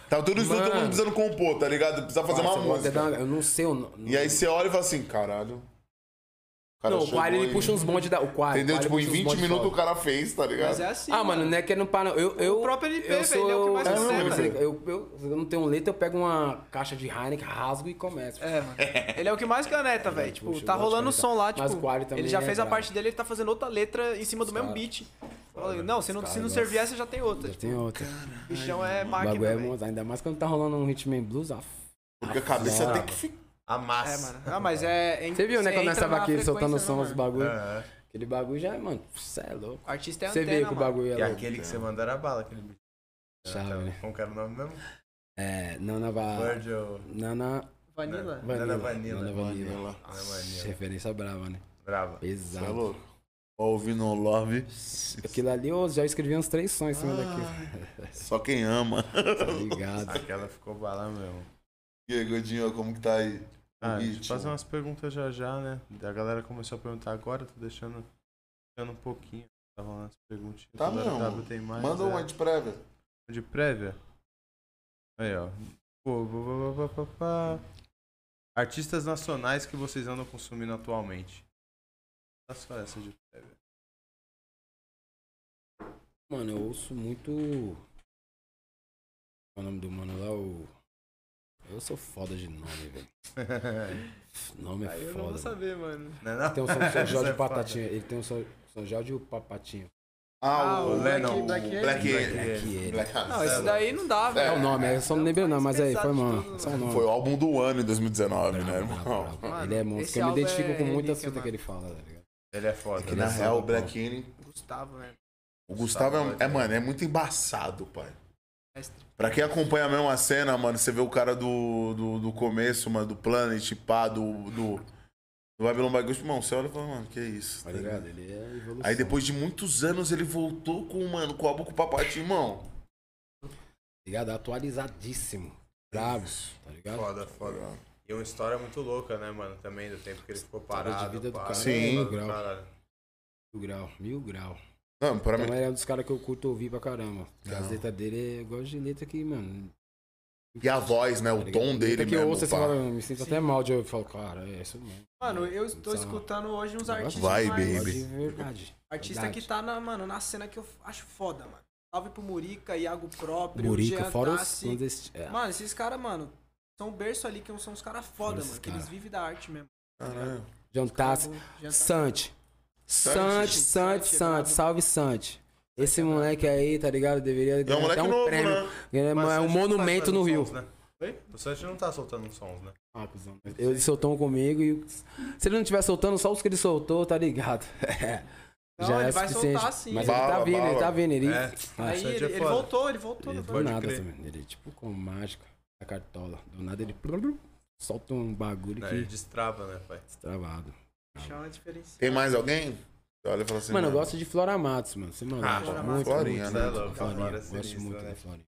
tava todo estúdio, todo mundo Ah. Mano. precisando compor, tá ligado? Precisava fazer Parça, uma eu vou até música. dar uma- Eu não sei o nome. E aí você olha e fala assim, caralho. O cara Não, o chegou Quali e- ele puxa uns bondes da. O Quali. Entendeu? o Quali Tipo, em puxa uns 20 bondes minutos foda. o cara fez, tá ligado? Mas é assim. Ah, mano, não é que não para. Eu, eu, próprio LP, eu velho, ele é o que mais eu recebe, sou- velho. eu, eu, se eu não tenho letra, eu pego uma caixa de Heineken, rasgo e começo. É, mano. Ele é o que mais caneta, velho. Tipo, puxa, tá eu gosto rolando o de som lá, canetar. Mas tipo. o Qualy também Ele já é fez a brabo. parte dele, ele tá fazendo outra letra em cima do mesmo caras- beat. Falei, não, se não, se não caras servir essa, já tem outra. Tipo, Tem outra. o bichão é O máquina, bagulho é velho. monstro. Ainda mais quando tá rolando um Hitman Blues. Ah, f- Porque a cabeça Ah, tem que ficar. A massa. É, mano. Ah, mas é. é Você viu, né? você Quando nós entra tava na aqui soltando frequência, som, né, os mano? bagulho. É. Aquele bagulho já, mano, cê é louco. O artista é Você vê antena, que o mano. bagulho E é louco. aquele que você mandou era bala, aquele bicho. Então, Chave, né? Como que era o nome mesmo? É, Nana Va... Bird ou... Nana Vanilla. Vanilla. Nana Vanilla. Nana Vanilla. Ah, Vanilla. Referência brava, né? Brava. Tá Pesado. louco? Ó, ouvindo o Love. Aquilo ali eu já escrevi uns três sons em cima daquilo. Só quem ama. tá Ah. ligado? Aquela ficou bala mesmo. E aí, Godinho, como que tá aí? Ah, O deixa eu ritmo. fazer umas perguntas já já, né? A galera começou a perguntar agora, tô deixando, deixando um pouquinho. Tá rolando as perguntinhas. Tá Agora mesmo. W Tem mais, Manda é. uma de prévia. de prévia. Aí, ó. Pô, pá, pá, pá, pá, pá, pá. Artistas nacionais que vocês andam consumindo atualmente. Tá só essa de prévia. Mano, eu ouço muito. Qual é o nome do mano lá? O... Eu sou foda de nome, velho. Nome é Aí foda. eu não vou mano. saber, mano. Não é não? Tem o São, São Essa Jorge é e Patatinha. Ele tem o São, São Jorge e o Papatinho. Ah, o o Lennon. Black- o Black- Black Black- Black- É que ele. Black Hat. Não, esse daí não dá, É velho. o nome, eu só não lembro o nome, mas aí foi, Tudo, mano. Só o mano. nome. Foi o álbum do ano em 2019, né, Bravo, bravo, irmão? bravo. Mano, Ele é monstro, esse que eu me álbum identifico é com muitas relíquia, fitas mano. que ele fala, tá ligado? Ele é foda. Que né? na Esse real, o álbum, Black Alien- Gustavo, né? O Gustavo é, é, mano, é muito embaçado, pai. Mestre. Pra quem acompanha a mesma cena, mano, você vê o cara do, do, do começo, mano, do Planet, pá, do. do, do Babylon by Ghost, irmão, você olha e fala, mano, que isso? Tá tá ligado? ligado? Ele é evolução. Aí depois de muitos anos ele voltou com, mano, com a boca com o papatinho, irmão. tá Ligado? Atualizadíssimo. Bravos, tá ligado? Foda, foda. E uma história muito louca, né, mano? Também, do tempo que ele ficou História parado. de vida do pá, cara. Sim. do Grau. cara. Mil grau, mil grau. Não, pra Então mim. ele é um dos caras que eu curto ouvir pra caramba. Porque Não. as letras dele, eu gosto de letra que, mano. E a voz, né? tá O ligado? tom Letra dele que eu ouço, mesmo. assim, Pá. fala, eu me sinto até mal de eu falar, cara, é isso mesmo. Mano, eu estou Bizarro. escutando hoje uns é Vai, artistas. baby. mais- Mas Baby. De verdade. Artista Verdade. que tá na, mano, na cena que eu acho foda, mano. Salve pro Murica, Iago próprio, Murica, Jean fora os. Tassi. nordesti- é, Mano, esses caras, mano, são um berço ali que são os caras Fora foda, esses mano. Que eles cara. Tá, vivem da arte mesmo. Tá Caralho. John Tassi. Jean Tassi. Sante. Sante. Sante, Sante, Sante. Salve, Sante. Esse moleque aí, tá ligado? Deveria É um moleque até um novo, prêmio. né? Ele é Mas um o Sancho não tá monumento no soltando Rio. sons, né? O Sancho não tá soltando sons, né? Ah, cuzão. Eles soltam um comigo e. Se ele não estiver soltando só os que ele soltou, tá ligado? é Não, ele vai soltar sim. Mas ele Bala, tá vindo, ele tá bala. vindo. Ele, É. Ah, Aí Sante é ele, ele foda. voltou, ele voltou. ele né? Ele do Pode nada crer. também. Ele é tipo com mágica da cartola. Do nada ele solta um bagulho Não, que É. ele destrava, né, pai? destravado. Chama a diferença. Tem mais alguém? Você olha e fala assim. Mano, eu gosto de Flora Matos, mano. Você mano, Ah, eu gosto né? Flora muito, Matos. Florinha, muito, né? muito, Louca, Florinha. Flora é Gosto sinistra, muito né? da Florinha.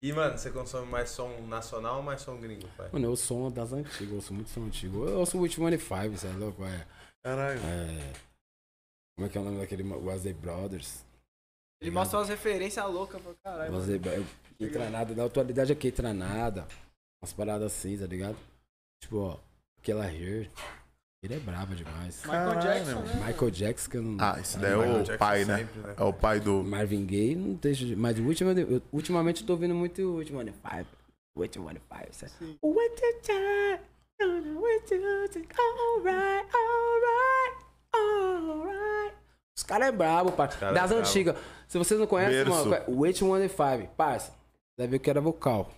E, mano, você consome mais som nacional ou mais som gringo, pai? Mano, eu sou uma das antigas, eu ouço muito som antigo. Eu ouço o último One Five, você é louco? É, Caralho. é- Como é que é o nome daquele ma- Wesley Brothers? Ele mostra umas referências loucas pra caralho. mano. Wesley Brothers. Entranada, é, na atualidade é que entranada. Umas paradas assim, tá ligado? Tipo, ó, aquela Here. Ele é brabo demais. Michael Caralho, Jackson, mano. né? Michael Jackson, que eu não. Ah, esse daí é Michael o Jackson pai, né? sempre, né? É o pai do. Marvin Gaye não deixa de. Mas ultima, eu, ultimamente eu tô ouvindo muito o último One Five. O último One Five, certo? What you try, don't know what you do, alright, alright, alright. Os caras é brabo, parça. caras é das brabo. antigas. Se vocês não conhecem, Berço. mano, é? o último One Five, parça. Deve ver que era vocal.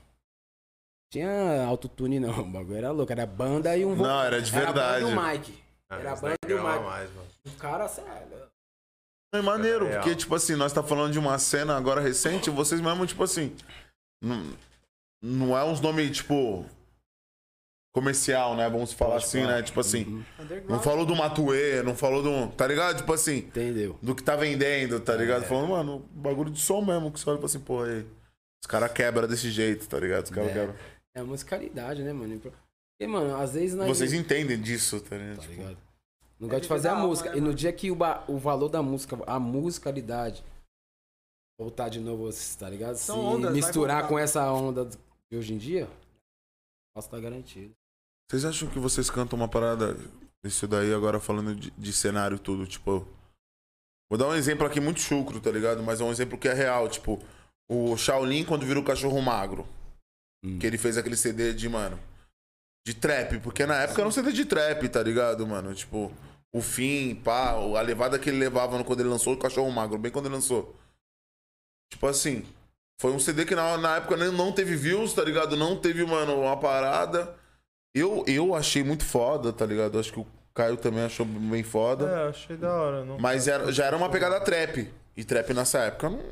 Tinha autotune, não. O bagulho era louco. Era banda e um vocal. Não, era de Era a verdade. banda e o Mike. Ah, Era esse daí Band e o grava Mike. mais, mano. O cara, sério. É maneiro, Real. porque, tipo assim, nós tá falando de uma cena agora recente, vocês mesmo, tipo assim. Não, não é uns nomes, tipo. comercial, né? Vamos falar assim, né? Tipo assim, não Underground. falou do Matuê, não falou do. Tá ligado? Tipo assim, Entendeu? do que tá vendendo, tá ligado? Falando, mano, bagulho de som mesmo, que você olha e fala assim, porra, aí. Os caras quebram desse jeito, tá ligado? Os caras É. quebram. É a musicalidade, né, mano? Porque, mano, às vezes nós. Vocês entendem disso, tá ligado? Tá Tipo, ligado? Não É gosto de fazer viver a da alma, música. né, e no mano? dia que o, ba- o valor da música, a musicalidade, voltar de novo, tá ligado? Se São ondas, vai misturar voltar. com essa onda de hoje em dia, posso tá garantido. Vocês acham que vocês cantam uma parada, isso daí agora falando de, de cenário e tudo, tipo. Vou dar um exemplo aqui muito chucro, tá ligado? Mas é um exemplo que é real, tipo, o Shaolin quando virou cachorro magro. Hum. Que ele fez aquele CD de, mano. De trap, porque na época era um CD de trap, tá ligado, mano? Tipo, o fim, pá, a levada que ele levava no- quando ele lançou o cachorro magro, bem quando ele lançou. Tipo assim, foi um CD que na, na época nem- não teve views, tá ligado? Não teve, mano, uma parada. Eu, eu achei muito foda, tá ligado? Acho que o Caio também achou bem foda. É, achei da hora. Não... Mas era- já era uma pegada trap. E trap nessa época não.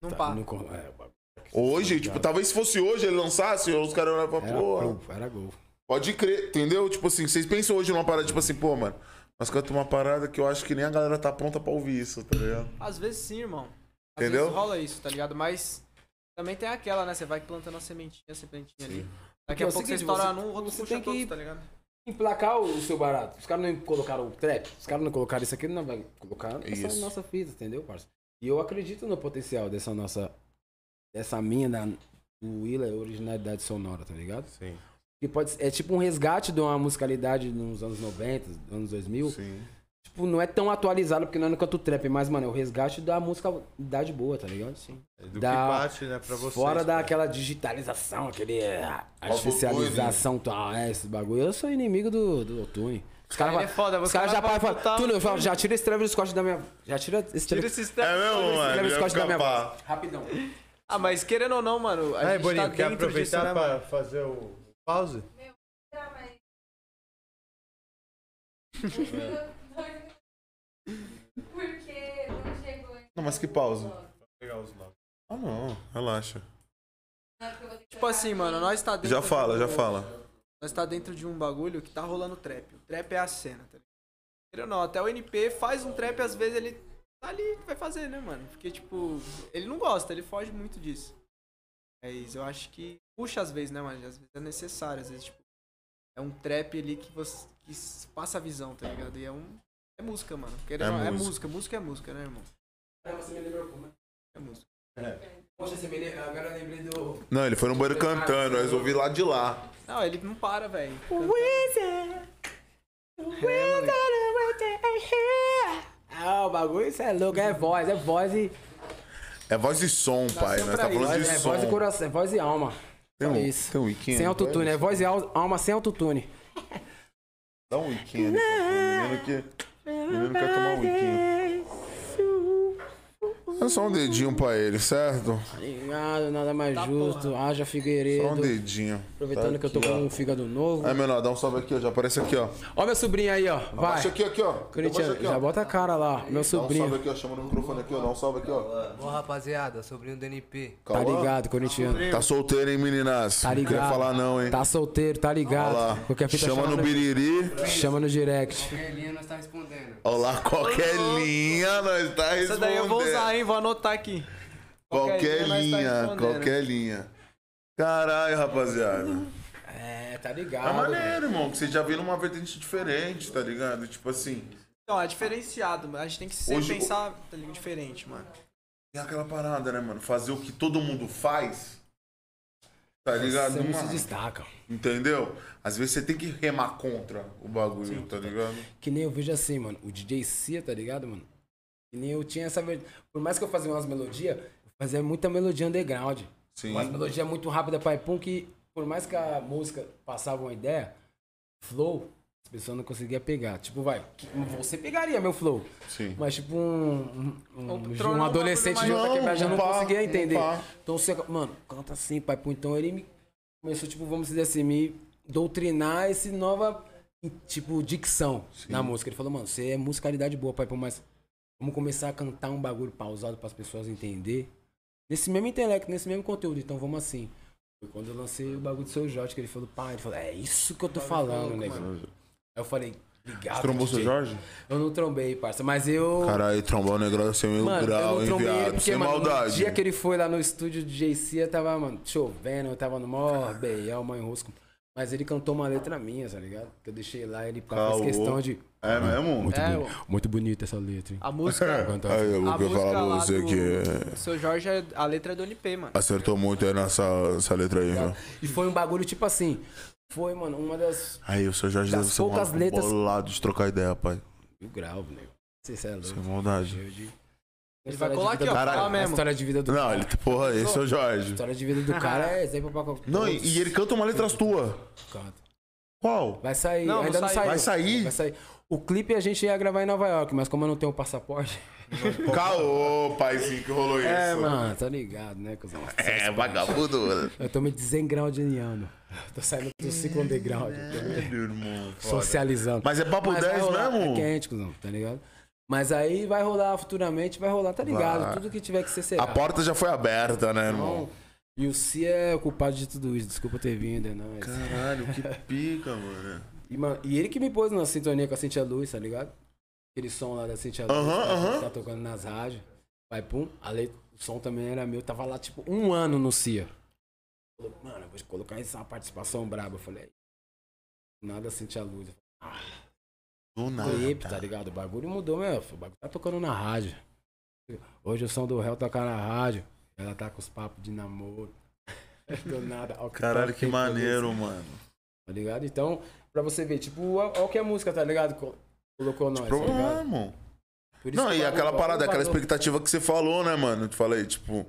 Não pá. Não con- é, o bagulho Hoje, tipo, talvez se fosse hoje ele lançasse, os caras olhavam pra era porra. gol, era gol. Pode crer, entendeu? Tipo assim, vocês pensam hoje numa parada, tipo assim, pô, mano, nós cantamos uma parada que eu acho que nem a galera tá pronta pra ouvir isso, tá ligado? Às vezes sim, irmão. Às Entendeu? vezes rola isso, tá ligado? Mas também tem aquela, né? Você vai plantando a sementinha, a sementinha ali. Porque Daqui a é o pouco você seguinte, estoura você- num, o outro você puxa tem que todos, ir- tá ligado? Emplacar o seu barato. Os caras não colocaram o trap, os caras não colocaram isso aqui, não vai colocar Isso. essa nossa fita, entendeu, parça? E eu acredito no potencial dessa nossa. dessa minha, da, do Willa, é originalidade sonora, tá ligado? Sim. Que pode, é tipo um resgate de uma musicalidade nos anos 90, anos 2000. Sim. Tipo, não é tão atualizado porque não é no canto trap, mas, mano, é o resgate da musicalidade boa, tá ligado? Sim. É Do Da- que bate, né, pra vocês. Fora cara. daquela digitalização, aquele é, Autotune. artificialização, tal, é, esse bagulho. Eu sou inimigo do, do autotune. Os caras Ele é foda, os você caras vai já param e pra falam, botar Túlio, um- eu falo, já tira esse Travis Scott da minha... Já tira esse, Tira Travis- esse É step. mesmo, mano? Travis Ia Scott da ficar minha pá. voz. Rapidão. Ah, mas querendo ou não, mano, a Aí, gente Boninho, tá quer dentro aproveitar disso, né, pra mano? fazer o pause? Porque não chegou ainda. Não, mas que pausa. Pegar os nomes. Ah, não, relaxa. Tipo assim, mano, nós tá dentro... Já fala, do- já fala. Nós tá dentro de um bagulho que tá rolando trap. O trap é a cena, tá ligado? Querendo ou não, até o NP faz um trap, às vezes ele tá ali, vai fazer, né, mano? Porque, tipo, ele não gosta, ele foge muito disso. Mas eu acho que puxa às vezes, né, mano? Às vezes é necessário, às vezes, tipo, é um trap ali que você que s- passa a visão, tá ligado? E é um. É música, mano. Querendo É ou não, é música. música, música é música, né, irmão? Você me lembrou como? É música. Poxa, você me lembrou, agora eu lembrei do... Não, ele foi no banheiro cantando, eu resolvi lá de lá. Não, ele não para, velho. Ah, o bagulho, isso é louco, é voz, é voz e... É voz e som, pai. Nós pra tá falando isso, de É som. voz e coração, é voz e alma. Tem um, É isso. tem um wikinho. Sem autotune, é voz e al- alma sem autotune. Dá um wikinho ali, por favor. Menino que. Menino quer tomar um wikinho. É só um dedinho pra ele, certo? Obrigado, Tá nada mais justo. Haja Só um Figueiredo. dedinho. Aproveitando Tá que eu tô aqui, com ó. um fígado novo. É, menor, dá um salve aqui, ó. Já aparece aqui, ó. Ó, meu sobrinho aí, ó. Vai. Abaixa aqui, aqui, ó. Abaixa Cristiano, aqui, ó. já bota a cara lá, ó. meu Dá um salve sobrinho. aqui, ó. Chama no microfone aqui, ó. Dá um salve aqui, ó. Tá Bom, rapaziada, sobrinho do NP. Tá Calma. ligado, corintiano. Tá solteiro, hein, meninas? Tá Não queria ligado. falar, não, hein? Tá solteiro, tá Olha ligado. lá. Qualquer fita Chama no biriri. Chama no direct. Belinha nós tá respondendo. Olha lá, qualquer linha nós tá respondendo. Essa daí eu vou usar, hein? Vou anotar aqui. Qualquer nós tá linha, respondendo. qualquer linha. Caralho, rapaziada. É, tá Ah, É ligado. maneiro, irmão, que você já viram uma vertente diferente, tá ligado? Tipo assim, Então, é diferenciado, mas a gente tem que sempre Hoje- pensar tá ligado, diferente, mano. tem aquela parada, né, mano? Fazer o que todo mundo faz, tá ligado? Você não se mano? destaca. Entendeu? Às vezes você tem que remar contra o bagulho, tá ligado? Que nem eu vejo assim, mano. O DJ Cia, tá ligado, mano? Que nem eu tinha essa. ver- Por mais que eu fazia umas melodias, eu fazia muita melodia underground. Sim. Uma melodia muito rápida pra Ipum que, por mais que a música passava uma ideia, flow, as pessoas não conseguiam pegar. Tipo, vai, você pegaria meu flow. Sim. Mas tipo um, um, um- patrão um não, adolescente mas de outra não, quebrada já não pá, conseguia entender. pá. Então você, mano, canta assim, pai. pô. Então ele me começou, tipo, vamos dizer assim, me doutrinar esse nova, tipo, dicção na música. Ele falou, mano, você é musicalidade boa, pai, pô, mas vamos começar a cantar um bagulho pausado para as pessoas entender. Nesse mesmo intelecto, nesse mesmo conteúdo. Então vamos assim. Foi quando eu lancei o bagulho do seu Jorge, que ele falou, pá, ele falou, é isso que eu tô falando, nego. Aí eu falei, ligado. Trombou DJ. seu Jorge? Eu não trombei, parça, mas eu. Caralho, trombar o negócio seu mil Mano, eu grau, não hein, trombei ele viado? porque, Sem mano, no maldade. dia que ele foi lá no estúdio de JC, eu tava, mano, chovendo, eu tava no maior beiel, mãe rosco. Mas ele cantou uma letra minha, tá ligado? Que eu deixei lá, ele faz Caô. questão de. É mesmo? Muito, É, boni- muito bonita essa letra, hein? A música. Cantar. Aí, o a que É, eu música falar pra lá você do- que Seu Jorge, é- a letra é do NP, mano. acertou muito aí nessa essa letra aí, meu. E foi um bagulho tipo assim. Foi, mano, uma das. Aí o seu Jorge Das deve ser um poucas maluco letras- bolado de trocar ideia, pai. Mil grau, nego. Você é louco. Sem maldade. Eu digo. Ele vai colar aqui, ó. Caralho, Fala A mesmo. história de vida do Não, ele, porra, esse é o A Jorge. história de vida do cara é exemplo pra qualquer Não, e, e ele canta uma letra tua. Canta. Qual? Vai sair, Não, não ainda não saiu. saiu. Vai sair? Vai sair. O clipe a gente ia gravar em Nova York, mas como eu não tenho passaporte. Caô, paizinho, que rolou isso. É, Mano, tá ligado, né, cuzão? vagabundo. Eu tô me desengraudiniano. Tô saindo do ciclo underground. tá Meu irmão. Socializando. Mas é papo Mas vai 10 rolar, mesmo? É quente, cuzão, tá ligado? Mas aí vai rolar futuramente, vai rolar, tá ligado? Vai. Tudo que tiver que ser será. A porta já foi aberta, né, irmão? Então, E o Si é o culpado de tudo isso. Desculpa eu ter vindo, é nóis. Caralho, que pica, mano. E, mano, e ele que me pôs na sintonia com a Cintia Luz, tá ligado? Aquele som lá da Cintia Luz, Aham, tá, aham. tá tocando nas rádios. Vai, pum, a letra, o som também era meu. Tava lá, tipo, um ano no CIA. Falou, mano, eu vou colocar essa participação braba. Eu falei, nada Cintia Luz. Do O nada. clipe, tá ligado? O bagulho mudou, meu. O bagulho tá tocando na rádio. Hoje o som do réu toca na rádio. Ela tá com os papos de namoro. Do nada. ó, Caralho, top, que hein, maneiro, mano. Tá ligado? Então, pra você ver, tipo, olha o que a música, tá ligado? Co- Colocou nós, tá Problema, ligado? irmão. Por isso Tipo, Não, que e o bagulho- aquela o bagulho parada, aquela bateu. expectativa que você falou, né, mano? Eu te falei, tipo,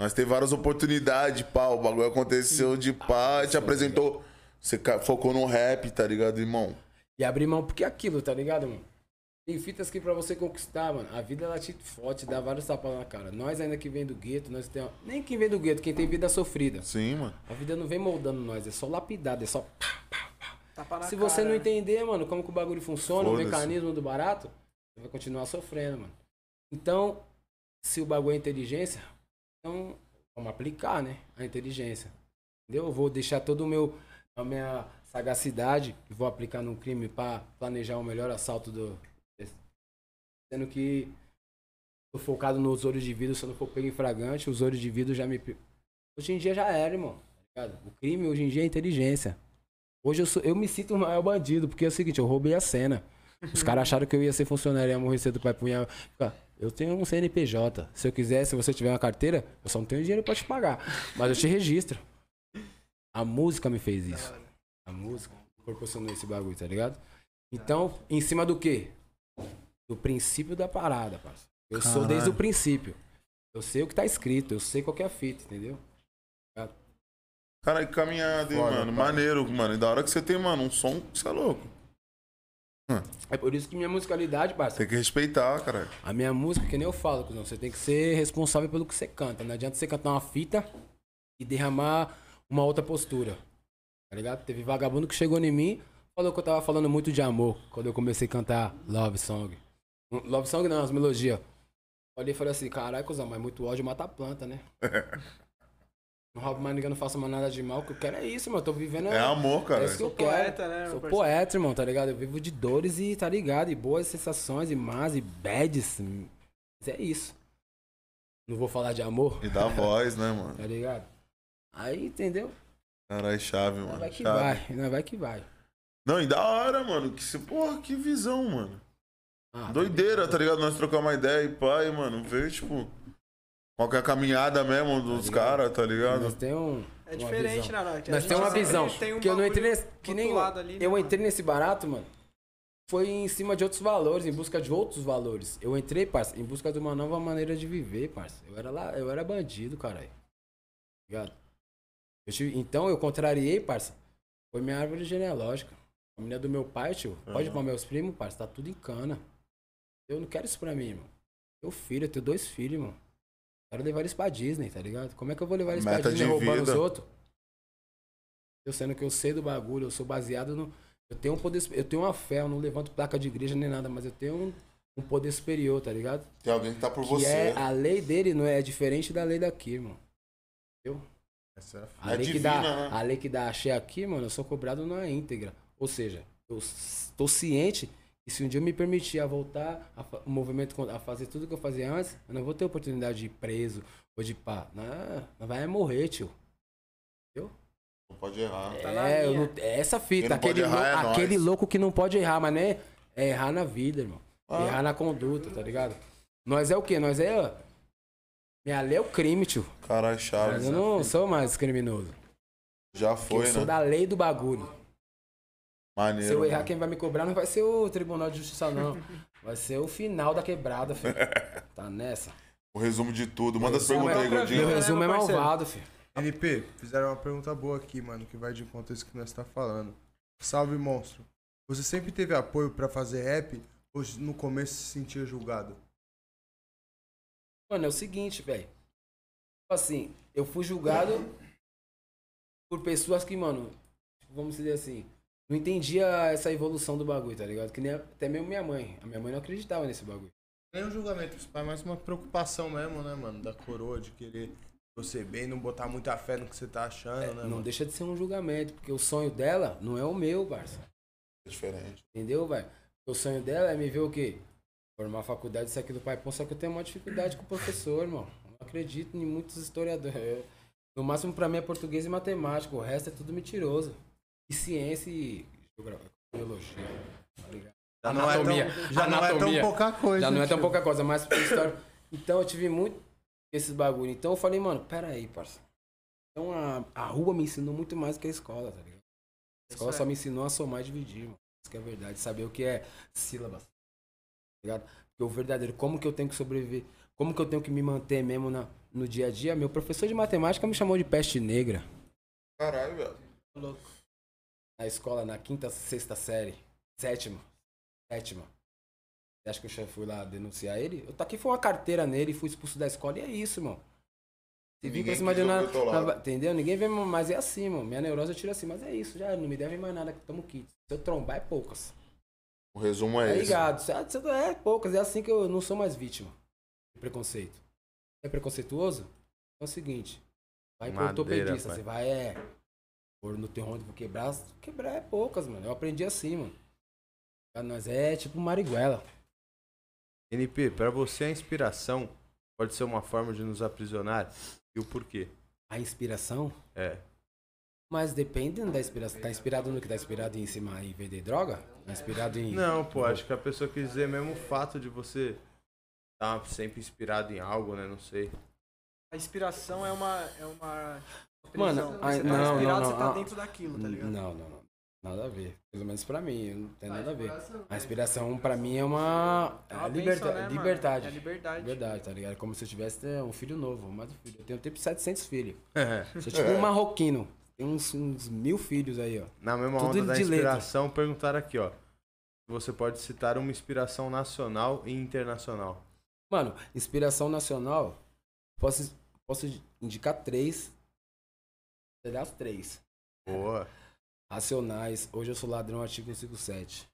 nós teve várias oportunidades, pá, o bagulho aconteceu de pá, te apresentou. Você ca- focou no rap, tá ligado, irmão? E abrir mão, porque é aquilo, tá ligado, mano? Tem fitas que pra você conquistar, mano. A vida ela te fode, te dá vários tapas na cara. Nós ainda que vem do gueto, nós temos. Nem quem vem do gueto, quem tem vida sofrida. Sim, mano. A vida não vem moldando nós, é só lapidado, é só. Tapa na Se você cara. não entender, mano, como que o bagulho funciona, o Foda-se. mecanismo do barato, você vai continuar sofrendo, mano. Então, se o bagulho é inteligência, então vamos aplicar, né? A inteligência. Entendeu? Eu vou deixar todo o meu a minha sagacidade e vou aplicar num crime pra planejar o melhor assalto do desse- sendo que tô focado nos olhos de vidro, se eu não for pego em fragante, os olhos de vidro já me pe- Hoje em dia já era, irmão. tá ligado? O crime hoje em dia é inteligência. Hoje eu, sou, eu me sinto o maior bandido, porque é o seguinte, eu roubei a cena. Os caras acharam que eu ia ser funcionário, ia morrer cedo pra punhar. Fica, Eu tenho um CNPJ. Se eu quiser, se você tiver uma carteira, eu só não tenho dinheiro pra te pagar. Mas eu te registro. A música me fez isso. A música proporcionou esse bagulho, tá ligado? Então, em cima do quê? Do princípio da parada, parceiro. Eu sou desde o Caralho. princípio. Eu sei o que tá escrito, eu sei qual que é a fita, entendeu? Caralho, que caminhada, hein, Foda, mano. pai. Maneiro, mano. E da hora que você tem, mano, um som, você é louco. É por isso que minha musicalidade, parceiro. Tem que respeitar, caralho. A minha música, que nem eu falo, cuzão, você tem que ser responsável pelo que você canta. Não adianta você cantar uma fita e derramar uma outra postura. Tá ligado? Teve vagabundo que chegou em mim, falou que eu tava falando muito de amor quando eu comecei a cantar Love Song. Um, Love Song não, as melodias. Olhei e falei assim, caralho, cuzão, mas muito ódio mata a planta, né? Não roubo mais ninguém, não faço mais nada de mal. O que eu quero é isso, mano. Eu tô vivendo. É amor, É cara. isso que eu Sou quero. poeta, né, meu Sou parceiro? poeta, irmão, tá ligado? Eu vivo de dores e, tá ligado? E boas sensações, e más, e bads. Mas é isso. Não vou falar de amor, E dá voz, né, mano? tá ligado? Aí, entendeu? Caralho, chave, Não mano. vai que chave. vai, não vai que vai. Não, e da hora, mano. Que, se- porra, que visão, mano. Ah, Doideira, tá ligado? Nós trocar uma ideia e pai, mano, ver, tipo, qual que é a caminhada mesmo dos ligado? caras, tá ligado? Nós tem um. É diferente, visão. né, Nath? A Nós gente temos uma sempre visão. tem um que eu não entrei bagulho nesse, que nem eu, rotulado ali, né, eu mano? entrei nesse barato, mano. Foi em cima de outros valores, em busca de outros valores. Eu entrei, parça, em busca de uma nova maneira de viver, parça. Eu era lá, eu era bandido, caralho. Ligado? Eu tive- então eu contrariei, parça. Foi minha árvore genealógica. A família do meu pai, tio. Pode ir Aham. pra meus primos, parça, tá tudo em cana. Eu não quero isso pra mim, mano. Tenho filho, eu tenho dois filhos, mano. Quero levar eles pra Disney, tá ligado? Como é que eu vou levar eles Meta pra Disney de roubando os vida. outros? Eu sendo que eu sei do bagulho, eu sou baseado no. Eu tenho um poder. Eu tenho uma fé, eu não levanto placa de igreja nem nada, mas eu tenho um, um poder superior, tá ligado? Tem alguém que tá por é que é a lei dele, não é, é diferente da lei daqui, irmão. Essa era foda. A lei, que divina, dá, né? a lei que dá axé aqui, mano, eu sou cobrado na íntegra. Ou seja, eu s- tô ciente que se um dia eu me permitir a voltar a fa- o movimento, con- a fazer tudo que eu fazia antes, eu não vou ter oportunidade de ir preso ou de pá. Não, não vai morrer, tio. Não pode errar. Tá na é, eu linha. não- é essa Quem fita. não pode Aquele, lou- errar é aquele nós. louco que não pode errar, mas né? É errar na vida, irmão. Ah. Errar na conduta, tá ligado? Nós é o quê? Nós é. ó, Minha lei é o crime, tio. Caralho, Chaves. Eu não sou mais criminoso. é Já eu Ah, foi, sou né? da lei do bagulho. Maneiro. Se eu errar, mano. quem vai me cobrar não vai ser o Tribunal de Justiça, não. Vai ser o final da quebrada, filho. Tá nessa. O resumo de tudo. Manda as Resumo perguntas é- aí, Meu Godinho. né, resumo é meu parceiro? malvado, filho. NP, fizeram uma pergunta boa aqui, mano, que vai de encontro a isso que nós tá falando. Salve, monstro. Você sempre teve apoio pra fazer rap ou no começo se sentia julgado? Mano, é o seguinte, velho. Tipo assim, eu fui julgado por pessoas que, mano, tipo, vamos dizer assim, não entendia essa evolução do bagulho, tá ligado? Que nem a- até mesmo minha mãe. A minha mãe não acreditava nesse bagulho. Nem um julgamento dos pais, mas uma preocupação mesmo, né, mano? Da coroa, de querer você bem, não botar muita fé no que você tá achando, né, É, Não mano? deixa de ser um julgamento, porque o sonho dela não é o meu, parça. É diferente. Entendeu, velho? O sonho dela é me ver o quê? Formar faculdade, isso aqui do pai Pão, só que eu tenho uma dificuldade com o professor, irmão. Eu Não acredito em muitos historiadores. Eu- no máximo pra mim é português e matemática, o resto é tudo mentiroso. E ciência e geogra- biologia. Já não é tão, já não é Anatomia. tão pouca coisa. Já não é tão tio. pouca coisa, mas por história. Então eu tive muito esses bagulho. Então eu falei, mano, pera aí, parça. Então a, a rua me ensinou muito mais que a escola, tá ligado? A escola só me ensinou a somar e dividir, mano. Isso que é verdade. Saber o que é sílabas. Tá ligado? Porque o verdadeiro, como que eu tenho que sobreviver? Como que eu tenho que me manter mesmo na, no dia a dia? Meu professor de matemática me chamou de peste negra Caralho, velho. na escola na quinta, sexta série. Sétima. Sétima. Você acha que eu já fui lá denunciar ele? Eu taquei foi uma carteira nele e fui expulso da escola e é isso, irmão. Se vir Ninguém pra cima de quis nada. ouvir o teu lado. nada- Entendeu? Ninguém vem mais é assim, mano. Minha neurose eu tiro assim, mas é isso, já não me devem mais nada, que tamo kits. Se eu trombar é poucas. O resumo Tá é esse. ligado? Se- se- É poucas. É assim que eu não sou mais vítima de preconceito. É preconceituoso? Então é o seguinte. Vai pro Madeira, ortopedista. pai. Você vai, é. Por no teu onde vou quebrar. Quebrar é poucas, mano. Eu aprendi assim, mano. Pra nós é tipo Mariguela. NP, pra você a inspiração pode ser uma forma de nos aprisionar? E o porquê? A inspiração. É. Mas depende da inspiração. Tá inspirado no que tá inspirado em cima em vender droga? Tá inspirado em. Não, pô, acho que a pessoa quis dizer mesmo o fato de você estar sempre inspirado em algo, né? Não sei. A inspiração é uma. É uma Mano, prisão. a- você tá não, não, inspirado, não, você tá a- dentro daquilo, tá ligado? Não, não, não. Nada a ver. Pelo menos pra mim, não Tá tem nada a ver. A inspiração pra mim é uma. É né? uma a liberta- bênção, né, mano? liberdade. É liberdade. Verdade, tá ligado? Como se eu tivesse é, um filho novo, mais um filho. Eu tenho tipo 700 filhos. É. Sou tipo um marroquino. Tem uns, uns mil filhos aí, ó. Na mesma Tudo onda da de letra. inspiração, perguntaram aqui, ó. Você pode citar uma inspiração nacional e internacional. Mano, inspiração nacional, posso, posso indicar três. Será as três. Boa. Racionais, hoje eu sou ladrão, artigo 157.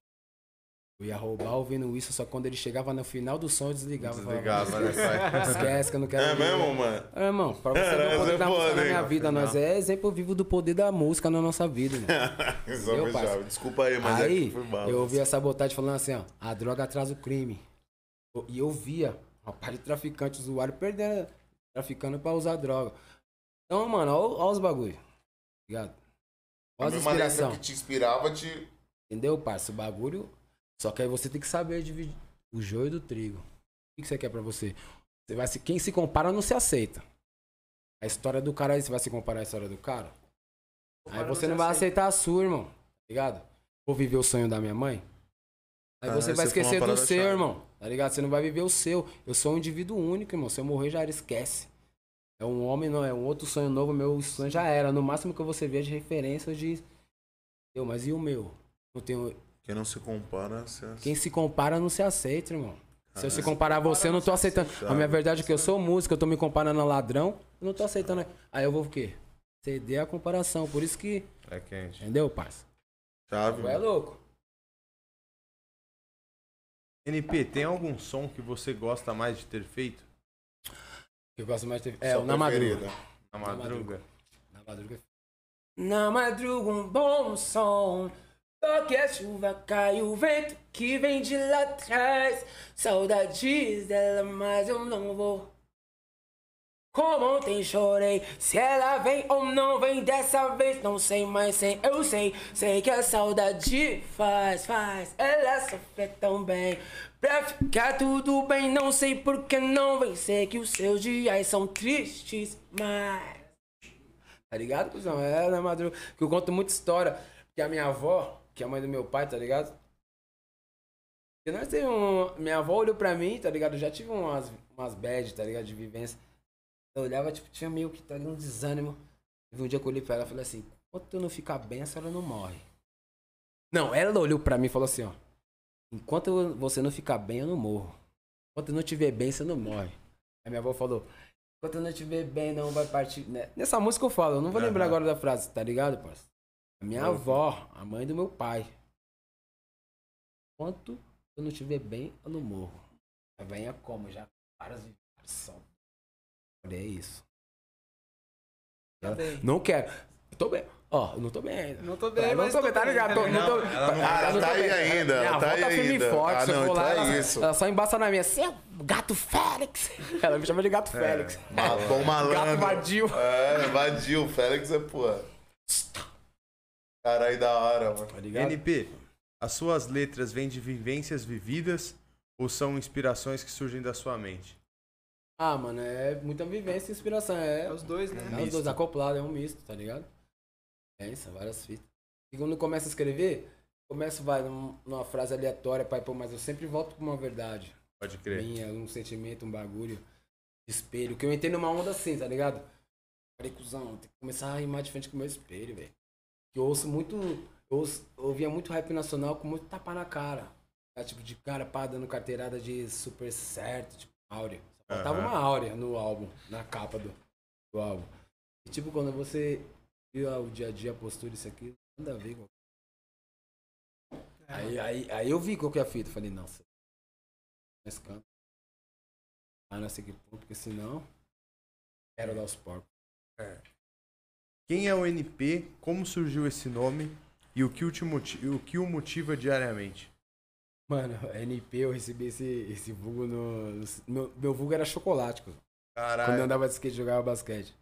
Eu ia roubar ouvindo isso, só quando ele chegava no final do som eu desligava. e falava, Desligava, né, pai? Esquece que eu não quero É ouvir." mesmo, mano? É, irmão, pra você ver É, o poder da exemplo, música na né? minha vida, Afinal. nós é exemplo vivo do poder da música na nossa vida, né? Só Meu foi parça. Chaves. Desculpa aí, mas é Aí, que foi mal. eu ouvi a sabotagem falando assim, ó, a droga atrasa o crime. O- E eu via uma parte de traficante, usuário, perdendo, traficando pra usar droga. Então, mano, ó, ó os bagulho. Ligado? Ó A as mesma letra inspiração. que te inspirava, te... Entendeu, parça? O bagulho. Só que aí você tem que saber dividir o joio do trigo. O que que você quer pra você? Você vai se... Quem se compara não se aceita. A história do cara aí, você vai se comparar à história do cara? Aí Compara, você não vai aceita. aceitar a sua, irmão. Tá ligado? Vou viver o sonho da minha mãe? Aí Ah, você você vai falou uma esquecer do parada seu, chave. irmão. Tá ligado? Você não vai viver o seu. Eu sou um indivíduo único, irmão. Se eu morrer, já era. Esquece. É um homem, não. É um outro sonho novo. Meu sonho já era. No máximo que você vê é de referência de. Eu, mas e o meu? Não tenho... Quem não se compara, você... Quem se compara não se aceita, irmão. Se eu se Caralho. comparar a você, eu não tô aceitando. A minha verdade é que eu sou músico, eu tô me comparando a ladrão, eu não tô aceitando. Aí eu vou o quê? Ceder a comparação. Por isso que. É quente. Entendeu, parça? Chave, É mano. louco. NP, tem algum som que você gosta mais de ter feito? Eu gosto mais de ter... É, Sua o Na Madruga. preferida. Na Na madruga? Na Madruga. Na madruga um bom som. Toque a chuva, cai o vento que vem de lá atrás. Saudades dela, mas eu não vou. Como ontem chorei, se ela vem ou não vem dessa vez, não sei, mas sei, eu sei, sei que a saudade faz, faz, ela sofre tão bem. Pra ficar tudo bem, não sei por que não vem, sei que os seus dias são tristes, mas. Tá ligado, cuzão? É, na madruga. Que eu conto muita história. Que a minha avó, que é a mãe do meu pai, tá ligado? E nós teve um. Minha avó olhou pra mim, tá ligado? Eu já tive umas, umas bad, tá ligado? De vivência. Eu olhava, tipo, tinha meio que tá ali um desânimo. Teve um dia que eu olhei pra ela e falei assim: enquanto eu não ficar bem, a senhora não morre. Não, ela olhou pra mim e falou assim: ó. Enquanto eu- você não ficar bem, eu não morro. Enquanto eu não estiver bem, você não morre. Aí minha avó falou: Enquanto eu não estiver bem, não vai partir. né? Nessa música eu falo, eu não vou lembrar agora da frase, tá ligado, parça? A minha avó, a mãe do meu pai. Enquanto eu não estiver bem, eu não morro. A venha como? Já várias e várias só. Olha é isso. Ela- bem. não quero. Eu tô bem. Ó, eu não tô bem ainda. Não tô bem, Eu não mas tô tô bem, tá bem. ligado? Tô- não tô- ela não- Ah, ela não tô tá aí bem. ainda, Minha ela avó tá aí tá firme e ainda. forte. Ah, se eu não, for lá, então é ela, isso. ela só embaça na minha. Seu gato Félix. Ela me chama de É. gato Félix. Ma- Bom malandro. É. Gato vadio. É, vadio. Félix é, pô. Caralho, da hora, mano. Tá ligado? NP, as suas letras vêm de vivências vividas ou são inspirações que surgem da sua mente? Ah, mano, é muita vivência e inspiração. É, É os dois, né? é os dois acoplados, é um misto, tá ligado? Pensa, várias fitas. E quando começa a escrever, começo, vai, num- numa frase aleatória, pai, pô, mas eu sempre volto com uma verdade. Pode crer. minha, um sentimento, um bagulho de espelho. Que eu entrei numa onda assim, tá ligado? Falei, cuzão, tem que começar a rimar de frente com o meu espelho, velho. Que eu ouço muito. Eu ouço- eu ouvia muito rap nacional com muito tapa na cara. Tá? Tipo, de cara pá, dando carteirada de super certo, tipo, áurea. Só faltava Aham. uma áurea no álbum, na capa do, do álbum. E tipo, quando você via o dia a dia, a postura, isso aqui, nada a ver com. Aí, aí, aí eu vi qual que é a fita, falei, não, nós canta. Ah, não sei que pô, porque senão. Quero dar os porcos. É. Quem é o NP? Como surgiu esse nome? E o que o, te moti- o, que o motiva diariamente? Mano, NP, eu recebi esse, esse vulgo no. no- Meu, meu vulgo era chocolate, cara. Ah, Quando é. eu Caralho. andava de skate, jogava basquete. O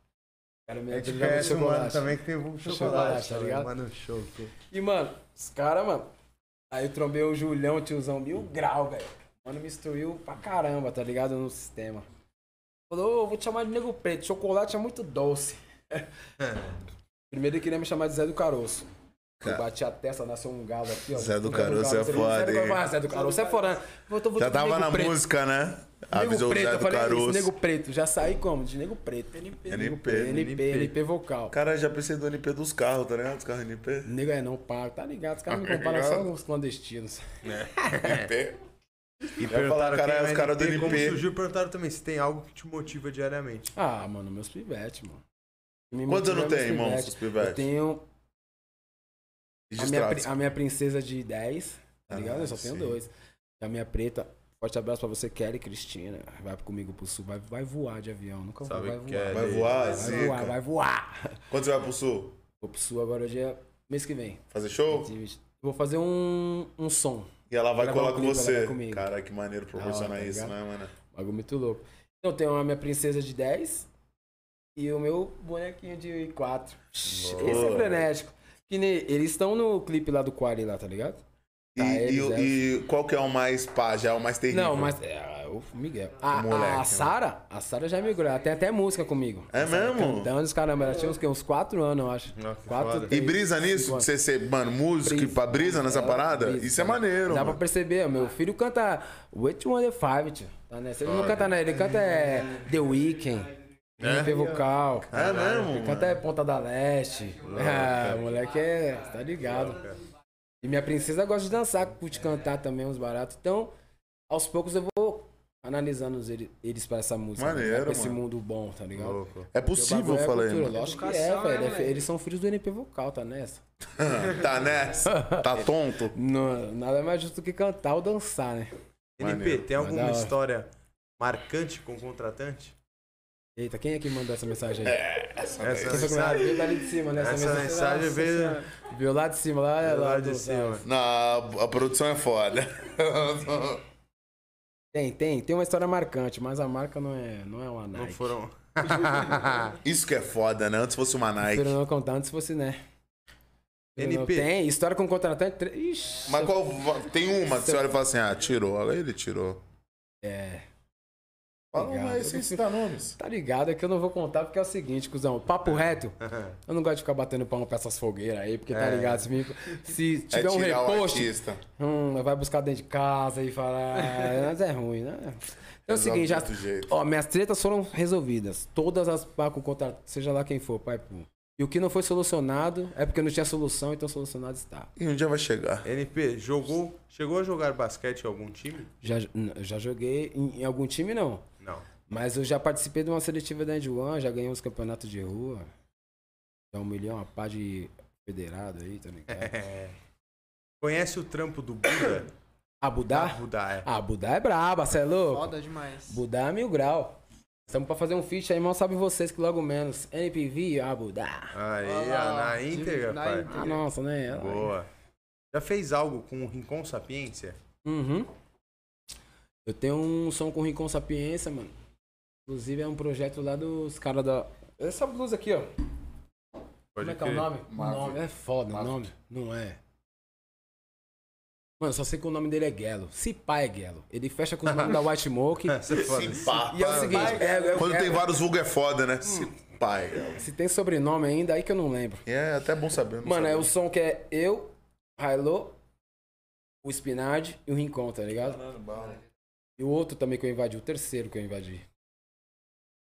cara me A gente apelidava de conhece um mano chocolate. também que tem um Chocolate, chocolate, tá tá ligado? ligado? Mano, show. pô. E, mano, os caras, mano. Aí eu trombei o Julião, tiozão, mil grau, velho. Mano, me instruiu pra caramba, tá ligado? No sistema. Falou, "Ô, vou te chamar de nego preto, chocolate é muito doce. É. Primeiro ele queria me chamar de Zé do Caroço. Eu Ca- bati a testa, nasceu um galo aqui, ó. Zé do Zé Caroço é ele, Zé do foda, hein?" Caroço, ah, Zé do Caroço é foda. né? Eu tô- vou Já de nego tava na preto. música, né? Nego Avisou o preto, Zé eu do falei, "Esse Caroço. nego preto, já saí como? De nego preto. NP, NP, NP, NP vocal. Cara, já pensei do NP dos carros, tá ligado? Os carros NP. Nego é não pago, tá ligado? Os caras me comparam só com os clandestinos. É. NP. E falar, perguntaram caralho, quem é os caras do NP, como NP. surgiu, perguntaram também se tem algo que te motiva diariamente. Ah, mano, meus pivetes, mano. Me Quantos motiva anos meus tem, irmão, pivetes. seus pivetes? Eu tenho a minha, Registrados. pri- a minha princesa de 10, Ah, tá ligado? Eu só tenho sim. dois. E a minha preta, forte abraço pra você, Kelly Cristina. Vai comigo pro sul, vai, vai voar de avião. Nunca vou, Sabe vai que voar. é- Vai voar, Vai voar, né? zica. vai voar. Quando você vai pro sul? Vou pro sul agora dia. mês que vem. Fazer show? Dia 20. Vou fazer um, um som. E ela vai Gravar colar um com clipe, ela você. vai comigo. Cara, que maneiro proporcionar Da hora, tá isso, ligado? né, mano? Bagulho muito louco. Então eu tenho a minha princesa de 10 e o meu bonequinho de 4. Esse é Boa. frenético. Que nem, eles estão no clipe lá do Quali lá, tá ligado? E, Tá, e, eles, o- e qual que é o mais pá? Já é o mais terrível? Não, mas é, o Miguel. A, O moleque, a né? Sara, a Sara já migrou, ela tem até música comigo. É A Sara mesmo? Cantando os caramba, ela tinha uns, que, uns 4 anos, eu acho. Ah, que Quatro, foda. E três, brisa cinco nisso? anos. De Você ser, mano, músico e pra brisa nessa Ela parada? brisa, isso é cara. maneiro, Dá mano. Ah. pra perceber, ó, meu filho canta Wait One The Five, tio. Tá nessa. Ele não canta, né? Ele canta é, The Weeknd, RP Vocal. É mesmo? Ele canta é Ponta da Leste. Ah, moleque é. Tá ligado. E minha princesa gosta de dançar, curte cantar também uns baratos. Então, aos poucos eu vou analisando os- ele- eles pra essa música. né? Maneiro, pra esse mano. mundo bom, tá ligado? Louco. É Porque o bagulho possível, é eu falei. cultura, mano. Lógico que é, Educação, né, velho. moleque? Eles são filhos do NP Vocal, tá nessa? tá nessa? Tá tonto? Não, nada mais justo que cantar ou dançar, né? NP, Maneiro. tem alguma Mas da hora. história marcante com o contratante? Eita, quem é que mandou essa mensagem aí? Essa, Essa daí. Essa mensagem veio dali de cima, né? Essa, Essa mensagem mensagem veio veio lá de cima, É, lá, lá de do- cima. Não, a, a produção é foda. Tem, tem, tem uma história marcante, mas a marca não é, não é uma Nike. Não foram. Isso que é foda, né? Antes fosse uma Nike. Prefiro Ah. não contar antes se você, né? Prefiro não- NP. Tem, história com contratante. tre- Ixi. Mas qual. Tem uma que você olha e fala assim: ah, tirou. Olha, ele tirou. É. Fala Obrigado. uma aí sem citar nomes. Tá ligado? É que eu não vou contar porque é o seguinte, cuzão. É. Papo reto, eu não gosto de ficar batendo palma pra essas fogueiras aí, porque tá É. ligado? Se, me- se tiver é um tirar o reposte, artista. hum, vai buscar dentro de casa e falar. "Ah, Mas é ruim, né? É o Resolve seguinte, de já, outro jeito. ó, minhas tretas foram resolvidas. Todas as pá com contrato, seja lá quem for, pai, pô. E o que não foi solucionado é porque não tinha solução, então solucionado está. E um dia vai chegar. NP, jogou. Chegou a jogar basquete em algum time? Já, n- já joguei em- em algum time, não. Não. Mas eu já participei de uma seletiva da Indy One, já ganhei uns campeonatos de rua. Já humilhei uma pá de federado aí, tá É. ligado? Conhece o trampo do Buda? Abudá? Buda, é. Ah, Budá é braba, cê é louco? Foda demais. Budá é mil grau. Estamos pra fazer um feat aí, mal sabem vocês que logo menos. NPV, Abudá. Aí, Olha lá, na ó, íntegra, na pai. íntegra. Ah, nossa, né? Ela- Boa. Já fez algo com o Rincon Sapiência? Uhum. Eu tenho um som com Rincon Sapiência, mano. Inclusive é um projeto lá dos caras da. Essa blusa aqui, ó. Como é que é o crer. nome? Maverick. O nome é foda, o nome. Maverick. Não é. Mano, só sei que o nome dele é Gelo. Se pá é Gelo. Ele fecha com o nome da White Smoke. Você é foda. Se pá. E é o seguinte, Hum. é- é- Quando é- tem vários vulgo é foda, né? Se pai. se tem sobrenome ainda, aí que eu não lembro. É até bom saber. não Mano, é o sabia. som que é eu, Hilo, o Spinard e o Rincon, tá ligado? E o outro também que eu invadi, o terceiro que eu invadi.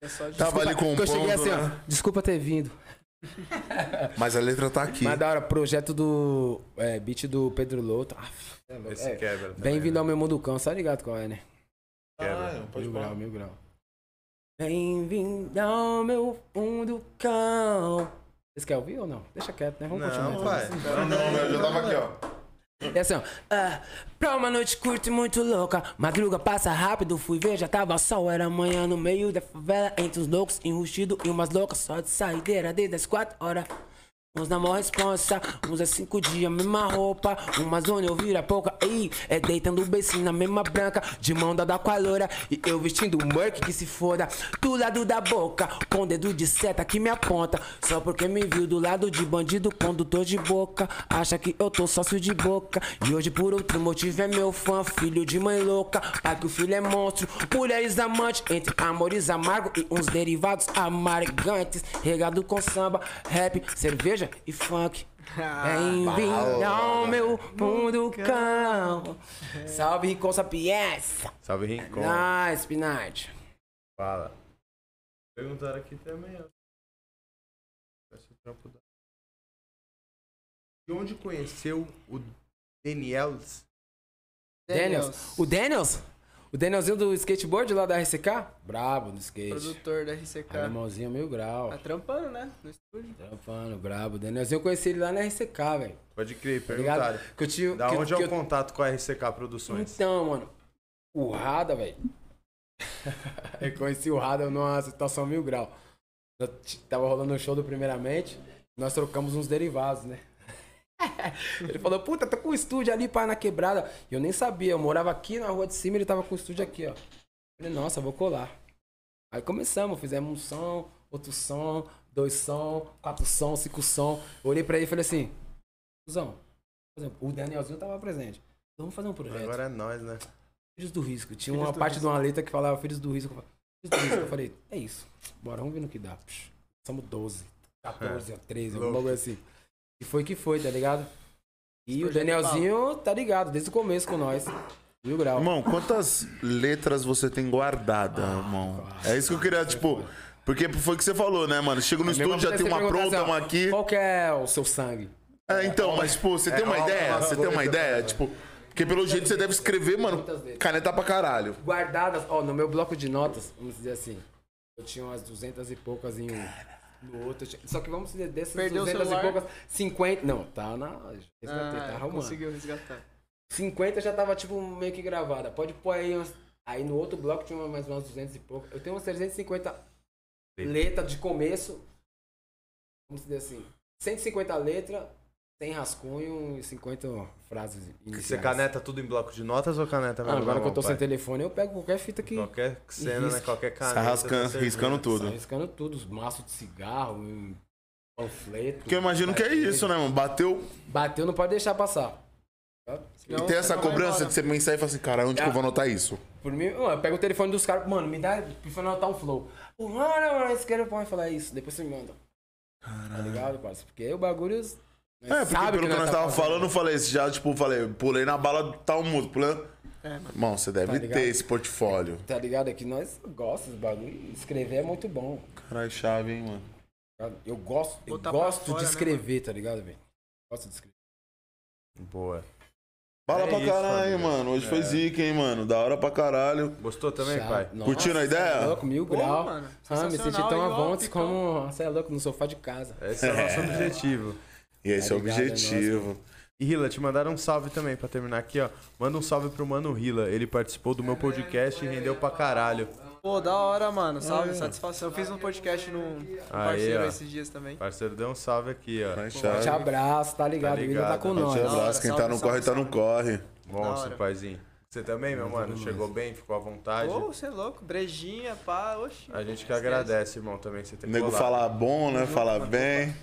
É só de... Tava ali com que eu cheguei assim, né? ó. Desculpa ter vindo. Mas a letra tá aqui. Mas da hora, projeto do. É, beat do Pedro Loto. Ah, é louco. Esse É, quebra. também, Bem-vindo né? ao meu mundo cão, tá ligado qual é, né? Ah, Quebra. não, pode mil falar. grau, mil grau. Bem-vindo ao meu mundo cão. Vocês querem ouvir ou não? Deixa quieto, né? Vamos continuar. Não, então. pai. Não, não, eu já tava aqui, ó. É assim, ó. Ah, pra uma noite curta e muito louca. Madruga passa rápido, fui ver, já tava sol. Era manhã no meio da favela, entre os loucos, enrustido e umas loucas. Só de saideira desde as quatro horas. Uns na maior responsa, uns é cinco dias, mesma roupa. Uma zona eu vira pouca, ei, é deitando o beicinho na mesma branca, de mão dada com a loura. E eu vestindo o Merc que se foda, do lado da boca, com dedo de seta que me aponta. Só porque me viu do lado de bandido, condutor de boca. Acha que eu tô sócio de boca. E hoje por outro motivo é meu fã, filho de mãe louca. Pai que o filho é monstro, mulheres amantes, entre amores amargos e uns derivados amargantes. Regado com samba, rap, cerveja e funk. Ah, É Bem-vindo ao meu mundo cão. Salve Ah, Rincon Sapiência. Salve, Rincon. Nice, Pinard. Fala. Perguntaram aqui também, ó. Esse trampo da- De onde conheceu o Daniels? Daniels. O Daniels? O Danielzinho do skateboard lá da RCK? Brabo no skate. Tá Produtor da RCK. é. Animalzinho mil grau. Tá trampando, né? No estúdio. Trampando, brabo. O Danielzinho eu conheci ele lá na RCK, velho. Pode crer, Tá ligado? perguntaram. Que eu tive, Da que, onde é que o contato com a RCK Produções? Então, mano. O Rada, velho. eu conheci o Rada numa situação mil grau. Eu t- Tava rolando um show do Primeiramente. Nós trocamos uns derivados, né? ele falou, puta, tá com o estúdio ali, pá, na quebrada. E eu nem sabia, eu morava aqui na rua de cima, ele tava com o estúdio aqui, ó. Eu Falei, nossa, vou colar. Aí começamos, fizemos um som, outro som, dois som, quatro som, cinco som. Eu olhei pra ele e falei assim, Cusão, por exemplo, o Danielzinho tava presente. Vamos fazer um projeto. Agora é nós, né? Filhos do Risco. Tinha uma parte de uma letra que falava Filhos do Risco. Eu falava, Filhos do Risco. Eu falei, é isso. Bora, vamos ver no que dá. Psh, Somos 12, 14, 13, um Louco. bagulho assim. E foi que foi, tá ligado? E o Danielzinho tá ligado, desde o começo com nós. Mil grau. Irmão, quantas letras você tem guardada, Ah, irmão? É isso que eu queria, tipo. Porque foi o que você falou, né, mano? Chega no É a mesma estúdio, já coisa tem você uma perguntar pronta, assim, ó, uma aqui. Qual que é o seu sangue? É, então, mas, tipo, você tem uma calma, ideia? calma, Você vou tem uma deixar ideia? Tipo, porque pelo jeito você deve escrever, mano, Muitas letras. caneta pra caralho. Guardadas, ó, no meu bloco de notas, vamos dizer assim, eu tinha umas 200 e poucas em um. No outro, eu tinha- só que vamos dizer, dessas Perdeu o 200 e celular? poucas, 50. Não, tá na. Resgatei, tá arrumando. Ah, conseguiu resgatar. 50 já tava, tipo, meio que gravada. Pode pôr aí umas... Aí no outro bloco tinha mais umas 200 e pouco. Eu tenho umas 350 letras de começo vamos dizer assim, 150 letras, 100 rascunho e 50 frases iniciais. Você né? caneta é tudo em bloco de notas ou caneta Ah, mesmo na agora que eu mão, tô sem pai? telefone, eu pego qualquer fita que Qualquer cena, né? risca. Qualquer caneta. Tá rascando, você riscando vê. Ah, Sai tudo. riscando tudo, os maços de cigarro, um panfleto. Porque eu imagino que é isso, né, mano? Bateu Bateu, não pode deixar passar. e tem essa vai cobrança embora. de você pensar e falar assim, cara, onde que eu vou anotar isso? Por mim, mano, eu pego o telefone dos caras, mano, me dá, pra anotar um flow. Pô, Mano, mano, esse cara pode falar isso, depois você me manda. Tá ligado, parceiro? Porque o bagulho. nós É, porque sabe pelo que nós tá tava fazendo. falando, eu falei, já, tipo, falei, pulei na bala do tal músico, pulando. Irmão, você deve ligado? ter esse portfólio. Tá ligado? É que nós gostamos do bagulho. Escrever é muito bom. Caralho, chave, hein, mano. tá ligado? Eu gosto, eu Botar pra gosto fora, de né, escrever, tá ligado, velho? Gosto de escrever. Boa. Bala É pra isso, caralho, família. mano. Hoje foi É. zica, hein, mano. Da hora pra caralho. Gostou também, Já- pai? Nossa, Curtindo a cê é ideia? louco, mil Pô, grau. mano, ah, me senti sensacional, tão e à ó, vontade picão. como. Você é louco no sofá de casa. Esse é o nosso objetivo. E esse é o Obrigado, é nóis, objetivo. E Hila, te mandaram um salve também pra terminar aqui, ó. Manda um salve pro Mano Hila. Ele participou do meu podcast e rendeu pra caralho. Pô, da hora, mano. Salve, satisfação. Eu fiz um podcast num num parceiro ó. esses dias também. Parceiro, deu um salve aqui, ó. Caralho, Te Tá chave. abraço, tá Tá ligado? O Willian tá ligado. com Te nós. abraço. Quem tá no Salve, corre, tá no salve. corre. Da Monstro, hora. paizinho. Você também, meu mano? Chegou bem? Ficou à vontade? Pô, você é louco. Brejinha, pá, oxi. A gente que Esquece. agradece, irmão, também você ter O nego colado. fala bom, né? Fala bem.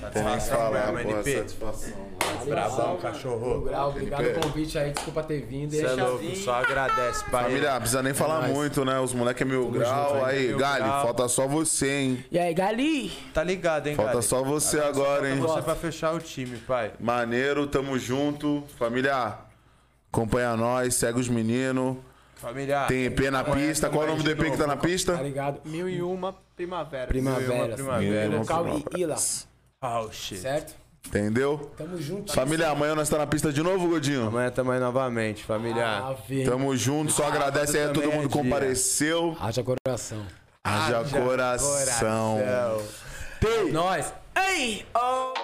Satisfação, né, Fala, mesmo, boa NP. satisfação. mano. Brabão, Mil cachorro. grau, obrigado NP. pelo convite aí, desculpa ter vindo. Você é Deixa- louco, só agradece, pai. Família, não precisa nem falar muito, né? Os moleque é mil grau. junto, aí, mil Gali, grau. falta só você, hein? E aí, Gali? Tá ligado, hein, Falta cara? só você agora, hein? Você pra fechar o time, pai. Maneiro, tamo junto. Família, acompanha nós, segue os meninos. Família. Tem EP na pista. Qual é o nome do EP que tá na Tá pista? ligado? Mil e uma primavera. Primavera. primavera. Cal e Ila, Oh, shit. certo? Entendeu? Tamo junto. Família, amanhã nós tá na pista de novo, Godinho. Amanhã tamo aí novamente, família. Ah, Ave. Tamo junto, só agradece aí a todo também é mundo que dia. compareceu. Haja coração. Haja coração. coração. Tem! Nós. Ei! Oh!